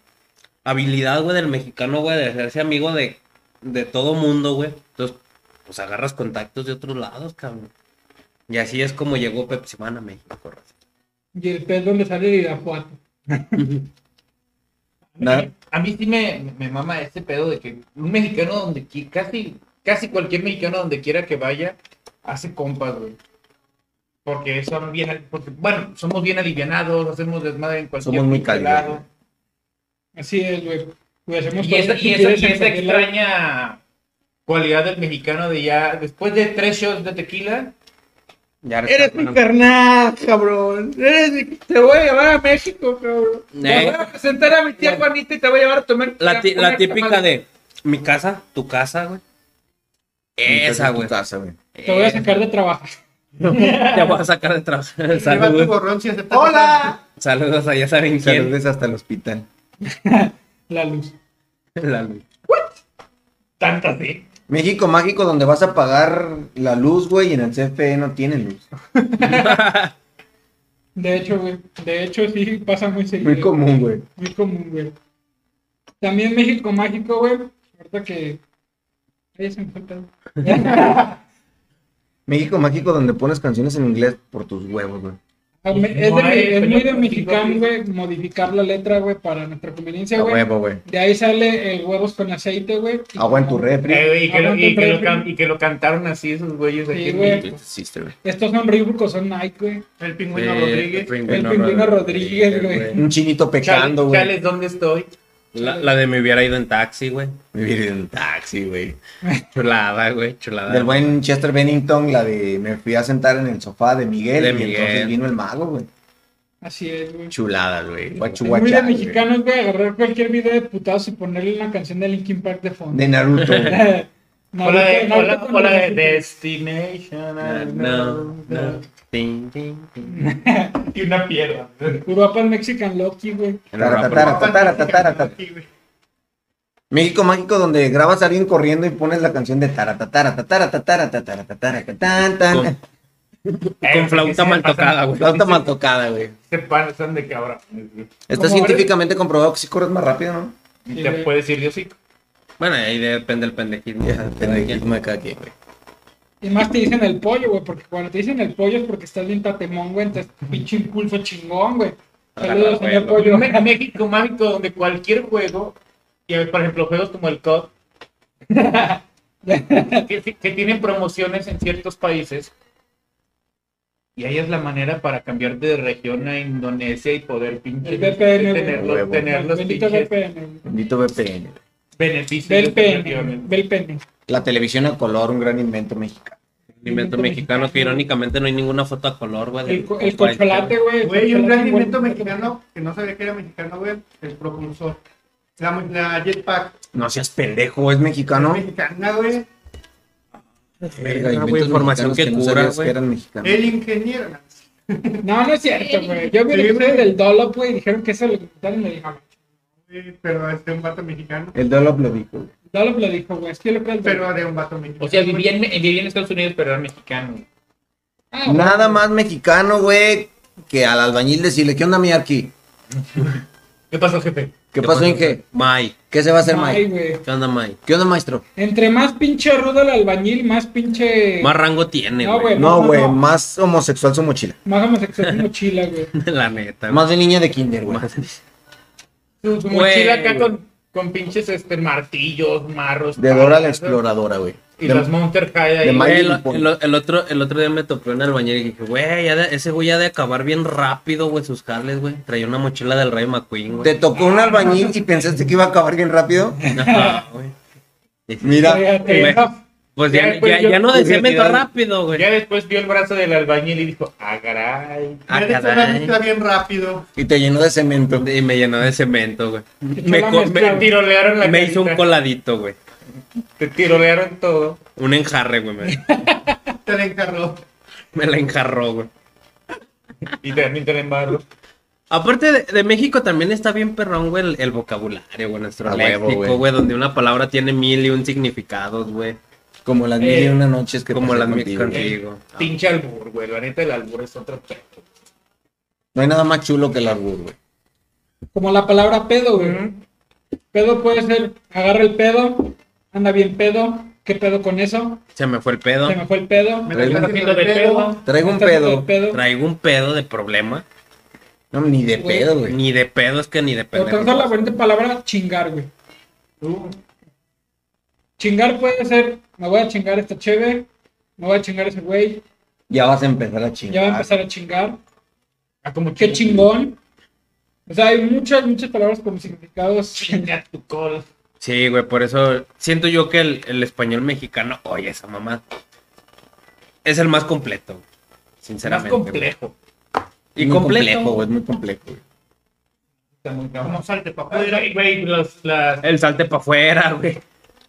[SPEAKER 8] habilidad, güey, del mexicano, güey, de hacerse amigo de, de todo mundo, güey. Entonces, pues agarras contactos de otros lados, cabrón. Y así es como llegó Pepsi Man a México, raza.
[SPEAKER 9] Y el pez donde sale de Irapuato.
[SPEAKER 6] Nada.
[SPEAKER 7] A mí sí me, me mama este pedo de que un mexicano donde qui- casi, casi cualquier mexicano donde quiera que vaya, hace compas, güey. Porque son bien, porque, bueno, somos bien alivianados, hacemos desmadre en cualquier
[SPEAKER 6] Somos muy cálidos,
[SPEAKER 7] lado.
[SPEAKER 6] güey.
[SPEAKER 9] Así es, güey. Güey, hacemos
[SPEAKER 7] Y esa,
[SPEAKER 9] cosas que
[SPEAKER 7] y esa,
[SPEAKER 9] quieres
[SPEAKER 7] y esa
[SPEAKER 9] entender la-
[SPEAKER 7] extraña cualidad del mexicano de ya, después de tres shots de tequila,
[SPEAKER 8] Ya
[SPEAKER 7] Eres mi
[SPEAKER 8] bueno,
[SPEAKER 7] carnal, cabrón. Eres mi- Te voy a llevar a México, cabrón. Te
[SPEAKER 8] Eh.
[SPEAKER 7] voy a presentar a mi tía Juanita y te voy a llevar a tomar.
[SPEAKER 8] la, ti-
[SPEAKER 7] una
[SPEAKER 8] la típica
[SPEAKER 7] tamal.
[SPEAKER 8] de mi casa, tu casa, güey. Esa,
[SPEAKER 6] Tu
[SPEAKER 8] güey.
[SPEAKER 6] casa, güey.
[SPEAKER 9] Te voy a sacar de trabajo.
[SPEAKER 8] Te voy a sacar de trabajo.
[SPEAKER 10] Lleva tu
[SPEAKER 8] Saludos,
[SPEAKER 10] gorrón si aceptas. ¡Hola!
[SPEAKER 8] saludos a ya saben quién.
[SPEAKER 6] Saludes hasta el hospital.
[SPEAKER 9] La luz.
[SPEAKER 8] La luz.
[SPEAKER 7] Tantas, sí.
[SPEAKER 6] México mágico donde vas a pagar la luz, güey, y en el CFE no tiene luz.
[SPEAKER 9] De hecho, güey. De hecho, sí, pasa muy seguido.
[SPEAKER 6] Muy común, güey.
[SPEAKER 9] Muy común, güey. También México Mágico, güey. Ahorita que. Ahí se me fue el
[SPEAKER 7] <laughs>
[SPEAKER 9] pedo.
[SPEAKER 6] México mágico donde pones canciones en inglés por tus huevos, güey.
[SPEAKER 9] Ah, me- Es,
[SPEAKER 7] No
[SPEAKER 9] de-
[SPEAKER 7] hay
[SPEAKER 9] es muy de
[SPEAKER 7] español
[SPEAKER 9] mexicano,
[SPEAKER 7] práctico,
[SPEAKER 9] güey, modificar la letra, güey, para nuestra conveniencia,
[SPEAKER 6] A
[SPEAKER 9] güey.
[SPEAKER 6] huevo, güey.
[SPEAKER 9] De ahí sale el huevos con aceite, güey. Y-
[SPEAKER 6] Agua en tu refri.
[SPEAKER 7] Eh, y, que lo,
[SPEAKER 9] Aguanta
[SPEAKER 7] y, que lo
[SPEAKER 9] el
[SPEAKER 7] can-
[SPEAKER 9] refri.
[SPEAKER 7] y que lo cantaron así esos güeyes
[SPEAKER 9] Sí,
[SPEAKER 7] aquí en
[SPEAKER 9] güey.
[SPEAKER 7] México.
[SPEAKER 6] Existe, güey.
[SPEAKER 9] Estos son ricos, son Nike, güey.
[SPEAKER 10] El
[SPEAKER 8] Eh,
[SPEAKER 10] pingüino Rodríguez.
[SPEAKER 9] El pingüino Rodríguez, güey.
[SPEAKER 6] Un chinito
[SPEAKER 7] Chale-
[SPEAKER 6] pecando, güey.
[SPEAKER 7] Chales, ¿dónde estoy?
[SPEAKER 8] La, la de me hubiera ido en taxi, güey.
[SPEAKER 6] Vivir en un taxi, güey.
[SPEAKER 8] Chulada, güey, chulada.
[SPEAKER 6] Del buen Chester Bennington, la de me fui a sentar en el sofá de Miguel,
[SPEAKER 8] De
[SPEAKER 6] y entonces
[SPEAKER 8] Miguel.
[SPEAKER 6] vino el mago, güey.
[SPEAKER 9] Así es, güey.
[SPEAKER 6] Chulada, güey.
[SPEAKER 9] Es muy de
[SPEAKER 6] Guachuguachá. güey.
[SPEAKER 9] mexicanos, güey, agarrar cualquier video de putados y ponerle una canción de Linkin Park de fondo.
[SPEAKER 6] De Naruto. güey.
[SPEAKER 9] <laughs> No,
[SPEAKER 7] O la de,
[SPEAKER 9] no,
[SPEAKER 7] o la-
[SPEAKER 9] no,
[SPEAKER 7] o la de
[SPEAKER 9] no,
[SPEAKER 7] Destination.
[SPEAKER 8] No,
[SPEAKER 7] I know
[SPEAKER 8] no.
[SPEAKER 7] that.
[SPEAKER 8] Ting, ting, ting. <laughs>
[SPEAKER 7] Y una piedra.
[SPEAKER 9] Uruapan Mexican Loki, güey.
[SPEAKER 6] Taratatara, tatara, tatara, tatara.
[SPEAKER 10] Aquí, güey.
[SPEAKER 6] México mágico donde grabas a alguien corriendo y pones la canción de taratatara, tatara, tatara, tatara, tatara, tan, tan.
[SPEAKER 7] Eh,
[SPEAKER 8] Con flauta mal tocada, güey.
[SPEAKER 6] Flauta mal tocada, güey.
[SPEAKER 7] Se pasan de cabra. Y
[SPEAKER 6] Está
[SPEAKER 9] Como
[SPEAKER 6] científicamente comprobado que si corres más rápido, ¿no?
[SPEAKER 9] Sí,
[SPEAKER 7] te
[SPEAKER 9] güey.
[SPEAKER 7] puedes ir de hocico.
[SPEAKER 8] Bueno, ahí depende el pendejismo.
[SPEAKER 6] Ya,
[SPEAKER 8] Depende de quién.
[SPEAKER 6] pendejismo de cada quien, güey.
[SPEAKER 9] Y más te dicen el pollo, güey, porque cuando te dicen el pollo es porque estás bien tatemón, güey, entonces pinche impulso chingón, güey. Saludos,
[SPEAKER 8] Ah,
[SPEAKER 9] señor
[SPEAKER 8] güey,
[SPEAKER 9] pollo.
[SPEAKER 7] Me- México mágico donde cualquier juego, y por ejemplo juegos como el COD, <laughs> que, que tienen promociones en ciertos países, y ahí es la manera para cambiarte de región a Indonesia y poder pinche
[SPEAKER 9] El VPN, güey.
[SPEAKER 7] tener los,
[SPEAKER 6] Huevo.
[SPEAKER 7] tener los
[SPEAKER 9] Bendito
[SPEAKER 7] pinches
[SPEAKER 9] VPN, güey.
[SPEAKER 6] Bendito VPN. güey.
[SPEAKER 7] beneficios de
[SPEAKER 9] Del
[SPEAKER 7] esas regiones.
[SPEAKER 9] pene, del pene.
[SPEAKER 6] La televisión a color, un gran invento mexicano.
[SPEAKER 8] Un invento mexicano que irónicamente no hay ninguna foto a color, güey.
[SPEAKER 9] El, co-
[SPEAKER 6] pues,
[SPEAKER 9] el
[SPEAKER 8] Por ahí,
[SPEAKER 9] cocholate, güey. el
[SPEAKER 10] Güey, un
[SPEAKER 9] cocholate,
[SPEAKER 10] gran invento
[SPEAKER 9] güey.
[SPEAKER 10] mexicano que no sabía que era mexicano, güey. El propulsor. La, mu- la jetpack
[SPEAKER 6] No seas pendejo, es mexicano.
[SPEAKER 10] mexicana, güey.
[SPEAKER 6] Verga,
[SPEAKER 8] Ah, güey,
[SPEAKER 6] inventos
[SPEAKER 8] información
[SPEAKER 6] mexicanos
[SPEAKER 8] que
[SPEAKER 6] no
[SPEAKER 8] cura,
[SPEAKER 6] sabías
[SPEAKER 8] güey.
[SPEAKER 6] que eran mexicanos.
[SPEAKER 10] El ingeniero. no,
[SPEAKER 9] No, no es cierto, güey. Yo vi
[SPEAKER 10] Sí,
[SPEAKER 9] el
[SPEAKER 10] güey.
[SPEAKER 9] del Dollop, güey, y dijeron que eso lo quitaron y le dije,
[SPEAKER 10] güey, Pero es de un vato mexicano.
[SPEAKER 6] El Dolop lo dijo. güey.
[SPEAKER 9] Dollop lo dijo, güey, es que yo lo creo. al
[SPEAKER 10] Pero
[SPEAKER 9] Dollop.
[SPEAKER 10] de un vato mexicano.
[SPEAKER 7] O sea, vivía en, vivía en Estados Unidos, pero era mexicano. güey.
[SPEAKER 9] Ah, güey.
[SPEAKER 6] Nada más mexicano, güey, que al albañil decirle, ¿qué onda, mi arqui?
[SPEAKER 7] ¿Qué pasó, jefe?
[SPEAKER 6] ¿Qué pasó, Inge?
[SPEAKER 8] Mai.
[SPEAKER 6] ¿Qué se va a hacer,
[SPEAKER 9] Ay,
[SPEAKER 6] Mike?
[SPEAKER 9] güey.
[SPEAKER 8] ¿Qué onda, Mai?
[SPEAKER 6] ¿Qué onda, maestro?
[SPEAKER 9] Entre más pinche rudo el albañil, más pinche.
[SPEAKER 8] Más rango tiene,
[SPEAKER 9] No,
[SPEAKER 8] güey.
[SPEAKER 9] güey.
[SPEAKER 6] No, güey,
[SPEAKER 9] no.
[SPEAKER 6] más homosexual su mochila.
[SPEAKER 9] Más homosexual su mochila, güey.
[SPEAKER 8] <laughs> La neta. güey.
[SPEAKER 6] Más de niña de kinder, güey.
[SPEAKER 7] Su, su
[SPEAKER 8] Güey.
[SPEAKER 7] mochila acá con, con pinches este, martillos, marros.
[SPEAKER 6] De Dora la
[SPEAKER 7] palas,
[SPEAKER 6] exploradora, güey.
[SPEAKER 7] Y
[SPEAKER 6] De-
[SPEAKER 7] las Monster High ahí.
[SPEAKER 6] de Magic.
[SPEAKER 8] Güey,
[SPEAKER 6] Miley
[SPEAKER 8] el,
[SPEAKER 6] Pony.
[SPEAKER 8] el- el otro, el otro día me topé en el bañero y dije, güey, ya de- ese güey ya de acabar bien rápido, güey, sus jales, güey. Traía una mochila del Rey McQueen,
[SPEAKER 6] ¿Te
[SPEAKER 8] güey.
[SPEAKER 6] tocó un albañil y pensaste que iba a acabar bien
[SPEAKER 8] <laughs>
[SPEAKER 6] rápido?
[SPEAKER 8] Ajá,
[SPEAKER 7] <laughs>
[SPEAKER 8] güey.
[SPEAKER 6] Mira,
[SPEAKER 9] Fíjate,
[SPEAKER 8] güey.
[SPEAKER 9] esa-
[SPEAKER 8] Pues
[SPEAKER 7] Ya,
[SPEAKER 8] ya,
[SPEAKER 7] pues,
[SPEAKER 8] ya,
[SPEAKER 7] yo-
[SPEAKER 8] ya no decía meto
[SPEAKER 6] curiosidad.
[SPEAKER 8] rápido, güey.
[SPEAKER 7] Pues Ya después vio el brazo del albañil y dijo, ah, caray.
[SPEAKER 8] Ah,
[SPEAKER 10] Eres una
[SPEAKER 8] caray.
[SPEAKER 10] mezcla bien rápido.
[SPEAKER 6] y te llenó de cemento.
[SPEAKER 8] Y me llenó de cemento, güey.
[SPEAKER 9] echó
[SPEAKER 8] Me,
[SPEAKER 9] la
[SPEAKER 8] co-
[SPEAKER 9] mezcla,
[SPEAKER 8] me-
[SPEAKER 7] Te tirolearon la
[SPEAKER 8] me hizo un
[SPEAKER 7] carita,
[SPEAKER 8] coladito, güey.
[SPEAKER 7] Te tirolearon todo.
[SPEAKER 8] Un enjarre, güey. Me,
[SPEAKER 7] <laughs>
[SPEAKER 10] Te la encargó.
[SPEAKER 8] me la enjarró, güey.
[SPEAKER 7] Y también te la embarro.
[SPEAKER 8] Aparte de, de México también está bien perrón, güey, el, el vocabulario, güey, nuestro
[SPEAKER 6] A huevo,
[SPEAKER 8] léxico,
[SPEAKER 6] güey.
[SPEAKER 8] güey, donde una palabra tiene mil y un significados, güey.
[SPEAKER 6] Como las mil y una noches que
[SPEAKER 8] Eh, Como
[SPEAKER 6] pasé
[SPEAKER 8] las mil
[SPEAKER 6] contigo.
[SPEAKER 8] contigo.
[SPEAKER 7] Eh, Pinche albur, güey. La neta, el albur es otro pedo.
[SPEAKER 6] No hay nada más chulo que el albur, güey.
[SPEAKER 9] Como la palabra pedo, güey. Pedo puede ser, agarra el pedo, anda bien pedo, ¿qué pedo con eso?
[SPEAKER 8] Se me fue el pedo.
[SPEAKER 9] Se me fue el pedo.
[SPEAKER 10] Me
[SPEAKER 6] Traigo-
[SPEAKER 10] estás haciendo de pedo.
[SPEAKER 6] Traigo un
[SPEAKER 9] Está haciendo
[SPEAKER 6] pedo.
[SPEAKER 9] el pedo.
[SPEAKER 8] Traigo un pedo de problema.
[SPEAKER 6] No, ni de
[SPEAKER 9] Güey.
[SPEAKER 6] pedo, güey.
[SPEAKER 8] Ni de pedo es que ni de
[SPEAKER 9] Pero tanto la
[SPEAKER 8] pendejo.
[SPEAKER 9] bonita palabra chingar, güey. Chingar puede ser, me voy a chingar esta cheve, me voy a chingar ese güey,
[SPEAKER 6] Ya vas a empezar a
[SPEAKER 9] ya va a
[SPEAKER 6] chingar.
[SPEAKER 9] empezar a chingar.
[SPEAKER 7] Ah, como
[SPEAKER 9] Qué chingón. O sea, hay muchas, muchas palabras con significados.
[SPEAKER 7] Chinga tu col.
[SPEAKER 8] Sí, güey, por eso siento yo que el, el español mexicano, oye, esa mamá, es el más completo, güey,
[SPEAKER 7] Más
[SPEAKER 8] sinceramente. güey.
[SPEAKER 7] complejo.
[SPEAKER 8] Y
[SPEAKER 6] Muy
[SPEAKER 8] completo.
[SPEAKER 6] complejo, güey. Es muy complejo, güey.
[SPEAKER 7] Está muy cabrón.
[SPEAKER 10] Vamos al de papá.
[SPEAKER 7] Güey, Güey, güey, los, las...
[SPEAKER 8] El salte para afuera, güey.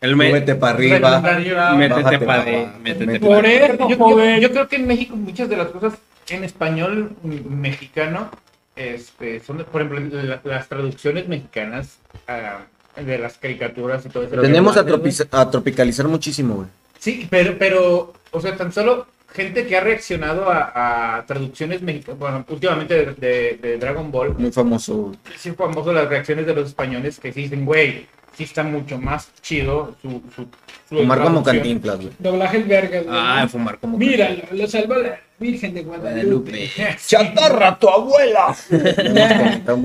[SPEAKER 8] El me-
[SPEAKER 6] Súbete para
[SPEAKER 7] las-
[SPEAKER 6] arriba.
[SPEAKER 7] las-
[SPEAKER 8] Métete
[SPEAKER 6] Bájate pa'
[SPEAKER 8] para adentro.
[SPEAKER 6] abajo.
[SPEAKER 8] Métete
[SPEAKER 6] Métete.
[SPEAKER 8] pa'
[SPEAKER 9] Por eso,
[SPEAKER 7] Yo, yo-
[SPEAKER 9] joven.
[SPEAKER 7] yo creo que en México muchas de las cosas en español mm, mexicano, este, son, de- por ejemplo, la- las traducciones mexicanas ah, de las caricaturas y todo eso.
[SPEAKER 6] Tenemos a,
[SPEAKER 7] Los doblajes,
[SPEAKER 6] tropiza- a tropicalizar muchísimo, güey.
[SPEAKER 7] güey. Sí, pero, pero, o sea, tan solo gente que ha reaccionado a, a traducciones mexicanas, bueno, últimamente de, de- de Dragon Ball,
[SPEAKER 6] Muy famoso. güey.
[SPEAKER 7] sí es famoso las reacciones de los españoles que sí dicen, güey, sí está mucho más chido su... su, su
[SPEAKER 6] Fumar como
[SPEAKER 7] traducción".
[SPEAKER 6] cantinflas, güey.
[SPEAKER 9] Doblaje el verga, güey.
[SPEAKER 8] Ah, fumar como.
[SPEAKER 9] Míralo, lo salvó la Virgen de Guadalupe.
[SPEAKER 6] ¡Chatarra tu abuela!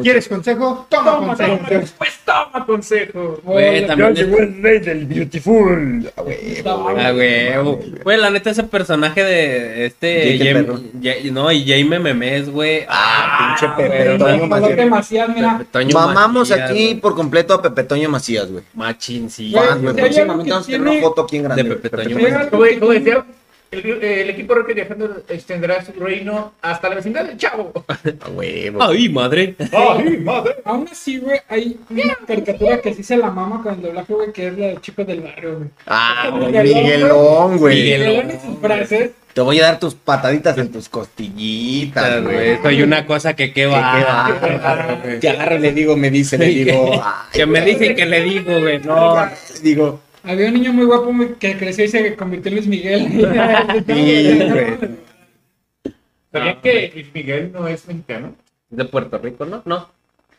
[SPEAKER 10] ¿Quieres consejo? Toma,
[SPEAKER 9] Toma,
[SPEAKER 10] consejo.
[SPEAKER 9] toma.
[SPEAKER 7] Pues toma consejo.
[SPEAKER 8] Güey,
[SPEAKER 9] Hola,
[SPEAKER 8] también.
[SPEAKER 6] Beautiful. Ah, güey,
[SPEAKER 9] Ah,
[SPEAKER 6] güey.
[SPEAKER 8] Ah, güey. Güey, la neta, ese personaje de este.
[SPEAKER 6] Jake el
[SPEAKER 8] Jaime-
[SPEAKER 6] perro.
[SPEAKER 8] Ja- no, y Jaime Memes, güey.
[SPEAKER 6] Ah, pinche Pepe
[SPEAKER 9] güey,
[SPEAKER 6] Toño
[SPEAKER 9] me acordó que
[SPEAKER 6] Macías.
[SPEAKER 9] Macías, mira.
[SPEAKER 8] Pepe Toño
[SPEAKER 6] Mamamos
[SPEAKER 8] Macías,
[SPEAKER 6] aquí
[SPEAKER 8] güey.
[SPEAKER 6] por completo a Pepe Toño Macías, güey.
[SPEAKER 8] Machín, sí.
[SPEAKER 9] Güey,
[SPEAKER 6] Más, güey.
[SPEAKER 9] si hay algo
[SPEAKER 6] Próximamente
[SPEAKER 9] que
[SPEAKER 6] vamos a tener
[SPEAKER 9] tiene-
[SPEAKER 6] una foto aquí en grande.
[SPEAKER 8] de
[SPEAKER 6] güey.
[SPEAKER 8] Pepe
[SPEAKER 6] Pepe
[SPEAKER 8] Toño
[SPEAKER 6] Toño
[SPEAKER 9] Macías.
[SPEAKER 7] Como, como decía, el, el equipo Rocket viajando extenderá su reino hasta la vecindad del Chavo.
[SPEAKER 6] Macías. Ah, güey, güey.
[SPEAKER 8] Ay, madre.
[SPEAKER 9] Aún así, güey, hay una caricatura que sí se la mama con el doblaje, güey, que es la de Chicos del Barrio, güey.
[SPEAKER 6] Ah, güey,
[SPEAKER 9] Miguelón,
[SPEAKER 6] Miguelón, güey.
[SPEAKER 8] Miguel-
[SPEAKER 9] Le dan sus frases.
[SPEAKER 6] Te voy a dar tus pataditas en tus costillitas, güey.
[SPEAKER 8] Güey, soy una cosa que qué va.
[SPEAKER 6] Ah, Qué bárbaro, güey. Te agarro y le digo, me dice, le <laughs> digo. ay,
[SPEAKER 8] Que me dicen que le digo, güey. No.
[SPEAKER 6] le digo,
[SPEAKER 9] Había un niño muy guapo güey, que creció y se convirtió en Luis Miguel.
[SPEAKER 6] Sí, güey.
[SPEAKER 7] ¿Sabían que Luis Miguel no es mexicano?
[SPEAKER 8] De Puerto Rico, ¿no? No.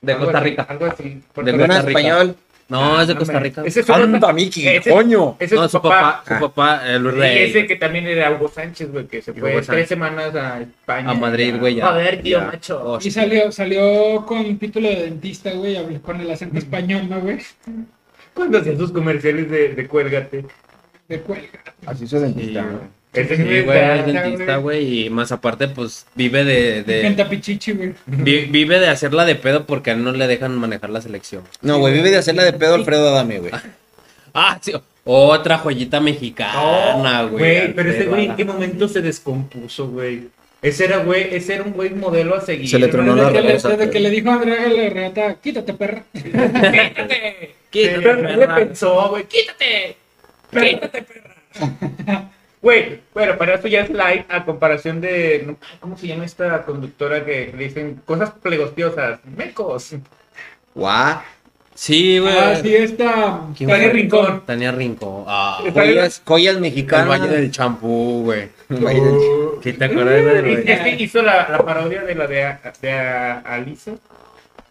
[SPEAKER 8] De
[SPEAKER 7] Algo
[SPEAKER 8] Costa
[SPEAKER 7] así,
[SPEAKER 8] Rica.
[SPEAKER 7] Algo así.
[SPEAKER 8] De
[SPEAKER 6] no en
[SPEAKER 8] Costa Rica.
[SPEAKER 6] español.
[SPEAKER 8] No, es de Costa Rica.
[SPEAKER 7] Ah,
[SPEAKER 8] Ah,
[SPEAKER 7] Ese es su
[SPEAKER 6] Anda,
[SPEAKER 7] papá.
[SPEAKER 6] Miki,
[SPEAKER 7] Ese-
[SPEAKER 6] coño.
[SPEAKER 7] Ese es
[SPEAKER 8] No, su papá,
[SPEAKER 6] Ah.
[SPEAKER 8] su papá, el
[SPEAKER 7] Y
[SPEAKER 8] rey.
[SPEAKER 7] ese que también era Hugo Sánchez, güey, que se
[SPEAKER 8] Hugo
[SPEAKER 7] fue tres
[SPEAKER 8] Sánchez.
[SPEAKER 7] semanas a España.
[SPEAKER 8] A Madrid, güey, ya.
[SPEAKER 7] Joder, tío,
[SPEAKER 8] Ya.
[SPEAKER 7] macho.
[SPEAKER 8] Oh,
[SPEAKER 9] Y salió, salió con título de dentista, güey, hablé con el acento español, ¿no, güey?
[SPEAKER 7] Cuando hacía sus comerciales de, de Cuélgate.
[SPEAKER 9] De cuelga.
[SPEAKER 6] Así se
[SPEAKER 8] Sí,
[SPEAKER 6] identifica,
[SPEAKER 8] güey.
[SPEAKER 6] güey.
[SPEAKER 7] Ese
[SPEAKER 8] Sí,
[SPEAKER 7] es
[SPEAKER 8] güey, es
[SPEAKER 7] dentista,
[SPEAKER 8] dentista, güey, y más aparte, pues, vive de, de
[SPEAKER 9] Pentapichichi, güey.
[SPEAKER 8] vi- vive de hacerla de pedo porque a él no le dejan manejar la selección.
[SPEAKER 6] No, güey, vive de hacerla de pedo Alfredo Adame, güey.
[SPEAKER 8] Ah, sí, otra joyita mexicana,
[SPEAKER 7] No,
[SPEAKER 8] güey.
[SPEAKER 7] Oh, güey, pero ese
[SPEAKER 8] Alfredo
[SPEAKER 7] güey en
[SPEAKER 8] Adame.
[SPEAKER 7] qué momento se descompuso, güey. Ese era, güey, ese era un güey modelo a seguir.
[SPEAKER 6] Se le tronó
[SPEAKER 7] güey.
[SPEAKER 6] la
[SPEAKER 9] Desde que le-
[SPEAKER 6] reversa.
[SPEAKER 9] desde que le dijo a Andrea la regata, quítate, perra.
[SPEAKER 7] ¡Quítate!
[SPEAKER 8] Quítate,
[SPEAKER 7] Pero no le
[SPEAKER 8] perra.
[SPEAKER 7] pensó, güey. ¡Quítate! ¡Quítate, perra! <laughs> Güey, bueno, para eso ya es light a comparación de. no, ¿Cómo se llama esta conductora que le dicen cosas plegostiosas? Mecos.
[SPEAKER 6] Guau.
[SPEAKER 8] Sí, güey.
[SPEAKER 9] Así está.
[SPEAKER 8] ¿Quién
[SPEAKER 7] Tania
[SPEAKER 8] fue?
[SPEAKER 7] Rincón.
[SPEAKER 8] Tania Rincón. Ah,
[SPEAKER 6] Joyas, joyas
[SPEAKER 8] el
[SPEAKER 6] mexicanas.
[SPEAKER 8] baño del champú, güey.
[SPEAKER 6] El Valle del Ch-
[SPEAKER 8] ¿Sí te acuerdas de
[SPEAKER 7] Y
[SPEAKER 8] güey?
[SPEAKER 7] Es que hizo la, la parodia de la de, a- de a- Alice.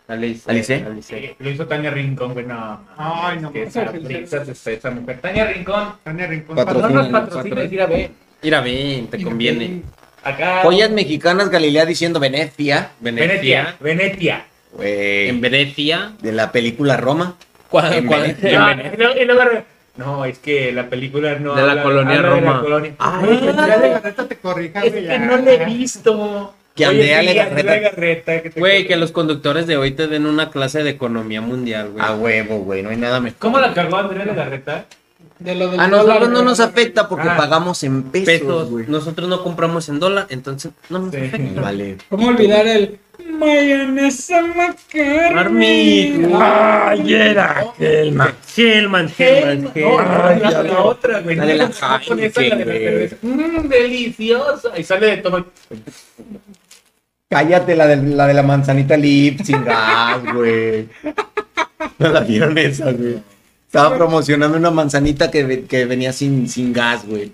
[SPEAKER 8] Alice.
[SPEAKER 6] Alice.
[SPEAKER 8] Alice.
[SPEAKER 7] Eh, Lo hizo Tania Rincón, güey. No.
[SPEAKER 10] Ay,
[SPEAKER 7] es
[SPEAKER 10] no
[SPEAKER 7] que
[SPEAKER 10] mames.
[SPEAKER 7] esa princesa es esa mujer. Tania Rincón.
[SPEAKER 10] Tania Rincón.
[SPEAKER 6] Patrocina.
[SPEAKER 7] No nos
[SPEAKER 6] Patrocínanos,
[SPEAKER 7] patrocines, ir a ver.
[SPEAKER 8] Mira bien, te conviene.
[SPEAKER 7] Acá.
[SPEAKER 6] Joyas mexicanas, Galilea diciendo Venecia.
[SPEAKER 7] Venetia.
[SPEAKER 8] Venecia.
[SPEAKER 7] Venetia.
[SPEAKER 6] Güey,
[SPEAKER 8] En Venecia.
[SPEAKER 6] de la película Roma.
[SPEAKER 8] ¿Cuál-
[SPEAKER 6] En
[SPEAKER 8] cuál-
[SPEAKER 6] Venecia.
[SPEAKER 8] en
[SPEAKER 7] No,
[SPEAKER 8] Venecia.
[SPEAKER 7] no, y luego- no, es que la película no.
[SPEAKER 8] De la
[SPEAKER 7] habla-
[SPEAKER 8] colonia
[SPEAKER 7] habla de la
[SPEAKER 8] Roma.
[SPEAKER 7] colonia.
[SPEAKER 6] Ah,
[SPEAKER 7] Ay,
[SPEAKER 10] Pues ya de Garreta te corrija,
[SPEAKER 7] es
[SPEAKER 10] güey,
[SPEAKER 7] que
[SPEAKER 10] ya.
[SPEAKER 7] no le he visto.
[SPEAKER 6] Que
[SPEAKER 7] Oye,
[SPEAKER 6] Andrea
[SPEAKER 7] sí,
[SPEAKER 6] le
[SPEAKER 7] Andrea
[SPEAKER 6] Garreta.
[SPEAKER 7] Garreta, que te-
[SPEAKER 8] Güey, que los conductores de hoy te den una clase de economía mundial, güey.
[SPEAKER 6] A huevo, Ah, güey, no hay nada mejor.
[SPEAKER 7] ¿Cómo la cargó Andrea la Garreta?
[SPEAKER 9] <laughs> De lo del
[SPEAKER 6] A nosotros
[SPEAKER 9] dólar,
[SPEAKER 6] Ah, no nos
[SPEAKER 9] güey.
[SPEAKER 6] afecta porque
[SPEAKER 7] Ah.
[SPEAKER 6] pagamos en pesos,
[SPEAKER 8] pesos.
[SPEAKER 6] güey.
[SPEAKER 8] Nosotros no compramos en dólar, entonces no
[SPEAKER 7] <laughs>
[SPEAKER 8] nos
[SPEAKER 7] Sí.
[SPEAKER 8] afecta.
[SPEAKER 6] Vale.
[SPEAKER 9] ¿Cómo olvidar el mayonesa Ah,
[SPEAKER 8] Marmit.
[SPEAKER 9] macarni?
[SPEAKER 8] Ay, era Hellman. Hellman, Hellman,
[SPEAKER 7] No,
[SPEAKER 8] Hellman.
[SPEAKER 7] la, la otra, güey.
[SPEAKER 6] La de la
[SPEAKER 7] No, no, con esa,
[SPEAKER 6] Heineken,
[SPEAKER 7] la de la
[SPEAKER 6] güey.
[SPEAKER 7] cerveza. Mmm, deliciosa. Y sale de tono.
[SPEAKER 6] Cállate la de la, de la manzanita lip sin gas, güey. No la vieron esa, güey. Estaba promocionando una manzanita que, ve- que venía sin, sin gas, güey.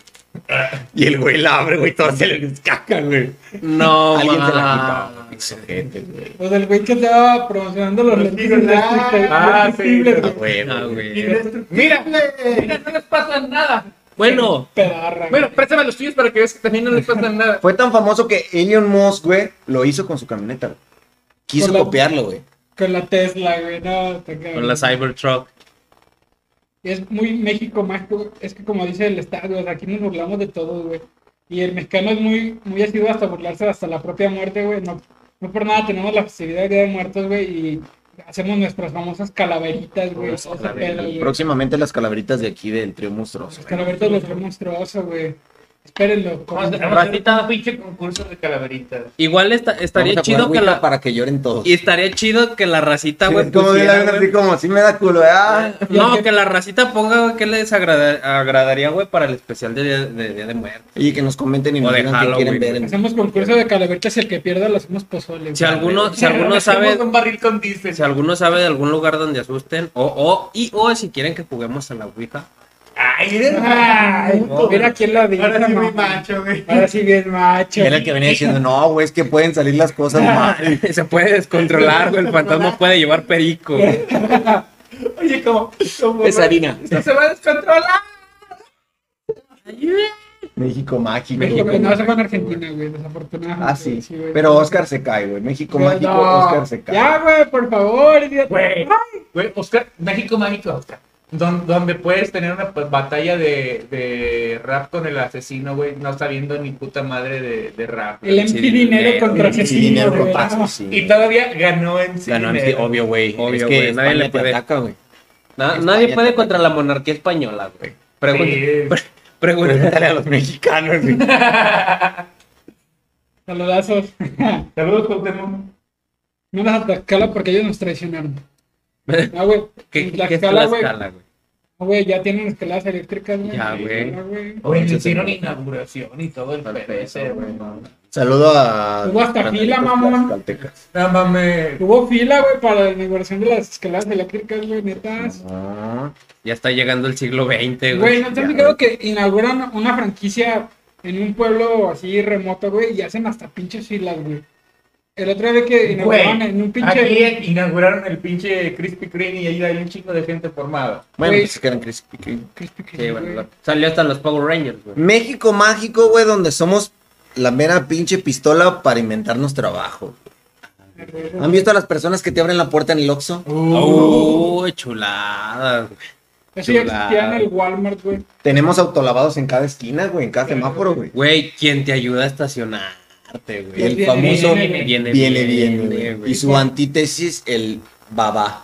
[SPEAKER 6] Y el güey la abre, güey, todo se le caca, güey.
[SPEAKER 8] No,
[SPEAKER 6] Alguien te
[SPEAKER 8] ma.
[SPEAKER 6] la quitó. güey, sojete, güey.
[SPEAKER 9] O del pues güey que estaba promocionando los
[SPEAKER 10] Los
[SPEAKER 9] lentes
[SPEAKER 10] tiros,
[SPEAKER 9] eléctricos.
[SPEAKER 7] ah,
[SPEAKER 9] invertibles,
[SPEAKER 7] sí,
[SPEAKER 6] A
[SPEAKER 9] güey.
[SPEAKER 6] huevo,
[SPEAKER 8] Ah,
[SPEAKER 6] güey.
[SPEAKER 8] güey.
[SPEAKER 7] Mira, mira, no les pasa nada.
[SPEAKER 8] Bueno,
[SPEAKER 9] Pedarra,
[SPEAKER 7] Bueno,
[SPEAKER 9] güey.
[SPEAKER 7] préstame los tuyos para que veas que también no les pasa nada.
[SPEAKER 6] Fue tan famoso que Elon Musk, güey, lo hizo con su camioneta, güey. Quiso
[SPEAKER 9] Con la-
[SPEAKER 6] copiarlo, güey.
[SPEAKER 9] Con la Tesla, güey. No, te cago.
[SPEAKER 8] con la Cybertruck.
[SPEAKER 9] Es muy México mágico. Es que como dice el Estado, o sea, aquí nos burlamos de todo, güey. Y el mexicano es muy, muy asiduo hasta burlarse hasta la propia muerte, güey. No, no por nada tenemos la festividad de Día de Muertos, güey. Y hacemos nuestras famosas calaveritas, güey.
[SPEAKER 6] Vamos a
[SPEAKER 9] todo ese
[SPEAKER 6] hablar de-
[SPEAKER 9] pedo, güey.
[SPEAKER 6] Próximamente las calabritas de aquí del trío monstruoso.
[SPEAKER 9] Los
[SPEAKER 6] güey.
[SPEAKER 9] calavertos los veo monstruoso, güey. Espérenlo.
[SPEAKER 7] Vamos a
[SPEAKER 9] con-
[SPEAKER 7] vamos a hacer un pinche concurso de calaveritas.
[SPEAKER 8] Igual esta- estaría
[SPEAKER 6] Vamos a
[SPEAKER 8] chido
[SPEAKER 6] poner
[SPEAKER 8] que
[SPEAKER 6] Ouija
[SPEAKER 8] la
[SPEAKER 6] para que lloren todos.
[SPEAKER 8] y estaría chido que la racita, güey,
[SPEAKER 6] como de
[SPEAKER 8] pusiera,
[SPEAKER 6] la
[SPEAKER 8] güey.
[SPEAKER 6] así como, sí me da culo, ¿eh? Ah". ¿verdad?
[SPEAKER 9] <laughs>
[SPEAKER 8] No, que la racita ponga, güey, que les agrada- agradaría, güey, para el especial de Día de, Día de Muertos.
[SPEAKER 6] Y que nos comenten y
[SPEAKER 8] O
[SPEAKER 6] nos
[SPEAKER 8] de
[SPEAKER 6] digan qué quieren
[SPEAKER 8] Halloween,
[SPEAKER 6] ver. en-
[SPEAKER 9] Hacemos concurso de calaveritas y el que pierda lo hacemos pozole. Ah, güey.
[SPEAKER 8] Si alguno, si alguno sabe,
[SPEAKER 7] Hacemos un barril con diésel.
[SPEAKER 8] si alguno sabe de algún lugar donde asusten, o, o, y, o si quieren que juguemos a la Ouija. <laughs>
[SPEAKER 7] Ay, miren.
[SPEAKER 10] Ah.
[SPEAKER 9] Ay,
[SPEAKER 7] puto.
[SPEAKER 9] mira quién la dijo.
[SPEAKER 10] Ahora sí muy
[SPEAKER 9] mamá.
[SPEAKER 10] macho, güey.
[SPEAKER 9] Ahora sí bien macho.
[SPEAKER 6] Era el que venía diciendo, no, güey, es que pueden salir las
[SPEAKER 9] <laughs>
[SPEAKER 6] cosas mal.
[SPEAKER 8] Se puede descontrolar, güey, el fantasma puede llevar perico.
[SPEAKER 7] Oye, como. como-
[SPEAKER 6] Es harina.
[SPEAKER 7] Esto se va a descontrolar.
[SPEAKER 6] México mágico.
[SPEAKER 9] México,
[SPEAKER 6] güey.
[SPEAKER 9] güey, no, eso fue en Argentina, güey, desafortunadamente.
[SPEAKER 6] Ah, sí.
[SPEAKER 9] güey.
[SPEAKER 6] Pero Oscar se cae, güey. México
[SPEAKER 9] Güey,
[SPEAKER 6] mágico,
[SPEAKER 9] no.
[SPEAKER 6] Oscar se cae.
[SPEAKER 9] Ya, güey, por favor, idiota.
[SPEAKER 7] Güey, güey, Oscar, México Mágico, Oscar. Don- donde puedes tener una pues, batalla de, de rap con el asesino, güey, no sabiendo ni puta madre de, de rap.
[SPEAKER 9] El MC Dinero contra
[SPEAKER 6] Sí,
[SPEAKER 9] asesino,
[SPEAKER 6] dinero
[SPEAKER 9] güey.
[SPEAKER 6] putazo,
[SPEAKER 7] Y
[SPEAKER 6] sí.
[SPEAKER 7] todavía ganó en sí.
[SPEAKER 6] Ganó,
[SPEAKER 7] dinero.
[SPEAKER 6] obvio, güey.
[SPEAKER 8] Ah, Obvio,
[SPEAKER 6] Es que
[SPEAKER 8] güey, nadie
[SPEAKER 6] España
[SPEAKER 8] le
[SPEAKER 6] te
[SPEAKER 8] puede.
[SPEAKER 6] ataca, güey.
[SPEAKER 8] Na-
[SPEAKER 6] España
[SPEAKER 8] nadie puede
[SPEAKER 6] también.
[SPEAKER 8] contra la monarquía española, güey.
[SPEAKER 7] Sí.
[SPEAKER 8] Pregunta, pregunta.
[SPEAKER 9] <laughs>
[SPEAKER 6] Pregúntale a los mexicanos, güey.
[SPEAKER 9] Saludazos. <laughs>
[SPEAKER 7] Saludos, Cuauhtémoc.
[SPEAKER 9] No las Tlaxcala porque ellos nos traicionaron. Ah, güey.
[SPEAKER 8] ¿Qué,
[SPEAKER 9] en
[SPEAKER 8] qué es
[SPEAKER 9] Tlaxcala, güey.
[SPEAKER 8] Tlaxcala, güey?
[SPEAKER 9] Ah, güey, ya tienen escaleras eléctricas, güey.
[SPEAKER 8] Ya, güey.
[SPEAKER 9] Ah, güey.
[SPEAKER 7] Oye, le
[SPEAKER 6] Sí,
[SPEAKER 7] hicieron
[SPEAKER 6] sí.
[SPEAKER 7] inauguración y todo el pedo ese, güey. No
[SPEAKER 6] <laughs> Saludo a.
[SPEAKER 9] Hubo hasta fila, mamón.
[SPEAKER 6] Tlaxcaltecas.
[SPEAKER 7] No mames.
[SPEAKER 9] Hubo fila, güey, para la inauguración de las escaleras eléctricas, güey, netas.
[SPEAKER 6] No.
[SPEAKER 8] Ya está llegando el siglo XX,
[SPEAKER 9] Güey,
[SPEAKER 8] güey.
[SPEAKER 9] ¿no te has fijado que inauguran una franquicia en un pueblo así remoto, güey, y hacen hasta pinches filas, güey? El otro día que inauguraron
[SPEAKER 7] Güey,
[SPEAKER 9] en un pinche...
[SPEAKER 7] Aquí inauguraron el pinche Krispy Kreme y ahí hay un chingo de gente formada.
[SPEAKER 6] Bueno,
[SPEAKER 9] Güey.
[SPEAKER 6] pues se quedan crispy. Kreme.
[SPEAKER 9] Crispy Kreme,
[SPEAKER 8] Sí, bueno,
[SPEAKER 9] güey.
[SPEAKER 8] lo- Salió hasta los Power Rangers, güey.
[SPEAKER 6] México mágico, güey, donde somos la mera pinche pistola para inventarnos trabajo. ¿Han visto a las personas que te abren la puerta en el Oxxo?
[SPEAKER 8] Uh, chulada, güey.
[SPEAKER 9] Eso ya
[SPEAKER 8] chulada.
[SPEAKER 9] existía en el Walmart, güey.
[SPEAKER 6] Tenemos autolavados en cada esquina, güey, en cada semáforo, güey.
[SPEAKER 8] Güey, quien te ayuda a estacionarte, güey.
[SPEAKER 6] El
[SPEAKER 9] Viene,
[SPEAKER 6] famoso
[SPEAKER 9] viene,
[SPEAKER 6] viene,
[SPEAKER 8] viene,
[SPEAKER 6] viene,
[SPEAKER 8] viene,
[SPEAKER 6] güey.
[SPEAKER 8] güey.
[SPEAKER 6] Y su <laughs> antítesis, el babá.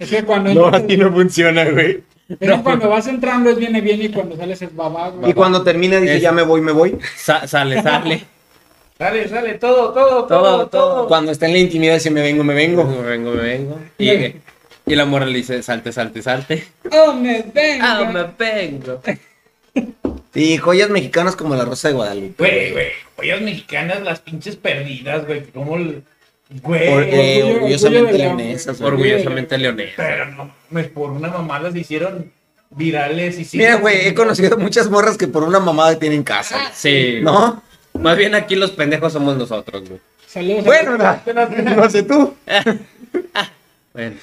[SPEAKER 9] Es que cuando...
[SPEAKER 6] no funciona, güey.
[SPEAKER 9] Es que cuando vas entrando es viene bien y cuando sales es babá, güey.
[SPEAKER 6] Y cuando termina dice,
[SPEAKER 8] Es-
[SPEAKER 6] ya me voy, me voy.
[SPEAKER 8] Sa- sale, sale.
[SPEAKER 7] Sale, sale, todo,
[SPEAKER 8] <laughs> Todo,
[SPEAKER 7] todo, todo,
[SPEAKER 8] todo.
[SPEAKER 7] todo.
[SPEAKER 6] Cuando está en la intimidad dice, me vengo, me vengo.
[SPEAKER 8] Me vengo, me vengo. Y, y la morra le dice, salte, salte, salte.
[SPEAKER 9] ¡Oh, me venga!
[SPEAKER 8] Ah, me vengo.
[SPEAKER 6] Y joyas mexicanas como la Rosa de Guadalupe.
[SPEAKER 7] Güey, güey, joyas mexicanas, las pinches perdidas, güey, que como el...
[SPEAKER 6] Por-
[SPEAKER 7] Güey,
[SPEAKER 6] eh,
[SPEAKER 9] orgullo-
[SPEAKER 6] orgullosamente
[SPEAKER 9] orgullo de León,
[SPEAKER 6] leonesas,
[SPEAKER 9] güey.
[SPEAKER 6] güey.
[SPEAKER 8] Orgullosamente leonesa.
[SPEAKER 7] pero no, me por una mamá las hicieron virales y sí.
[SPEAKER 6] Mira, güey, he conocido muchas morras que por una mamada tienen casa.
[SPEAKER 8] Sí.
[SPEAKER 6] ¿No?
[SPEAKER 8] Más bien aquí los pendejos somos nosotros, güey.
[SPEAKER 9] Saludos. a-
[SPEAKER 6] Bueno, na- no sé tú.
[SPEAKER 8] Bueno,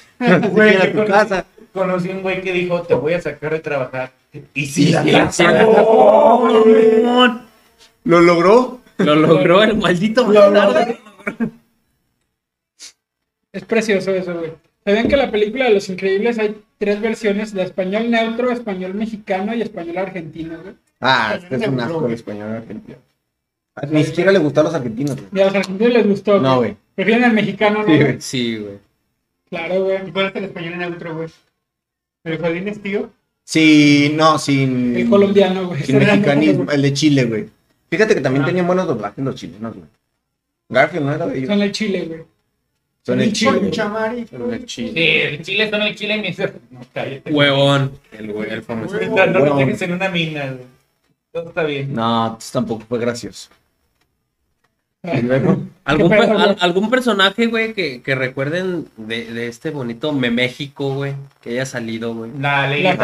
[SPEAKER 6] <laughs> Güey, a tu casa.
[SPEAKER 7] Conocí un güey que dijo, te voy a sacar de trabajar. Y sí,
[SPEAKER 6] la
[SPEAKER 7] sí la
[SPEAKER 6] sacó.
[SPEAKER 7] sacó.
[SPEAKER 8] ¡Mamón!
[SPEAKER 6] ¿Lo logró?
[SPEAKER 8] Lo logró el maldito bastardo.
[SPEAKER 9] Es precioso eso, güey. ¿Saben que la película de Los Increíbles hay tres versiones? La español neutro, español mexicano y español argentino, güey.
[SPEAKER 6] Ah, este es un asco el español argentino. Ah, Ni siquiera le gustan los argentinos. güey.
[SPEAKER 9] Y a los argentinos les gustó.
[SPEAKER 6] No, güey.
[SPEAKER 9] Prefieren el mexicano, ¿no?
[SPEAKER 6] Sí,
[SPEAKER 9] güey?
[SPEAKER 6] güey.
[SPEAKER 8] Sí, güey.
[SPEAKER 9] Claro, güey.
[SPEAKER 10] ¿Cuál es el español en neutro, güey? ¿El Jolines, tío?
[SPEAKER 6] Sí, no, sin.
[SPEAKER 9] El colombiano, Este güey.
[SPEAKER 6] Sin mexicanismo, el de Chile, güey. Fíjate que también tenían buenos doblajes los chilenos, güey. Garfield no era de ellos.
[SPEAKER 9] Son el Chile, güey.
[SPEAKER 6] Son el Chile. güey.
[SPEAKER 10] Chamari.
[SPEAKER 6] Son el Chile.
[SPEAKER 7] Sí, el chile son el chile y me dice, no, cállate.
[SPEAKER 8] Huevón. El güey, el famoso.
[SPEAKER 7] güey, no, no lo
[SPEAKER 6] huevón.
[SPEAKER 7] dejes en una mina, güey. Todo está bien.
[SPEAKER 6] No, pues tampoco fue gracioso.
[SPEAKER 8] ¿Algún,
[SPEAKER 9] ¿Qué pedo,
[SPEAKER 8] per-
[SPEAKER 9] güey?
[SPEAKER 8] al- algún personaje, güey, que, que recuerden de, de este bonito Meméxico, güey? Que haya salido, güey.
[SPEAKER 7] La ley.
[SPEAKER 9] La-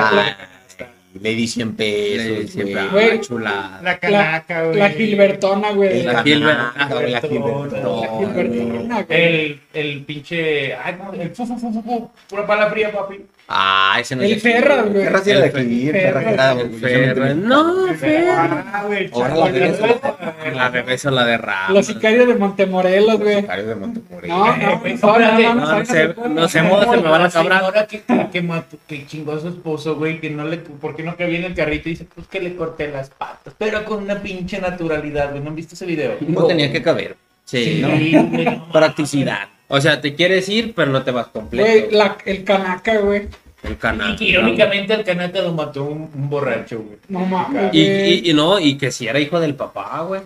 [SPEAKER 6] Ah, le di 100
[SPEAKER 8] Le-
[SPEAKER 6] pesos,
[SPEAKER 8] Siempre
[SPEAKER 6] güey.
[SPEAKER 9] Güey.
[SPEAKER 8] ah, chulada.
[SPEAKER 10] La canaca, güey.
[SPEAKER 9] La Gilbertona, güey.
[SPEAKER 6] El
[SPEAKER 8] La
[SPEAKER 9] La
[SPEAKER 8] Gilbert-
[SPEAKER 6] canaca, güey, La Gilbertona, güey.
[SPEAKER 9] Gilbertona, güey.
[SPEAKER 7] El, el pinche. Ay, no, el fu, fu, fu, fu, fu, Pura pala fría, papi.
[SPEAKER 6] Ah, ese no
[SPEAKER 9] El
[SPEAKER 6] es de aquí.
[SPEAKER 9] Ferras, güey.
[SPEAKER 6] Ferras sí era de
[SPEAKER 8] El
[SPEAKER 6] aquí. El Ferras
[SPEAKER 9] Ferras.
[SPEAKER 6] era
[SPEAKER 8] El
[SPEAKER 6] orgullosamente
[SPEAKER 8] Ferra-
[SPEAKER 6] mexicano.
[SPEAKER 8] No, Ferra.
[SPEAKER 10] Ah, güey.
[SPEAKER 6] Ahora la
[SPEAKER 10] Chaparro.
[SPEAKER 6] regreso.
[SPEAKER 8] La regresa la de Ramos.
[SPEAKER 9] Los sicarios de Montemorelos, güey.
[SPEAKER 6] Sicarios de Montemorelos.
[SPEAKER 9] No, no,
[SPEAKER 7] güey,
[SPEAKER 9] no, no, no,
[SPEAKER 8] No, no
[SPEAKER 9] no,
[SPEAKER 8] sé,
[SPEAKER 9] no,
[SPEAKER 8] no sé,
[SPEAKER 9] no,
[SPEAKER 8] modo, se me va la
[SPEAKER 7] señora
[SPEAKER 8] cabra.
[SPEAKER 7] que, que, mató, que chingó a su esposo, güey, que no le. ¿Por qué no cabía en el carrito? Y dice, pues que le corté las patas. Pero con una pinche naturalidad, güey. ¿No han visto ese video?
[SPEAKER 6] No tenía que caber.
[SPEAKER 8] Sí, ¿no?
[SPEAKER 7] Sí, güey, no
[SPEAKER 6] Practicidad.
[SPEAKER 8] O sea, te quieres ir, pero no te vas completo.
[SPEAKER 9] Güey, la- el Canaca, güey.
[SPEAKER 8] El
[SPEAKER 7] mames.
[SPEAKER 8] canal.
[SPEAKER 7] Y irónicamente al canaca lo mató un, un borracho, güey.
[SPEAKER 9] No mames.
[SPEAKER 8] Y, y- y no, y que si era hijo del papá, güey.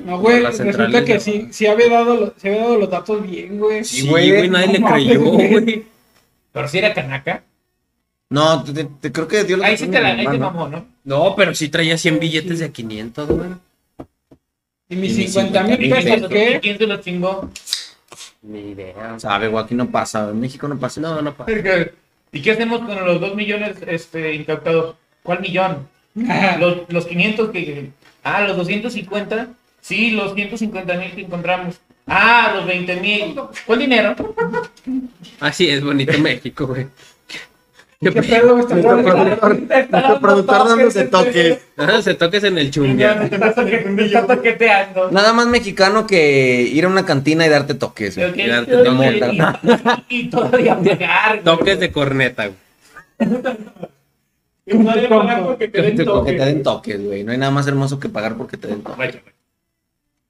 [SPEAKER 9] No, güey,
[SPEAKER 8] Las
[SPEAKER 9] resulta
[SPEAKER 8] centrales
[SPEAKER 9] que
[SPEAKER 8] de-
[SPEAKER 9] sí, sí había dado los, sí había dado los datos bien, güey.
[SPEAKER 8] Sí, güey, nadie
[SPEAKER 9] no
[SPEAKER 8] le
[SPEAKER 9] mames,
[SPEAKER 8] creyó,
[SPEAKER 9] güey.
[SPEAKER 8] güey.
[SPEAKER 7] Pero si era canaca.
[SPEAKER 6] No, te- te- te- creo que dio la
[SPEAKER 7] Ahí sí
[SPEAKER 6] razón
[SPEAKER 7] te la.
[SPEAKER 6] a mi
[SPEAKER 7] Ahí te
[SPEAKER 6] hermano.
[SPEAKER 7] mamó, ¿no?
[SPEAKER 8] No, pero sí traía 100 billetes de 500, güey.
[SPEAKER 9] Y mis
[SPEAKER 6] Y mis
[SPEAKER 9] 50 mil
[SPEAKER 6] 50,000
[SPEAKER 9] pesos,
[SPEAKER 7] ¿Y
[SPEAKER 9] ¿qué?
[SPEAKER 7] quién se lo chingó?
[SPEAKER 8] Ni idea.
[SPEAKER 6] Sabe, güey, aquí no pasa. En México no pasa.
[SPEAKER 8] No, no pasa.
[SPEAKER 7] ¿Y qué hacemos con los dos millones este, incautados? ¿Cuál millón? Ah, Los, los 500 que... Ah, los 250. Sí, los 150 mil que encontramos. Ah, los 20 mil. ¿Cuál dinero?
[SPEAKER 8] Así es bonito México, güey.
[SPEAKER 9] ¿Qué pedo, güey?
[SPEAKER 6] Nuestro productor, nuestro productor dándose toques.
[SPEAKER 8] Ajá, Ah, se toques en el
[SPEAKER 7] Ya,
[SPEAKER 8] chunga.
[SPEAKER 7] te está toque-
[SPEAKER 8] <laughs>
[SPEAKER 7] te está toqueteando.
[SPEAKER 6] Nada más mexicano que ir a una cantina y darte toques. güey.
[SPEAKER 7] Ok,
[SPEAKER 8] ya te
[SPEAKER 7] ok,
[SPEAKER 8] tomo,
[SPEAKER 7] y- Y todavía pagar. güey.
[SPEAKER 8] Toques de corneta, güey.
[SPEAKER 7] Y todavía pagar porque te
[SPEAKER 8] Este
[SPEAKER 7] den
[SPEAKER 6] Que te
[SPEAKER 7] toque.
[SPEAKER 6] den toques, güey. No hay nada más hermoso que pagar porque te den toques.
[SPEAKER 7] Vaya, güey.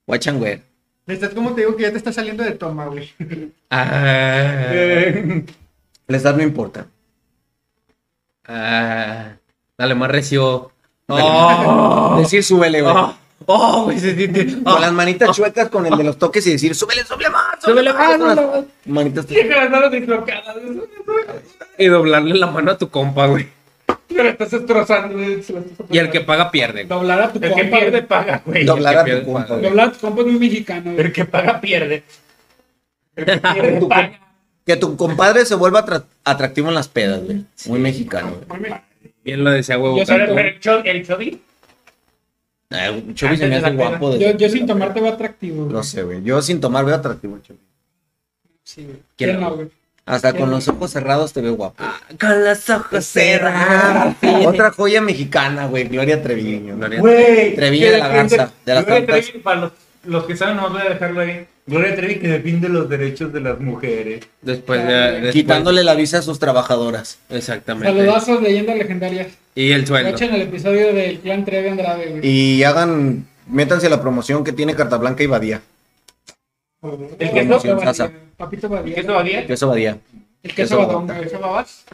[SPEAKER 6] Guachan, güey.
[SPEAKER 10] Estás como te digo que ya te está saliendo de toma, güey.
[SPEAKER 8] Ah,
[SPEAKER 6] Les das no importa.
[SPEAKER 8] ah, dale, más recio. Oh,
[SPEAKER 6] Decir súbele, güey.
[SPEAKER 7] Ah,
[SPEAKER 8] oh, oh, güey, se siente.
[SPEAKER 6] Con
[SPEAKER 8] oh.
[SPEAKER 6] las manitas chuecas con el de los toques y decir, súbele, súbele más,
[SPEAKER 8] Súbele más,
[SPEAKER 6] con las
[SPEAKER 8] súbele más.
[SPEAKER 6] Manitas.
[SPEAKER 7] Tiene que las manos dislocadas.
[SPEAKER 8] Y doblarle la mano a tu compa, güey.
[SPEAKER 7] Pero estás destrozando. güey, se las estás
[SPEAKER 8] Y el que paga pierde, güey.
[SPEAKER 9] Doblar a tu
[SPEAKER 7] El que
[SPEAKER 9] compa,
[SPEAKER 7] pierde pues.
[SPEAKER 9] güey.
[SPEAKER 7] paga, güey.
[SPEAKER 6] Doblar a
[SPEAKER 8] que
[SPEAKER 6] tu
[SPEAKER 8] pierde,
[SPEAKER 6] compa, güey.
[SPEAKER 9] Doblar a tu compa es muy mexicano, güey.
[SPEAKER 7] El que paga pierde. El que pierde
[SPEAKER 6] Tu
[SPEAKER 7] paga.
[SPEAKER 6] Que tu compadre se vuelva atra- atractivo en las pedas, güey. Muy mexicano,
[SPEAKER 8] Ah,
[SPEAKER 6] güey.
[SPEAKER 8] Bien lo decía, huevo.
[SPEAKER 9] Yo soy-
[SPEAKER 7] Pero, pero el, cho- el Chodi,
[SPEAKER 6] Eh, Chubby se me
[SPEAKER 7] Antes de
[SPEAKER 6] hace
[SPEAKER 7] la peda.
[SPEAKER 6] guapo. desde-
[SPEAKER 9] Yo, yo sin tomarte va
[SPEAKER 6] <laughs>
[SPEAKER 9] atractivo,
[SPEAKER 6] No
[SPEAKER 9] güey.
[SPEAKER 6] sé, güey. Yo sin tomar veo atractivo, Chubby.
[SPEAKER 9] Sí, güey.
[SPEAKER 8] ¿Quién
[SPEAKER 9] ¿Quién
[SPEAKER 8] no?
[SPEAKER 9] no, güey?
[SPEAKER 6] Hasta con los ojos cerrados te veo guapo.
[SPEAKER 8] Ah, Con los ojos cerrados.
[SPEAKER 6] Otra joya mexicana, güey. Gloria Treviño.
[SPEAKER 8] Gloria
[SPEAKER 6] Treviño de la Garza. De las
[SPEAKER 7] Gloria
[SPEAKER 6] tantas.
[SPEAKER 7] Trevi, para los, los que saben, no voy a dejarlo ahí. Gloria Trevi que defiende los derechos de las mujeres.
[SPEAKER 8] Después de. después-
[SPEAKER 6] Quitándole la visa a sus trabajadoras.
[SPEAKER 8] Exactamente.
[SPEAKER 9] Saludazos, leyendas legendarias.
[SPEAKER 8] Y el sueldo.
[SPEAKER 9] Escuchen el episodio del clan Trevi Andrade, güey.
[SPEAKER 6] Y hagan, métanse a la promoción que tiene Carta Blanca y Badía.
[SPEAKER 7] El
[SPEAKER 9] Papito
[SPEAKER 7] queso,
[SPEAKER 6] Promoción
[SPEAKER 9] Badía,
[SPEAKER 6] Sasa.
[SPEAKER 9] Papito
[SPEAKER 7] el
[SPEAKER 9] Badía.
[SPEAKER 7] queso Badía,
[SPEAKER 6] Queso Badía.
[SPEAKER 9] El
[SPEAKER 6] queso
[SPEAKER 9] queso
[SPEAKER 6] Badón.
[SPEAKER 9] Badón, güey.
[SPEAKER 7] el queso Babas,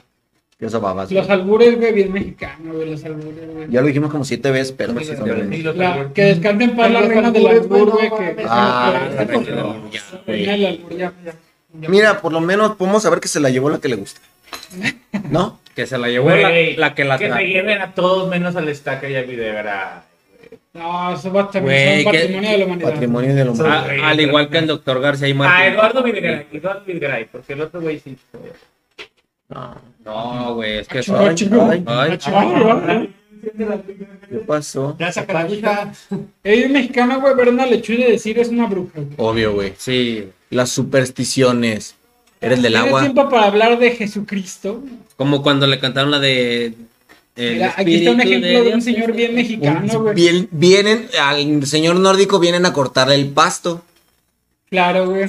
[SPEAKER 6] Eso babas.
[SPEAKER 9] Los
[SPEAKER 6] güey.
[SPEAKER 9] albures, güey, bien mexicano, güey, los albures, güey.
[SPEAKER 6] Ya lo dijimos como siete veces, pero sí,
[SPEAKER 7] Los
[SPEAKER 6] no me-
[SPEAKER 7] albures.
[SPEAKER 9] La- que descanten para la
[SPEAKER 10] Los
[SPEAKER 9] reina del
[SPEAKER 10] albures,
[SPEAKER 9] albur,
[SPEAKER 10] güey,
[SPEAKER 9] güey,
[SPEAKER 10] no
[SPEAKER 9] que...
[SPEAKER 10] mames.
[SPEAKER 6] Ah,
[SPEAKER 9] que-
[SPEAKER 6] la
[SPEAKER 9] que-
[SPEAKER 6] reina del
[SPEAKER 9] la
[SPEAKER 6] albur, ya, güey.
[SPEAKER 9] reina del albur, ya, ya.
[SPEAKER 6] Mira, por lo menos podemos saber que se la llevó la que le gusta.
[SPEAKER 9] <laughs>
[SPEAKER 6] ¿No?
[SPEAKER 8] Que se la llevó la, la que la
[SPEAKER 7] Eh, Que se
[SPEAKER 8] trajo.
[SPEAKER 7] lleven a todos menos al estaca y a Videgaray.
[SPEAKER 9] No, eso va a ser
[SPEAKER 8] Güey, que-
[SPEAKER 9] patrimonio de la humanidad.
[SPEAKER 6] Patrimonio de la
[SPEAKER 8] Ah,
[SPEAKER 6] humanidad.
[SPEAKER 8] al igual que el doctor García y Martín.
[SPEAKER 7] A Ah, Eduardo Videgaray, Eduardo Videgaray, porque el otro güey sí. güey.
[SPEAKER 8] No, güey, es que
[SPEAKER 9] Chico,
[SPEAKER 8] son.
[SPEAKER 9] chico.
[SPEAKER 6] Ay,
[SPEAKER 8] Ay,
[SPEAKER 6] ¿Qué pasó?
[SPEAKER 10] Ya saca la hija.
[SPEAKER 9] Es mexicano, güey, ver una lechuga y decir es una bruja, güey.
[SPEAKER 6] Obvio, güey.
[SPEAKER 8] sí,
[SPEAKER 6] Las supersticiones. Eres del
[SPEAKER 9] ¿Tienes
[SPEAKER 6] agua.
[SPEAKER 9] tiempo para hablar de Jesucristo?
[SPEAKER 8] como cuando le cantaron la de. el
[SPEAKER 9] Mira, aquí está un
[SPEAKER 8] espíritu
[SPEAKER 9] ejemplo de, un
[SPEAKER 8] Dios.
[SPEAKER 9] señor bien mexicano, güey.
[SPEAKER 6] Bien- vienen, al señor nórdico vienen a cortarle el pasto,
[SPEAKER 9] Claro, güey.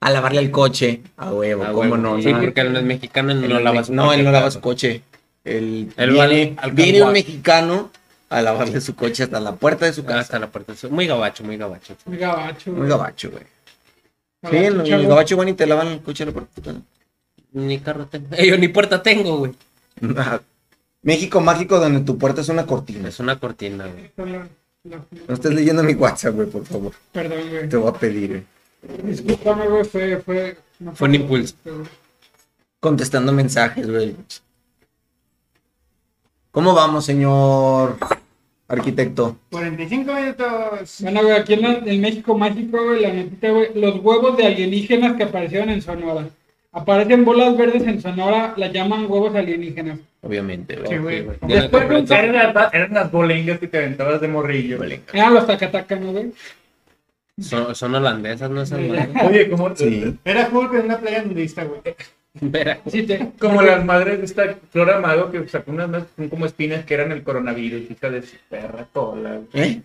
[SPEAKER 6] a lavarle el coche. A huevo,
[SPEAKER 8] Ah,
[SPEAKER 6] cómo
[SPEAKER 8] güey,
[SPEAKER 6] no.
[SPEAKER 8] Sí,
[SPEAKER 6] no,
[SPEAKER 8] porque él no es mexicano,
[SPEAKER 6] él
[SPEAKER 8] no,
[SPEAKER 6] no, lava-
[SPEAKER 8] lavas.
[SPEAKER 6] no, él no lava su coche. Él
[SPEAKER 8] Él va
[SPEAKER 6] viene,
[SPEAKER 8] al- al
[SPEAKER 6] viene
[SPEAKER 8] campo.
[SPEAKER 6] un mexicano a lavarle su coche hasta la puerta de su
[SPEAKER 8] Ah,
[SPEAKER 6] casa.
[SPEAKER 8] hasta la puerta. Muy gabacho, muy gabacho.
[SPEAKER 9] Muy gabacho,
[SPEAKER 6] Muy
[SPEAKER 9] güey.
[SPEAKER 6] gabacho, güey. Sí,
[SPEAKER 9] Gabacho,
[SPEAKER 6] los
[SPEAKER 9] chavo.
[SPEAKER 6] gabachos van y te lavan el coche a la puerta.
[SPEAKER 8] Ni carro tengo. <laughs> Eh, yo ni puerta tengo, güey.
[SPEAKER 6] <laughs> México mágico donde tu puerta es una cortina.
[SPEAKER 8] Es una cortina, güey.
[SPEAKER 9] Perdón, no,
[SPEAKER 6] No estés leyendo mi WhatsApp, güey, por favor.
[SPEAKER 9] Perdón, güey.
[SPEAKER 6] Te voy a pedir, güey.
[SPEAKER 9] Discúlpame, güey, fue, fue... este, no
[SPEAKER 8] Fue un impulso.
[SPEAKER 6] Contestando mensajes, güey. ¿Cómo vamos, señor arquitecto?
[SPEAKER 10] 45 minutos.
[SPEAKER 9] Bueno, güey, aquí en, la- en México Mágico, güey, la neta, güey, los huevos de alienígenas que aparecieron en Sonora. Aparecen bolas verdes en Sonora, las llaman huevos alienígenas.
[SPEAKER 6] Obviamente,
[SPEAKER 10] Sí,
[SPEAKER 6] güey.
[SPEAKER 10] güey.
[SPEAKER 8] Ya la
[SPEAKER 9] Después de un
[SPEAKER 8] completo.
[SPEAKER 7] Eran las, eran las bolengas que te aventabas de morrillo.
[SPEAKER 9] Eran los tacatacas, ¿no, güey?
[SPEAKER 8] Son, son holandesas, no <laughs> son
[SPEAKER 7] Oye, como,
[SPEAKER 6] Sí.
[SPEAKER 10] Era Hulk en una playa nudista, güey.
[SPEAKER 9] Sí, te...
[SPEAKER 7] como las madres de esta Flor Amado que sacó unas más- como espinas que eran el coronavirus, hija de su perra cola.
[SPEAKER 6] ¿Eh?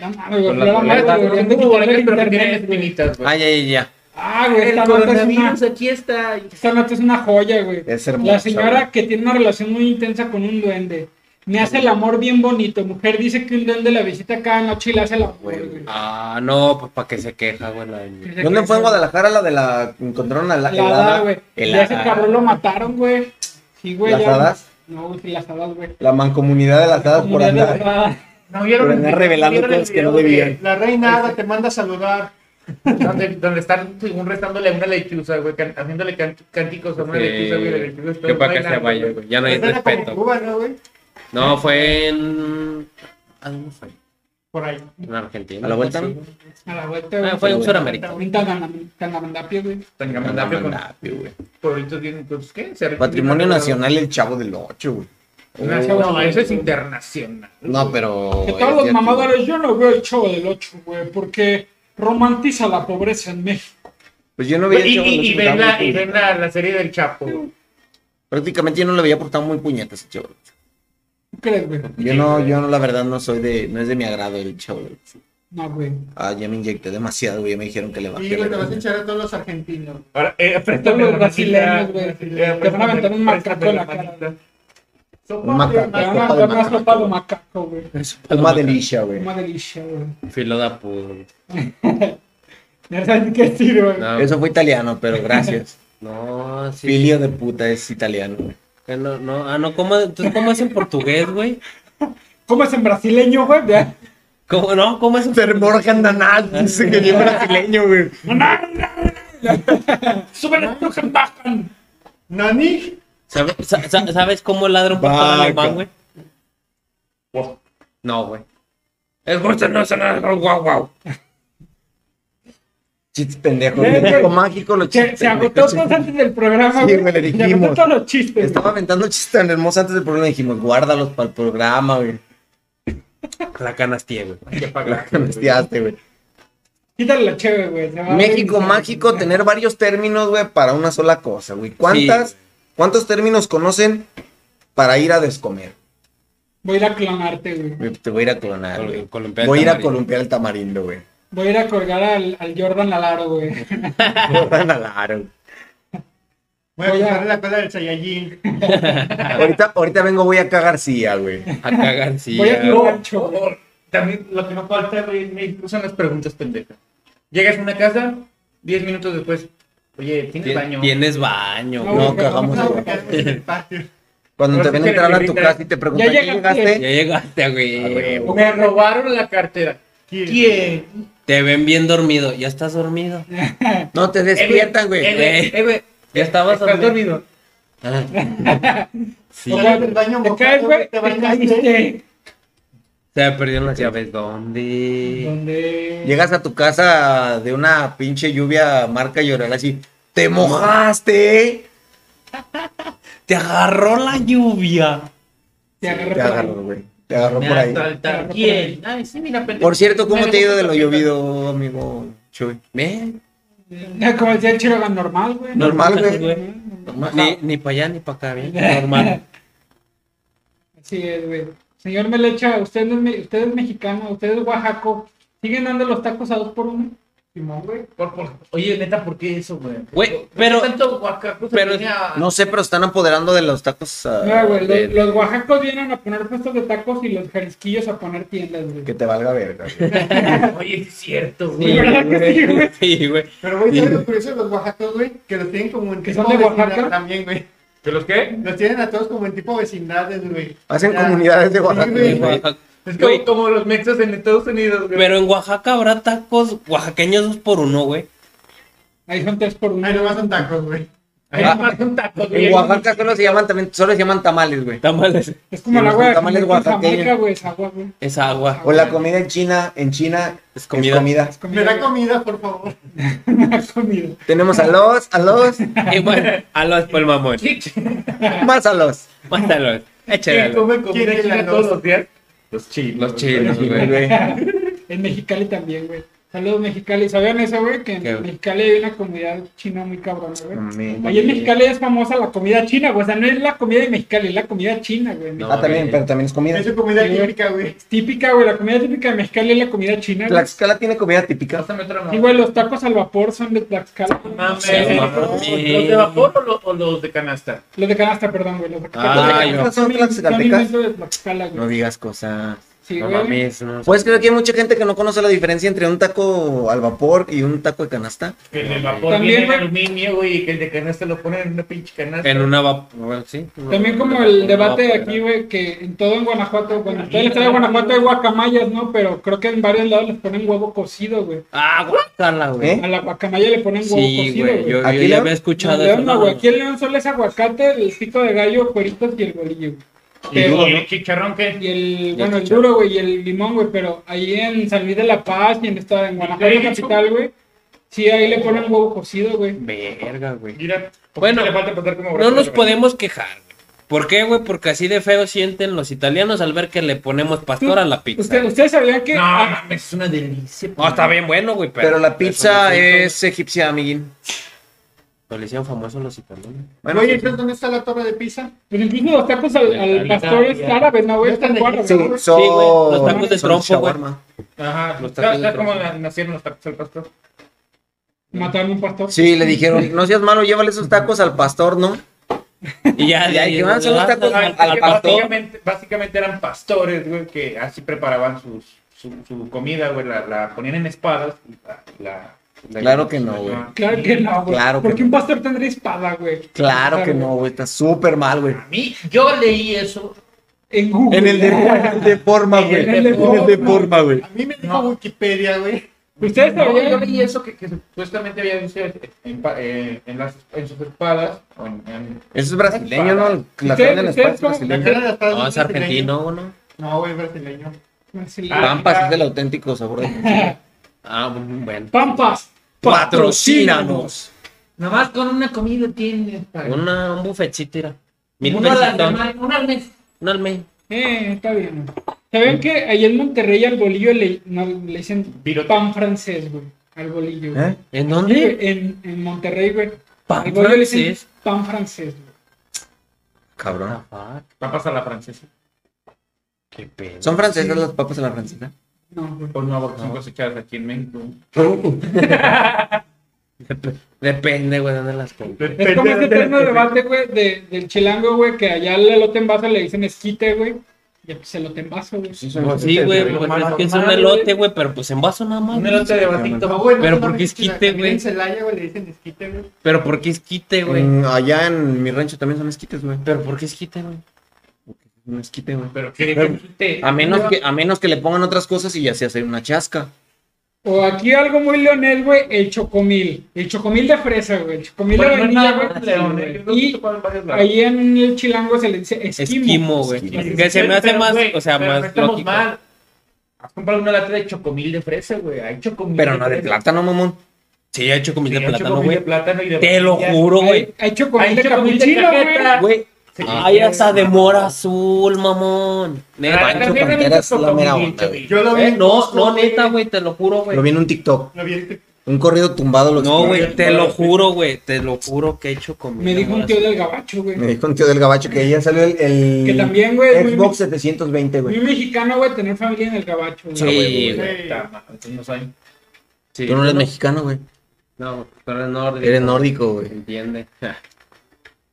[SPEAKER 9] No mames, güey,
[SPEAKER 7] Con las
[SPEAKER 9] pero la
[SPEAKER 7] boletas,
[SPEAKER 9] madre, güey, deberían
[SPEAKER 7] son
[SPEAKER 9] de
[SPEAKER 7] como boletas,
[SPEAKER 9] quitarle
[SPEAKER 7] pero que
[SPEAKER 9] internet,
[SPEAKER 7] tienen
[SPEAKER 9] güey.
[SPEAKER 7] espinitas, güey.
[SPEAKER 6] Ah, ya, ya, ya.
[SPEAKER 9] Ah, güey, esta nota es una...
[SPEAKER 7] aquí está.
[SPEAKER 9] Esta nota es una joya, güey.
[SPEAKER 6] Es hermosa,
[SPEAKER 9] La señora
[SPEAKER 6] güey.
[SPEAKER 9] que tiene una relación muy intensa con un duende. Me hace el amor bien bonito. Mujer dice que un duende la visita cada noche y le hace el amor,
[SPEAKER 6] Güey,
[SPEAKER 9] güey.
[SPEAKER 8] Ah, no, pues para que se queja, güey. la de-
[SPEAKER 6] ¿Dónde fue en Guadalajara la de la... encontraron a la...
[SPEAKER 9] La hada, güey.
[SPEAKER 6] el
[SPEAKER 9] Y a ese
[SPEAKER 6] hada.
[SPEAKER 9] cabrón lo mataron, güey. Sí, güey.
[SPEAKER 6] ¿Las
[SPEAKER 9] ya-
[SPEAKER 6] hadas?
[SPEAKER 9] No, güey, sí, las hadas, güey.
[SPEAKER 6] La mancomunidad de las hadas por
[SPEAKER 9] Comunidad de
[SPEAKER 6] andar.
[SPEAKER 9] las hadas.
[SPEAKER 7] No vieron
[SPEAKER 6] Por
[SPEAKER 7] el
[SPEAKER 6] andar
[SPEAKER 7] video?
[SPEAKER 6] revelando
[SPEAKER 7] ¿Vieron el
[SPEAKER 6] cosas que no
[SPEAKER 7] video de-
[SPEAKER 6] debían.
[SPEAKER 10] La reina Ada te manda a saludar.
[SPEAKER 7] Donde, donde están según restándole a una lechuza, güey, can- haciéndole can- cánticos a una lechuza, güey, la lechuza
[SPEAKER 8] Que,
[SPEAKER 7] está
[SPEAKER 8] Eh, que para que se
[SPEAKER 7] bailando,
[SPEAKER 8] vaya, güey. Ya no hay
[SPEAKER 10] Esa era como
[SPEAKER 8] respeto. güey.
[SPEAKER 10] Cuba, ¿no, güey?
[SPEAKER 8] No, fue en. ¿A dónde fue?
[SPEAKER 10] Por ahí.
[SPEAKER 8] En Argentina.
[SPEAKER 6] ¿A la vuelta?
[SPEAKER 8] Sí, güey.
[SPEAKER 9] A la vuelta, güey.
[SPEAKER 8] Ah, fue en Sudamérica.
[SPEAKER 9] Un tanam- tanamandapio, güey.
[SPEAKER 7] Tangamandapio con pueblitos bien, entonces, ¿qué? Se repite
[SPEAKER 6] Patrimonio
[SPEAKER 7] una-
[SPEAKER 6] nacional el chavo del 8, güey. Oh.
[SPEAKER 7] Una- No, eso es internacional.
[SPEAKER 6] No, pero...
[SPEAKER 9] Que
[SPEAKER 6] es
[SPEAKER 9] todos los
[SPEAKER 6] de-
[SPEAKER 9] mamadores, yo no veo el chavo del 8, güey, porque romantiza la pobreza en México.
[SPEAKER 6] Pues yo no
[SPEAKER 7] Y,
[SPEAKER 6] veía el Chavo del
[SPEAKER 7] y- y
[SPEAKER 6] Ocho,
[SPEAKER 7] ven,
[SPEAKER 6] estaba
[SPEAKER 7] la,
[SPEAKER 6] muy
[SPEAKER 7] y
[SPEAKER 6] puñetas.
[SPEAKER 7] ven la, la serie del Chapo. güey.
[SPEAKER 6] Prácticamente yo no la veía porque estaba muy puñetas el Chavo del Ocho.
[SPEAKER 9] ¿Tú crees, güey?
[SPEAKER 6] Yo no, yo no, la verdad no soy de... No es de mi agrado el Chavo del Ocho.
[SPEAKER 9] No, güey.
[SPEAKER 6] Ah, ya me inyecté demasiado, güey. Ya me dijeron que le
[SPEAKER 10] Y
[SPEAKER 6] bajé.
[SPEAKER 10] güey, te vas a
[SPEAKER 6] güey.
[SPEAKER 10] echar a todos los argentinos.
[SPEAKER 7] Ahora, eh,
[SPEAKER 9] Todos
[SPEAKER 7] préstame
[SPEAKER 9] los
[SPEAKER 7] la
[SPEAKER 9] brasileños,
[SPEAKER 7] manita,
[SPEAKER 9] güey.
[SPEAKER 7] brasileña,
[SPEAKER 9] Te van a aventar un
[SPEAKER 7] préstame
[SPEAKER 9] macaco en la
[SPEAKER 7] manita.
[SPEAKER 8] <laughs>
[SPEAKER 9] cara.
[SPEAKER 6] Un macaco.
[SPEAKER 9] Te van a
[SPEAKER 6] Sopa de
[SPEAKER 9] dar una
[SPEAKER 6] macaco.
[SPEAKER 9] sopa de macaco, güey.
[SPEAKER 6] Alma delicia, güey.
[SPEAKER 9] Una delicia, güey.
[SPEAKER 8] Filo de apuro.
[SPEAKER 9] Ya sabes qué decir, güey.
[SPEAKER 8] No,
[SPEAKER 6] Eso fue italiano, pero gracias.
[SPEAKER 8] no, sí.
[SPEAKER 6] Filio de puta es italiano, güey.
[SPEAKER 8] Que no, no, ah, no, ¿cómo, entonces, ¿cómo es en portugués, güey?
[SPEAKER 9] ¿Cómo es en brasileño, güey? Vea.
[SPEAKER 8] ¿Cómo, no? ¿Cómo es en
[SPEAKER 6] Ter Morgan Danal, dice que yo brasileño, güey.
[SPEAKER 9] ¡Súbele a tu bajan!
[SPEAKER 10] Nani,
[SPEAKER 8] ¿Sabe- sa- sa- ¿Sabes cómo ladra un pastor
[SPEAKER 6] Vaca.
[SPEAKER 8] alemán, güey? No, güey. Es gusto, no son guau, guau.
[SPEAKER 6] Chistes pendejos.
[SPEAKER 9] Eh,
[SPEAKER 6] México
[SPEAKER 9] güey.
[SPEAKER 6] mágico, los
[SPEAKER 9] Se,
[SPEAKER 6] chistes.
[SPEAKER 9] se agotó
[SPEAKER 6] pendejos.
[SPEAKER 9] todo antes del programa,
[SPEAKER 6] Sí,
[SPEAKER 9] güey.
[SPEAKER 6] güey, le
[SPEAKER 9] Se
[SPEAKER 6] dijimos.
[SPEAKER 9] agotó todos los chistes,
[SPEAKER 6] Estaba
[SPEAKER 9] güey.
[SPEAKER 6] aventando chistes tan hermosos antes del programa. Dijimos, guárdalos para el programa, güey. <laughs>
[SPEAKER 8] La canastía, güey.
[SPEAKER 7] Hay que pagar,
[SPEAKER 6] La canasteaste, güey.
[SPEAKER 9] Quítale la chévere, güey. se va a
[SPEAKER 6] México
[SPEAKER 9] ver.
[SPEAKER 6] mágico, tener varios términos, güey, para una sola cosa, güey. ¿Cuántas,
[SPEAKER 8] Sí.
[SPEAKER 6] ¿Cuántos términos conocen para ir a descomer?
[SPEAKER 9] Voy a ir a clonarte, güey.
[SPEAKER 6] Güey, Te voy a ir a clonar,
[SPEAKER 8] Col-
[SPEAKER 6] güey.
[SPEAKER 8] columpiar el
[SPEAKER 6] Voy a ir a
[SPEAKER 8] tamarindo.
[SPEAKER 6] columpiar el tamarindo,
[SPEAKER 8] <laughs>
[SPEAKER 6] güey.
[SPEAKER 9] Voy a ir a colgar al, al Jordan Alaro, güey.
[SPEAKER 6] Van a la aro.
[SPEAKER 10] Voy a
[SPEAKER 9] Oye.
[SPEAKER 10] quitarle la cola del
[SPEAKER 6] <laughs>
[SPEAKER 10] Saiyajin.
[SPEAKER 6] ahorita, ahorita vengo, voy acá García, güey.
[SPEAKER 8] A cagar, sí.
[SPEAKER 9] Voy a
[SPEAKER 8] ya.
[SPEAKER 9] clon- Pancho,
[SPEAKER 7] O- o- También lo que no falta, güey, en México son las preguntas pendejas. Llegas a una casa, 10 minutos después, Oye, ¿tienes baño?
[SPEAKER 8] Tienes baño.
[SPEAKER 9] No,
[SPEAKER 8] güey.
[SPEAKER 6] No, cagamos.
[SPEAKER 9] No,
[SPEAKER 6] güey.
[SPEAKER 10] El patio.
[SPEAKER 6] Cuando te
[SPEAKER 7] Pero
[SPEAKER 6] ven
[SPEAKER 7] sí que
[SPEAKER 6] entrar
[SPEAKER 7] le
[SPEAKER 6] a tu
[SPEAKER 7] gritan.
[SPEAKER 6] casa y te preguntan,
[SPEAKER 9] Ya
[SPEAKER 6] ¿ya
[SPEAKER 9] llegaste".
[SPEAKER 6] llegaste?
[SPEAKER 8] Ya llegaste, güey.
[SPEAKER 7] Me robaron la cartera.
[SPEAKER 10] ¿Quién?
[SPEAKER 7] ¿Quién?
[SPEAKER 8] Te ven bien dormido. Ya estás dormido.
[SPEAKER 6] No, te despiertan,
[SPEAKER 7] Eh,
[SPEAKER 6] güey.
[SPEAKER 7] güey, eh, güey.
[SPEAKER 8] Ya estabas
[SPEAKER 7] Estás
[SPEAKER 8] dormido.
[SPEAKER 7] dormido.
[SPEAKER 8] Ah.
[SPEAKER 9] O
[SPEAKER 8] Sí.
[SPEAKER 9] sea,
[SPEAKER 10] El baño
[SPEAKER 9] te
[SPEAKER 10] mojado,
[SPEAKER 9] caes, güey,
[SPEAKER 10] te
[SPEAKER 9] te
[SPEAKER 10] bañaste.
[SPEAKER 9] caíste.
[SPEAKER 8] Se perdieron las llaves. ¿Dónde?
[SPEAKER 9] Donde...
[SPEAKER 6] Llegas a tu casa de una pinche lluvia marca llorar así. ¡Te mojaste!
[SPEAKER 8] Te agarró la lluvia.
[SPEAKER 9] Te agarró
[SPEAKER 6] Te
[SPEAKER 9] por ahí.
[SPEAKER 6] agarró, güey. Te agarró
[SPEAKER 7] Me
[SPEAKER 6] por ahí.
[SPEAKER 7] asaltaron. ¿Quién? Ay, sí, mira, pendejo.
[SPEAKER 6] Por cierto, ¿cómo
[SPEAKER 7] Me
[SPEAKER 6] te ha ido
[SPEAKER 7] dejó
[SPEAKER 6] de lo
[SPEAKER 7] esta pena.
[SPEAKER 6] llovido, amigo Chuy? Bien.
[SPEAKER 9] Ya, Eh, Como decía el chiroga, normal, güey.
[SPEAKER 6] Normal, güey.
[SPEAKER 8] Normal. Ni, ni para allá ni para acá, bien. Normal.
[SPEAKER 9] Así es, güey. Señor Melecha, usted, no es me- usted es mexicano, usted es oaxaco. ¿Siguen dando los tacos a dos por uno?
[SPEAKER 10] Simón, güey.
[SPEAKER 7] Por- por- Oye, neta, ¿por qué eso, güey?
[SPEAKER 8] Güey,
[SPEAKER 7] ¿Por qué
[SPEAKER 8] pero-
[SPEAKER 7] Tanto guacaco se
[SPEAKER 8] pero-
[SPEAKER 7] tiene a-
[SPEAKER 6] No sé, pero están apoderando de los tacos. ah,
[SPEAKER 9] No, güey,
[SPEAKER 6] de-
[SPEAKER 9] los, los oaxacos vienen a poner puestos de tacos y los jarisquillos a poner tiendas, güey.
[SPEAKER 6] Que te valga verga. güey.
[SPEAKER 7] <laughs> Oye, es cierto, güey.
[SPEAKER 8] Sí,
[SPEAKER 9] ¿Verdad que sí, güey?
[SPEAKER 8] güey. Sí, güey.
[SPEAKER 10] Pero, güey, ¿sabes lo curioso de los oaxacos, güey? Que los tienen como en
[SPEAKER 9] ¿Que
[SPEAKER 10] tipo
[SPEAKER 9] son de
[SPEAKER 10] vecindad
[SPEAKER 9] Oaxaca?
[SPEAKER 10] también, güey.
[SPEAKER 7] ¿Que los qué?
[SPEAKER 10] Los tienen a todos como en tipo vecindades, güey.
[SPEAKER 6] Hacen
[SPEAKER 10] Ya.
[SPEAKER 6] comunidades de
[SPEAKER 10] Sí,
[SPEAKER 6] Oaxaca,
[SPEAKER 10] güey.
[SPEAKER 6] güey.
[SPEAKER 8] Oaxaca.
[SPEAKER 7] Es
[SPEAKER 8] Güey.
[SPEAKER 7] como, como los mexas en Estados Unidos, güey.
[SPEAKER 8] Pero en Oaxaca habrá tacos oaxaqueños dos por uno, güey.
[SPEAKER 9] Ahí son tres por uno.
[SPEAKER 10] Ay, nomás son tacos, güey.
[SPEAKER 7] Ahí
[SPEAKER 6] Ah.
[SPEAKER 7] nomás son tacos, güey.
[SPEAKER 6] En Oaxaca solo se llaman también, solo se llaman tamales, güey.
[SPEAKER 8] Tamales.
[SPEAKER 9] Es como
[SPEAKER 6] Sí,
[SPEAKER 9] la
[SPEAKER 6] los
[SPEAKER 9] agua de
[SPEAKER 6] tamales
[SPEAKER 9] comer con
[SPEAKER 6] oaxaqueños.
[SPEAKER 9] Jamaica, güey, es agua, güey.
[SPEAKER 8] Es agua.
[SPEAKER 6] O la comida en China, en China
[SPEAKER 8] Es comida. <laughs>
[SPEAKER 10] Me
[SPEAKER 9] Es comida,
[SPEAKER 10] da
[SPEAKER 9] <laughs>
[SPEAKER 10] comida, por favor.
[SPEAKER 9] güey. Es comida.
[SPEAKER 6] Tenemos a los, a los,
[SPEAKER 8] Y bueno, a los por el mamón.
[SPEAKER 6] más a los.
[SPEAKER 8] Mátalos.
[SPEAKER 7] ¿Quién
[SPEAKER 8] Échalos.
[SPEAKER 7] come comida
[SPEAKER 10] ¿Quién
[SPEAKER 7] china
[SPEAKER 10] la
[SPEAKER 7] todos
[SPEAKER 10] los-
[SPEAKER 7] los días?
[SPEAKER 8] Los chinos. Los chinos, güey.
[SPEAKER 6] güey.
[SPEAKER 9] En Mexicali también, güey. Saludos, Mexicali. ¿Sabían eso, güey? Que en
[SPEAKER 8] ¿Qué, Mm, güey?
[SPEAKER 9] Mexicali hay una comunidad china muy cabrona, güey.
[SPEAKER 6] Amén.
[SPEAKER 9] Ahí en Mexicali es famosa la comida china, güey. O sea, no es la comida de Mexicali, es la comida china, güey.
[SPEAKER 8] No,
[SPEAKER 6] Ah, también,
[SPEAKER 8] güey.
[SPEAKER 6] pero también es comida.
[SPEAKER 10] Es su comida
[SPEAKER 9] Sí, güey.
[SPEAKER 10] típica, güey.
[SPEAKER 9] Es típica, güey. La comida típica de Mexicali es la comida china, güey.
[SPEAKER 6] Tlaxcala tiene comida típica.
[SPEAKER 7] Pásame otra
[SPEAKER 9] Sí,
[SPEAKER 7] mamá.
[SPEAKER 9] güey, los tacos al vapor son de Tlaxcala. güey.
[SPEAKER 7] Mames.
[SPEAKER 8] Sí,
[SPEAKER 7] ¿Los
[SPEAKER 8] mami.
[SPEAKER 7] de vapor o, lo- o los de canasta?
[SPEAKER 9] Los de canasta, perdón, güey. Los de
[SPEAKER 8] Ah,
[SPEAKER 9] Los de
[SPEAKER 8] yo.
[SPEAKER 9] canasta
[SPEAKER 6] ¿Son tlaxcaltecas?
[SPEAKER 9] inventos de Tlaxcala, güey.
[SPEAKER 6] No digas cosas.
[SPEAKER 9] sí,
[SPEAKER 8] No
[SPEAKER 9] güey.
[SPEAKER 8] mames. no.
[SPEAKER 6] Pues creo que hay mucha gente que no conoce la diferencia entre un taco al vapor y un taco de canasta.
[SPEAKER 7] Que el de vapor
[SPEAKER 9] También,
[SPEAKER 7] viene en
[SPEAKER 9] güey.
[SPEAKER 7] aluminio, güey, y que el de canasta lo ponen en una pinche canasta.
[SPEAKER 8] En una vapor, sí.
[SPEAKER 9] También como el debate de aquí, güey, que en todo en Guanajuato, bueno, en todo el estado de Guanajuato hay guacamayas, ¿no? Pero creo que en varios lados les ponen huevo cocido, güey.
[SPEAKER 8] Ah, guacala, güey.
[SPEAKER 6] ¿Eh?
[SPEAKER 9] A la guacamaya le ponen huevo
[SPEAKER 8] Sí,
[SPEAKER 9] cocido,
[SPEAKER 8] güey.
[SPEAKER 9] güey.
[SPEAKER 8] Yo, yo
[SPEAKER 6] ¿Aquí,
[SPEAKER 8] ya
[SPEAKER 6] León?
[SPEAKER 8] había escuchado
[SPEAKER 9] En
[SPEAKER 8] eso.
[SPEAKER 9] León, no, güey. Aquí en León solo es aguacate, el pico de gallo, cueritos y el bolillo. güey.
[SPEAKER 7] ¿Y
[SPEAKER 9] Pero-
[SPEAKER 7] el chicharrón qué?
[SPEAKER 9] Y el, bueno, el
[SPEAKER 8] chicharrón.
[SPEAKER 9] duro, güey, y el limón, güey, pero ahí en San Luis de la Paz y en, esta, en Guanajuato
[SPEAKER 7] ¿Y qué?
[SPEAKER 9] capital, güey, sí, ahí le ponen huevo cocido, güey.
[SPEAKER 8] Verga, güey.
[SPEAKER 7] Mira,
[SPEAKER 8] Bueno,
[SPEAKER 7] bueno, le falta pasar como
[SPEAKER 8] No nos
[SPEAKER 7] Brasil, güey.
[SPEAKER 8] podemos quejar. güey. ¿Por qué, güey? Porque así de feo sienten los italianos al ver que le ponemos pastor a la pizza.
[SPEAKER 9] Usted- ¿Ustedes sabían que
[SPEAKER 7] No,
[SPEAKER 9] ah,
[SPEAKER 7] mames, es una delicia.
[SPEAKER 8] No, está bien bueno, güey, pero...
[SPEAKER 6] Pero la pizza
[SPEAKER 8] eso les hizo-
[SPEAKER 6] es egipcia, amiguín.
[SPEAKER 8] Lo le hicieron famoso los italianos.
[SPEAKER 6] Bueno,
[SPEAKER 10] Oye, entonces, ¿dónde está la torre de pizza?
[SPEAKER 9] pues incluso los tacos al, al pastor es árabe, ¿no, güey?
[SPEAKER 10] Ya están
[SPEAKER 9] Están guarros,
[SPEAKER 6] sí,
[SPEAKER 9] güey.
[SPEAKER 6] son,
[SPEAKER 8] Sí, güey, los tacos de
[SPEAKER 6] son
[SPEAKER 8] trompo, güey.
[SPEAKER 6] shawarma.
[SPEAKER 7] Ajá,
[SPEAKER 8] Los tacos
[SPEAKER 7] ¿sabes-
[SPEAKER 8] de
[SPEAKER 7] ¿sabes cómo
[SPEAKER 8] trompo.
[SPEAKER 7] nacieron los tacos al pastor?
[SPEAKER 9] Mataron un pastor.
[SPEAKER 6] Sí, le dijeron, no seas malo, llévale esos tacos al pastor, ¿no? <laughs>
[SPEAKER 8] Y ya,
[SPEAKER 6] Ya, que van a ser los
[SPEAKER 8] ya,
[SPEAKER 6] tacos
[SPEAKER 8] ya,
[SPEAKER 6] al-
[SPEAKER 8] ya,
[SPEAKER 6] al
[SPEAKER 8] ya,
[SPEAKER 6] pastor.
[SPEAKER 7] Básicamente, básicamente eran pastores, güey, que así preparaban sus, su, su comida, güey, la, la ponían en espadas. y la- la- la-
[SPEAKER 6] Claro que no, güey.
[SPEAKER 9] Claro que no, güey.
[SPEAKER 6] Claro que
[SPEAKER 9] Porque
[SPEAKER 6] no.
[SPEAKER 9] un pastor tendría espada, güey.
[SPEAKER 6] Claro que no, güey, está súper mal, güey.
[SPEAKER 7] A mí, yo leí eso.
[SPEAKER 9] En Google.
[SPEAKER 6] En el de, en el de forma, güey.
[SPEAKER 9] En el de
[SPEAKER 6] En el de
[SPEAKER 9] forma.
[SPEAKER 6] forma, güey.
[SPEAKER 10] A mí me dijo
[SPEAKER 7] No.
[SPEAKER 10] Wikipedia, güey.
[SPEAKER 9] ¿Ustedes
[SPEAKER 7] No,
[SPEAKER 9] sabían?
[SPEAKER 7] yo leí eso que, que supuestamente había dicho en, pa- eh, en las, en sus espadas. o en- en-
[SPEAKER 6] Eso es brasileño, ¿no? La
[SPEAKER 9] ¿Ustedes-
[SPEAKER 6] carne en
[SPEAKER 9] ustedes
[SPEAKER 6] España es
[SPEAKER 9] cómo-
[SPEAKER 10] La
[SPEAKER 6] brasileña.
[SPEAKER 10] cara de Estados
[SPEAKER 8] No, es
[SPEAKER 10] Unidos
[SPEAKER 8] argentino, ¿no?
[SPEAKER 10] No, güey, brasileño.
[SPEAKER 7] este,
[SPEAKER 9] Sí.
[SPEAKER 6] Pampas es el auténtico sabor de
[SPEAKER 8] Ah, bueno.
[SPEAKER 9] Pampas.
[SPEAKER 6] Patrocínanos.
[SPEAKER 7] Nomás con una comida tienes para...
[SPEAKER 8] Una, un buffetcito, era. Mil
[SPEAKER 7] Una a la
[SPEAKER 8] pesitos.
[SPEAKER 7] semana, una al mes.
[SPEAKER 8] Un almey.
[SPEAKER 9] Eh, está bien. ¿Saben que ahí en Monterrey al bolillo le, no, le dicen
[SPEAKER 7] Virote.
[SPEAKER 9] pan francés, güey? Al bolillo. güey.
[SPEAKER 6] ¿Eh?
[SPEAKER 8] ¿En
[SPEAKER 9] Sí, güey,
[SPEAKER 8] dónde?
[SPEAKER 9] en, en Monterrey, güey.
[SPEAKER 8] Pan
[SPEAKER 9] al bolillo le dicen
[SPEAKER 8] francés.
[SPEAKER 9] pan francés, güey.
[SPEAKER 6] Cabrón.
[SPEAKER 8] Ah,
[SPEAKER 7] Papas a la francesa.
[SPEAKER 8] qué pedo.
[SPEAKER 6] ¿Son francesas las papas en la francesa?
[SPEAKER 9] No, güey.
[SPEAKER 7] Pues no, porque son cosechadas aquí en México.
[SPEAKER 8] Dep- Depende, güey, de dónde las compras.
[SPEAKER 9] Es como ese eterno debate, güey, de- del chilango, güey, que allá al elote en vaso le dicen esquite, güey. Y el que se lo te envaso, güey.
[SPEAKER 6] Sí,
[SPEAKER 8] Sí, güey, pues, es que es un elote, güey, pero pues en vaso nada más.
[SPEAKER 7] Un
[SPEAKER 8] güey.
[SPEAKER 7] elote de batito.
[SPEAKER 10] No, güey, no
[SPEAKER 8] Pero
[SPEAKER 10] mames,
[SPEAKER 8] porque es
[SPEAKER 10] que la-
[SPEAKER 8] quite,
[SPEAKER 10] también
[SPEAKER 8] güey.
[SPEAKER 10] En Celaya, güey, le dicen esquite, güey.
[SPEAKER 8] Pero porque es quite, güey.
[SPEAKER 6] Mm, allá en mi rancho también son esquites, güey.
[SPEAKER 8] Pero porque es quite, güey.
[SPEAKER 6] Un esquite, güey.
[SPEAKER 7] Pero que
[SPEAKER 6] Pero-
[SPEAKER 7] quite.
[SPEAKER 6] A menos, que, a menos que le pongan otras cosas y ya se hace una chasca.
[SPEAKER 9] O aquí algo muy leonel, güey, el chocomil. El chocomil de fresa, güey. El chocomil
[SPEAKER 7] Bueno,
[SPEAKER 9] de
[SPEAKER 7] no es
[SPEAKER 9] vainilla,
[SPEAKER 7] nada más
[SPEAKER 9] güey.
[SPEAKER 7] león,
[SPEAKER 9] Sí,
[SPEAKER 7] eh.
[SPEAKER 9] güey.
[SPEAKER 7] Y
[SPEAKER 9] Y ahí en el chilango se le dice esquimo.
[SPEAKER 8] Esquimo, güey.
[SPEAKER 6] Esquimo.
[SPEAKER 8] Que se me hace
[SPEAKER 7] Pero,
[SPEAKER 8] más,
[SPEAKER 7] güey,
[SPEAKER 8] o sea,
[SPEAKER 7] pero no
[SPEAKER 8] más
[SPEAKER 7] estamos
[SPEAKER 8] lógico.
[SPEAKER 7] mal. Has comprado una lata de chocomil de fresa, güey. Hay chocomil.
[SPEAKER 6] Pero no de
[SPEAKER 7] fresa.
[SPEAKER 6] plátano, mamón.
[SPEAKER 8] Sí, ha hecho comida
[SPEAKER 7] Sí,
[SPEAKER 8] de
[SPEAKER 7] hay
[SPEAKER 8] plátano,
[SPEAKER 7] chocomil
[SPEAKER 8] güey.
[SPEAKER 7] de plátano y de
[SPEAKER 8] Te lo
[SPEAKER 7] vainilla.
[SPEAKER 8] juro,
[SPEAKER 9] Hay,
[SPEAKER 8] güey.
[SPEAKER 9] hay chocomil
[SPEAKER 7] Hay
[SPEAKER 9] de
[SPEAKER 7] chocomil de
[SPEAKER 9] capuchino,
[SPEAKER 7] cajeta.
[SPEAKER 9] güey.
[SPEAKER 6] Güey,
[SPEAKER 8] Ay, hasta de mora azul, mamón.
[SPEAKER 7] Ah,
[SPEAKER 8] Neta.
[SPEAKER 6] Pancho
[SPEAKER 7] también
[SPEAKER 6] Pantera
[SPEAKER 7] hay
[SPEAKER 6] es la
[SPEAKER 7] chocomil,
[SPEAKER 6] mera onda, güey.
[SPEAKER 10] Yo lo vi.
[SPEAKER 8] Eh,
[SPEAKER 10] en
[SPEAKER 8] No,
[SPEAKER 10] Costco,
[SPEAKER 8] no, neta, güey, te lo juro, güey.
[SPEAKER 6] lo vi en un TikTok.
[SPEAKER 10] Lo vi en TikTok.
[SPEAKER 6] Un corrido tumbado lo
[SPEAKER 8] No,
[SPEAKER 6] explicó.
[SPEAKER 8] güey, te lo juro, güey. Te lo juro que he hecho comida.
[SPEAKER 9] Me dijo
[SPEAKER 8] de
[SPEAKER 9] un
[SPEAKER 8] mora
[SPEAKER 9] tío
[SPEAKER 8] azul.
[SPEAKER 9] del gabacho, güey.
[SPEAKER 6] Me dijo un tío del gabacho que ya salió el, el
[SPEAKER 9] Que también, güey, es muy-
[SPEAKER 6] Xbox 720,
[SPEAKER 9] Muy
[SPEAKER 6] güey.
[SPEAKER 9] mexicano, güey, tener familia en el gabacho, güey.
[SPEAKER 8] Sí, güey.
[SPEAKER 10] güey.
[SPEAKER 7] Puta madre, entonces no hay.
[SPEAKER 8] Sí.
[SPEAKER 6] Tú no eres mexicano, güey.
[SPEAKER 8] No, tú eres nórdico.
[SPEAKER 6] Eres nórdico, güey.
[SPEAKER 8] Entiende. <laughs>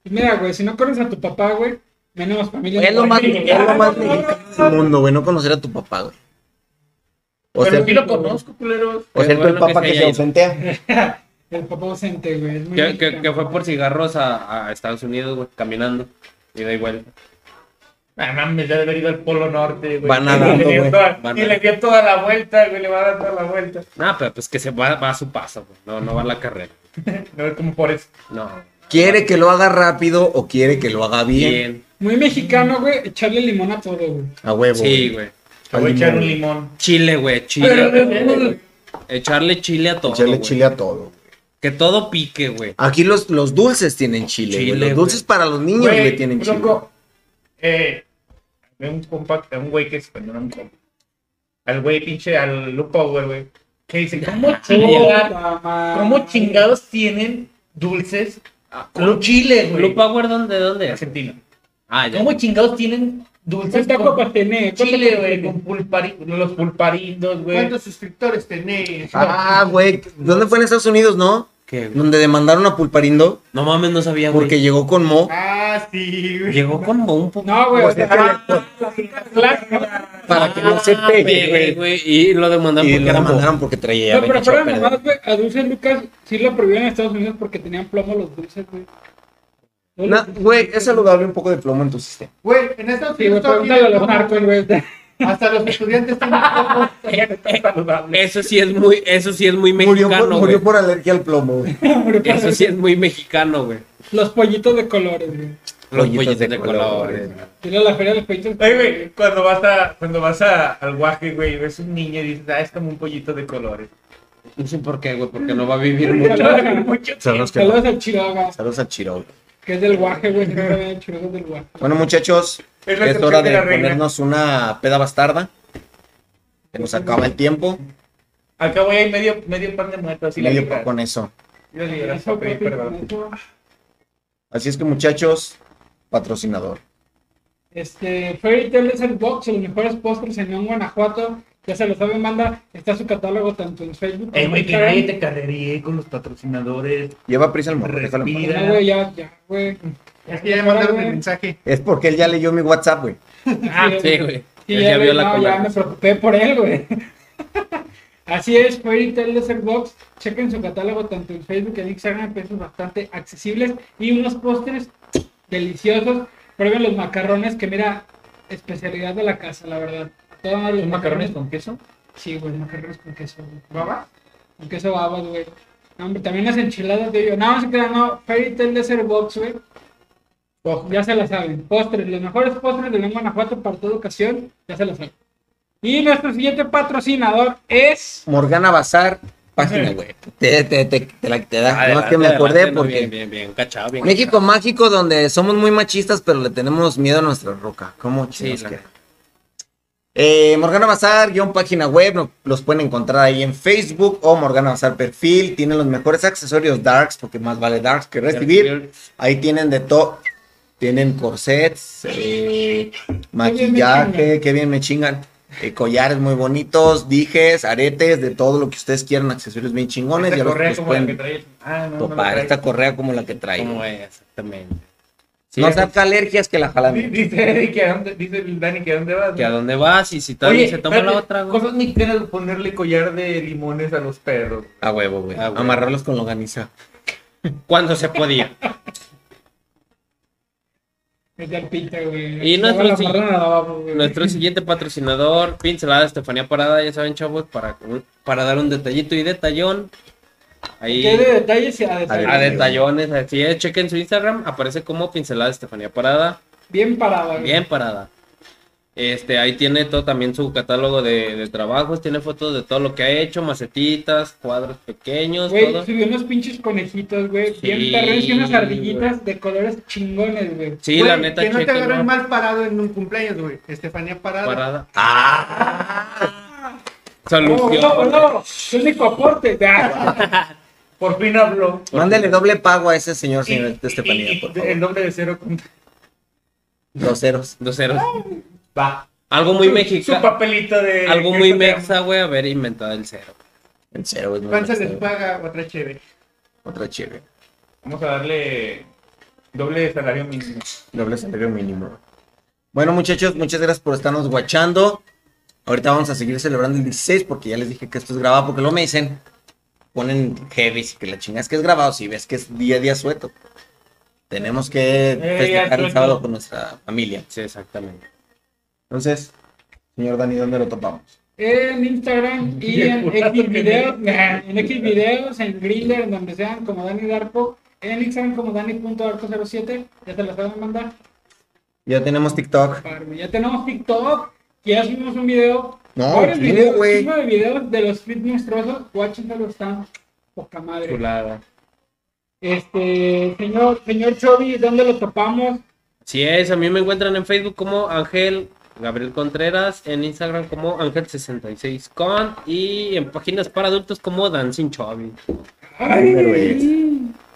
[SPEAKER 9] Y Mira, güey, si no conoces a tu papá, güey, menos familia.
[SPEAKER 6] Es lo más, es lo más
[SPEAKER 9] No, no, no,
[SPEAKER 6] mexicano del mundo, güey. No conocer a tu papá, güey. O
[SPEAKER 7] Pero
[SPEAKER 6] ser,
[SPEAKER 7] sí lo conozco, culeros.
[SPEAKER 6] o
[SPEAKER 8] qué
[SPEAKER 6] ser tú el
[SPEAKER 8] bueno que
[SPEAKER 6] papá
[SPEAKER 8] se
[SPEAKER 6] que se
[SPEAKER 8] haya ido.
[SPEAKER 6] ausentea.
[SPEAKER 9] El papá ausente, güey. es muy
[SPEAKER 8] Que, que-
[SPEAKER 9] mexicano.
[SPEAKER 8] que fue por cigarros a, a Estados Unidos, güey, caminando. Y da igual.
[SPEAKER 7] Ah, mames, ya debería ir al Polo Norte, güey.
[SPEAKER 6] Van
[SPEAKER 7] Y
[SPEAKER 6] nadando,
[SPEAKER 7] le dio
[SPEAKER 6] güey.
[SPEAKER 7] toda-
[SPEAKER 8] Van
[SPEAKER 7] Y le
[SPEAKER 8] nadando.
[SPEAKER 7] dio toda la vuelta, güey. Le va a dar toda la vuelta.
[SPEAKER 8] Nah, pero pues que se va, va a su paso, güey. No, no va a la carrera.
[SPEAKER 7] No es como por eso.
[SPEAKER 8] No.
[SPEAKER 6] ¿Quiere que lo haga rápido o quiere que lo haga bien?
[SPEAKER 8] Bien.
[SPEAKER 9] Muy mexicano, güey, echarle limón a todo, güey.
[SPEAKER 6] A huevo.
[SPEAKER 8] Sí, güey.
[SPEAKER 7] Te voy a echar un limón.
[SPEAKER 8] Chile, güey.
[SPEAKER 7] Pero
[SPEAKER 8] Chile.
[SPEAKER 7] de-
[SPEAKER 8] Echarle chile a todo.
[SPEAKER 6] Echarle
[SPEAKER 8] güey.
[SPEAKER 6] chile a todo.
[SPEAKER 8] Que todo pique, güey.
[SPEAKER 6] Aquí los, los dulces tienen chile, güey.
[SPEAKER 8] Chile,
[SPEAKER 6] Los dulces
[SPEAKER 8] güey.
[SPEAKER 6] para los niños,
[SPEAKER 7] Güey,
[SPEAKER 6] güey, tienen chile.
[SPEAKER 7] loco, Eh, había un compa, un güey que se perdona un compa. Al güey pinche, al Lupo, güey, güey. Que dice, ¿cómo chingados,
[SPEAKER 9] Puta madre.
[SPEAKER 7] cómo chingados tienen dulces con chile, güey?
[SPEAKER 8] ¿Blue Power dónde? ¿Dónde? es?
[SPEAKER 7] Argentina.
[SPEAKER 8] Ah, ya.
[SPEAKER 7] ¿Cómo chingados tienen
[SPEAKER 9] ¿Cuánta
[SPEAKER 7] dulces
[SPEAKER 9] copa
[SPEAKER 7] con
[SPEAKER 9] tenés? ¿Cuánta
[SPEAKER 7] chile,
[SPEAKER 9] copa
[SPEAKER 7] güey?
[SPEAKER 9] tenés?
[SPEAKER 7] Con pulpari- los pulparindos, güey.
[SPEAKER 10] ¿Cuántos suscriptores tenés?
[SPEAKER 6] Ah, güey. ¿Dónde fue en Estados Unidos, no?
[SPEAKER 8] ¿Qué, güey?
[SPEAKER 6] Donde demandaron a Pulparindo
[SPEAKER 8] No mames, no sabía, güey.
[SPEAKER 6] porque llegó con Mo.
[SPEAKER 10] Ah, sí, güey.
[SPEAKER 8] llegó como un poco.
[SPEAKER 9] No, güey, o
[SPEAKER 6] Pues
[SPEAKER 9] sea,
[SPEAKER 6] déjale,
[SPEAKER 9] ah, la- la- la-
[SPEAKER 6] Para que no se pegue, güey.
[SPEAKER 8] Ah, güey. Y lo demandaron
[SPEAKER 6] Y
[SPEAKER 8] porque
[SPEAKER 6] lo
[SPEAKER 8] era
[SPEAKER 6] demandaron porque traía.
[SPEAKER 9] No, pero
[SPEAKER 6] veneno,
[SPEAKER 9] fuera
[SPEAKER 6] perdón.
[SPEAKER 9] nomás, güey, a Dulce Lucas sí lo prohibieron en Estados Unidos porque tenían plomo los dulces, güey. No,
[SPEAKER 6] Na- Güey, es saludable un poco de plomo en tu sistema.
[SPEAKER 10] Güey, en Estados
[SPEAKER 9] Sí, güey,
[SPEAKER 10] Unidos todavía
[SPEAKER 9] pregúntale a los
[SPEAKER 10] no,
[SPEAKER 9] narcos, güey.
[SPEAKER 10] Hasta los estudiantes
[SPEAKER 7] <laughs>
[SPEAKER 10] tienen plomo.
[SPEAKER 8] bomba. Eso sí es muy, eso sí es muy
[SPEAKER 6] Murió, por,
[SPEAKER 8] mexicano,
[SPEAKER 6] murió
[SPEAKER 8] güey.
[SPEAKER 6] por alergia al plomo, güey.
[SPEAKER 9] <laughs> Hombre,
[SPEAKER 8] Eso sí es muy mexicano, güey.
[SPEAKER 9] Los pollitos de colores, güey.
[SPEAKER 8] Los
[SPEAKER 6] Pollitos
[SPEAKER 8] pollitos
[SPEAKER 6] de
[SPEAKER 8] de, colores.
[SPEAKER 6] colores.
[SPEAKER 9] Ir a la feria de los pollitos.
[SPEAKER 7] Ay, güey, cuando vas a, cuando vas a, al guaje, güey, ves un niño y dices, ah, es como un pollito de colores.
[SPEAKER 8] No sé por qué, güey, porque no va
[SPEAKER 9] <laughs>
[SPEAKER 8] a vivir mucho.
[SPEAKER 6] Son los que no.
[SPEAKER 9] Saludos al Chiroga,
[SPEAKER 6] Saludos a Chiro.
[SPEAKER 9] que es del guaje, güey. siempre ven Chiroga del guaje.
[SPEAKER 6] Bueno, muchachos,
[SPEAKER 7] Es
[SPEAKER 6] es,
[SPEAKER 7] la excepción
[SPEAKER 6] hora
[SPEAKER 7] de
[SPEAKER 6] de,
[SPEAKER 7] la regla.
[SPEAKER 6] ponernos una peda bastarda. Se nos acaba el tiempo.
[SPEAKER 7] Acá, güey, hay medio, medio pan de muerto, así
[SPEAKER 6] Y
[SPEAKER 7] la
[SPEAKER 6] medio
[SPEAKER 7] libras.
[SPEAKER 6] con eso.
[SPEAKER 7] Yo le libras
[SPEAKER 9] Eso,
[SPEAKER 7] para pedir
[SPEAKER 9] papi,
[SPEAKER 7] perdón.
[SPEAKER 9] eso.
[SPEAKER 6] Así es que, muchachos, patrocinador.
[SPEAKER 9] Este, Fairy Tail es el box, los mejores postres en León, Guanajuato. Ya se lo saben, manda. Está su catálogo tanto en Facebook
[SPEAKER 7] Eh,
[SPEAKER 9] como en
[SPEAKER 7] güey, que nadie
[SPEAKER 9] Instagram.
[SPEAKER 7] te carreríe con los patrocinadores.
[SPEAKER 6] Lleva prisa el morro, déjalo en paz.
[SPEAKER 7] Respira.
[SPEAKER 9] No, güey, ya, ya, güey. pues,
[SPEAKER 10] Es que ya me mandaron el mensaje.
[SPEAKER 6] Es porque él ya leyó mi WhatsApp, güey.
[SPEAKER 8] Ah, sí, güey.
[SPEAKER 9] Sí,
[SPEAKER 8] Él
[SPEAKER 9] ya,
[SPEAKER 8] ya
[SPEAKER 9] güey,
[SPEAKER 8] vio la
[SPEAKER 9] no, ya me
[SPEAKER 8] cola.
[SPEAKER 9] preocupé por él, güey. <laughs> Así es, Fairy Tail Desert Box. Chequen su catálogo tanto en Facebook en Instagram, precios bastante accesibles y unos postres deliciosos. Prueben los macarrones, que mira, especialidad de la casa, la verdad. Todos los
[SPEAKER 7] ¿Son macarrones con queso?
[SPEAKER 9] Sí, güey, macarrones con queso. güey.
[SPEAKER 10] ¿Baba?
[SPEAKER 9] Con queso babas, güey. No, hombre, también las enchiladas de ellos. No, no se crean, no. Fairy Tail Desert Box, güey. Ya se la saben. Postres, los mejores postres de León Guanajuato para toda ocasión. Ya se la saben. Y nuestro siguiente patrocinador es.
[SPEAKER 6] Morgana Bazar, página web. Te, te, te, te la te da. no es
[SPEAKER 8] Adelante,
[SPEAKER 6] que me acordé
[SPEAKER 8] adelante, no,
[SPEAKER 6] porque.
[SPEAKER 8] Bien, bien, bien, cachado, bien.
[SPEAKER 6] México mágico, donde somos muy machistas, pero le tenemos miedo a nuestra roca. ¿Cómo
[SPEAKER 8] Sí,
[SPEAKER 6] chicos?
[SPEAKER 8] la-
[SPEAKER 6] Eh, Morgana Bazar, guión página web, no- los pueden encontrar ahí en Facebook o Morgana Bazar perfil. Tienen los mejores accesorios darks, porque más vale darks que recibir. Ahí tienen de todo. Tienen corsets, eh, maquillaje, qué bien me chingan. eh, collares muy bonitos, dijes, aretes, de todo lo que ustedes quieran, accesorios bien chingones.
[SPEAKER 7] Esta
[SPEAKER 6] ya los,
[SPEAKER 7] correa
[SPEAKER 6] los
[SPEAKER 7] como la que
[SPEAKER 6] pueden Pues
[SPEAKER 7] traes. Ah, no, no la
[SPEAKER 6] topar.
[SPEAKER 7] traes.
[SPEAKER 6] Esta correa como la que
[SPEAKER 8] ¿Cómo
[SPEAKER 6] traigo.
[SPEAKER 8] es? Exactamente.
[SPEAKER 6] no saca alergias que la
[SPEAKER 7] <laughs> Di-
[SPEAKER 6] jalan.
[SPEAKER 7] Dice Eddie que a dónde, dice el Dani que a dónde vas.
[SPEAKER 8] ¿Que a
[SPEAKER 7] güey?
[SPEAKER 8] dónde vas? Y si todavía se toma la
[SPEAKER 7] espérate,
[SPEAKER 8] otra, güey.
[SPEAKER 7] Cosas mexicanas de ponerle collar de limones a los perros.
[SPEAKER 6] A huevo, güey.
[SPEAKER 7] Ah,
[SPEAKER 8] A huevo.
[SPEAKER 6] Amarrarlos con loganiza.
[SPEAKER 8] Cuando se podía.
[SPEAKER 9] Vete al pita, güey.
[SPEAKER 8] Y
[SPEAKER 9] Se
[SPEAKER 8] nuestro
[SPEAKER 9] va la
[SPEAKER 8] sí-
[SPEAKER 9] marrana, la vamos, güey.
[SPEAKER 8] Nuestro siguiente patrocinador, Pincelada Estefanía Parada, ya saben, chavos, para, para dar un detallito y detallón. Ahí.
[SPEAKER 9] ¿Qué de detalles y a detalles?
[SPEAKER 8] A detallones, así es. Chequen su Instagram, aparece como Pincelada Estefanía Parada.
[SPEAKER 9] Bien parada, güey.
[SPEAKER 8] Bien parada. Este, ahí tiene todo también su catálogo de, de trabajos, tiene fotos de todo lo que ha hecho, macetitas, cuadros pequeños, todo.
[SPEAKER 9] Güey, subió unos pinches conejitos, güey.
[SPEAKER 8] Sí,
[SPEAKER 9] bien perros y unas
[SPEAKER 8] güey.
[SPEAKER 9] ardillitas de colores chingones, güey.
[SPEAKER 8] Sí,
[SPEAKER 10] Güey,
[SPEAKER 8] la neta,
[SPEAKER 10] Que no te
[SPEAKER 8] chequen,
[SPEAKER 10] agarren
[SPEAKER 8] ¿no?
[SPEAKER 10] mal parado en un cumpleaños, güey. Estefanía Parada.
[SPEAKER 8] Parada.
[SPEAKER 9] No,
[SPEAKER 8] Solución.
[SPEAKER 9] Oh, no, pues no. Es el único aporte. <laughs> Ah,
[SPEAKER 7] Por fin habló.
[SPEAKER 6] Mándale doble pago a ese señor,
[SPEAKER 7] Y-
[SPEAKER 6] señor
[SPEAKER 7] y-
[SPEAKER 6] Estefanía,
[SPEAKER 7] y-
[SPEAKER 6] por
[SPEAKER 7] El
[SPEAKER 6] favor.
[SPEAKER 7] doble de cero con-
[SPEAKER 6] Los ceros.
[SPEAKER 8] Dos ceros.
[SPEAKER 7] Va.
[SPEAKER 8] Algo muy
[SPEAKER 7] Su
[SPEAKER 8] mexicano.
[SPEAKER 7] papelito de.
[SPEAKER 8] Algo muy
[SPEAKER 7] Eso te amo.
[SPEAKER 8] mexa, güey, haber inventado el cero.
[SPEAKER 6] En cero, güey. no este,
[SPEAKER 10] ¿Cuánto
[SPEAKER 6] me
[SPEAKER 10] les
[SPEAKER 6] gusta, güey.
[SPEAKER 10] paga otra chévere?
[SPEAKER 6] Otra chévere.
[SPEAKER 7] Vamos a darle doble de salario mínimo.
[SPEAKER 6] Doble salario mínimo. Bueno, muchachos, muchas gracias por estarnos guachando. Ahorita vamos a seguir celebrando el 16 porque ya les dije que esto es grabado porque lo me dicen. Ponen heavy y que la chingas que es grabado. Si ves que es día a día sueto. Tenemos que
[SPEAKER 7] día
[SPEAKER 6] festejar el
[SPEAKER 7] sueto.
[SPEAKER 6] sábado con nuestra familia.
[SPEAKER 8] Sí, exactamente.
[SPEAKER 6] Entonces, señor Dani, ¿dónde lo topamos?
[SPEAKER 9] En
[SPEAKER 8] <laughs>
[SPEAKER 9] Instagram y en
[SPEAKER 7] Bien,
[SPEAKER 9] X videos,
[SPEAKER 7] bien.
[SPEAKER 9] en X videos, en Grindr, en donde sean, como Dani Darpo. En Instagram como Dani.arco07. Ya te las van a mandar.
[SPEAKER 6] Ya tenemos TikTok.
[SPEAKER 9] Para- Ya tenemos TikTok. Ya subimos un video.
[SPEAKER 6] No,
[SPEAKER 9] Ahora el
[SPEAKER 6] chingo,
[SPEAKER 9] video,
[SPEAKER 6] güey.
[SPEAKER 9] chingo de videos de los fit monstruosos. Guáchenlo, están poca madre.
[SPEAKER 8] Chulada.
[SPEAKER 9] Este, señor, señor Chovy, ¿dónde lo topamos?
[SPEAKER 8] Así es, a mí me encuentran en Facebook como Ángel Gabriel Contreras, en Instagram como Ángel66con y en páginas para adultos como Dancing Chubby.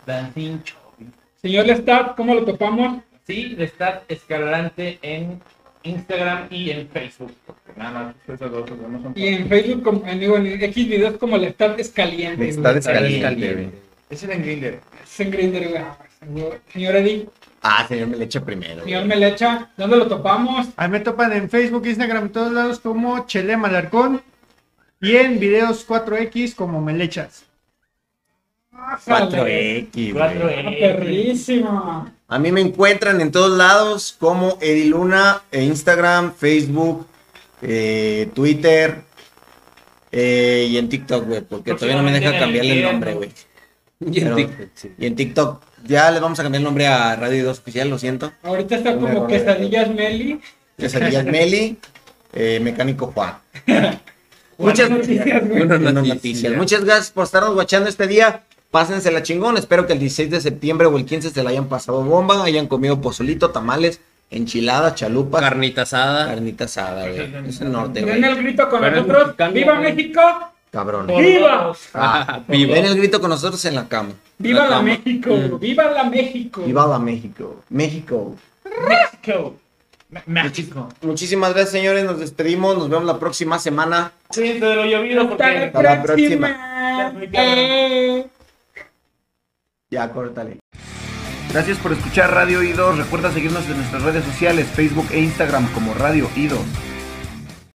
[SPEAKER 7] Dancing Chubby.
[SPEAKER 9] Señor Lestat, ¿cómo lo topamos?
[SPEAKER 7] Sí, de estar escalante en Instagram y en Facebook. Porque nada más esos dos los demás son-
[SPEAKER 9] Y en Facebook, como, en, digo, en X videos como Lestat es caliente. güey.
[SPEAKER 6] Está descaliente.
[SPEAKER 7] Caliente.
[SPEAKER 6] güey.
[SPEAKER 7] Ese era en Grindr.
[SPEAKER 9] Es en Grindr, güey. Ah, señor- Señor Eddie,
[SPEAKER 6] Ah, señor, me le echa primero.
[SPEAKER 9] señor
[SPEAKER 6] güey.
[SPEAKER 9] Melecha, ¿dónde lo topamos?
[SPEAKER 10] A mí me topan en Facebook, Instagram, en todos lados como Chele Malarcón. Y en videos 4X como Melechas.
[SPEAKER 9] E.
[SPEAKER 6] 4X, güey.
[SPEAKER 7] 4E.
[SPEAKER 9] Ah, Perrísima.
[SPEAKER 6] A mí me encuentran en todos lados como Ediluna, e Instagram, Facebook, eh, Twitter eh, y en TikTok, güey, porque todavía no me deja cambiarle el nombre, güey.
[SPEAKER 8] Y en
[SPEAKER 6] Pero-
[SPEAKER 8] TikTok, sí.
[SPEAKER 6] Y en TikTok, ya le vamos a cambiar el nombre a Radio 2 Oficial, lo siento.
[SPEAKER 9] Ahorita está
[SPEAKER 6] Un
[SPEAKER 9] como
[SPEAKER 6] error,
[SPEAKER 9] quesadillas Meli. <laughs>
[SPEAKER 6] Quesadillas Meli, eh, Mecánico Juan. Muchas
[SPEAKER 9] Buenas noticias, güey.
[SPEAKER 6] Buenas noticias. Muchas gracias por estarnos guachando este día. Pásensela chingón. Espero que el 16 de septiembre o el 15 se la hayan pasado bomba, hayan comido pozolito, tamales, enchiladas, chalupas.
[SPEAKER 8] Carnita asada.
[SPEAKER 6] Carnita asada, güey. Es el norte,
[SPEAKER 9] Den
[SPEAKER 6] güey.
[SPEAKER 9] el grito con
[SPEAKER 8] Pero es
[SPEAKER 9] nosotros.
[SPEAKER 8] mexicano,
[SPEAKER 9] ¡Viva
[SPEAKER 8] güey.
[SPEAKER 9] México!
[SPEAKER 6] Cabrón.
[SPEAKER 7] Por
[SPEAKER 9] ¡Viva!
[SPEAKER 7] dos.
[SPEAKER 6] Ah,
[SPEAKER 8] Viva.
[SPEAKER 6] Ven el grito con nosotros en la cama.
[SPEAKER 9] ¡Viva la
[SPEAKER 6] cama.
[SPEAKER 9] México!
[SPEAKER 8] Mm.
[SPEAKER 9] ¡Viva la México!
[SPEAKER 6] Viva la México. México.
[SPEAKER 7] México. Me- México.
[SPEAKER 6] Muchísimas gracias, señores. Nos despedimos. Nos vemos la próxima semana.
[SPEAKER 7] Sí, de lo llovido
[SPEAKER 9] Hasta
[SPEAKER 7] porque.
[SPEAKER 9] la
[SPEAKER 6] Hasta la
[SPEAKER 9] próxima.
[SPEAKER 7] Ya, muy cabrón.
[SPEAKER 9] Eh.
[SPEAKER 6] Ya, córtale.
[SPEAKER 11] Gracias por escuchar Radio I2. Recuerda seguirnos en nuestras redes sociales, Facebook e Instagram como Radio I2.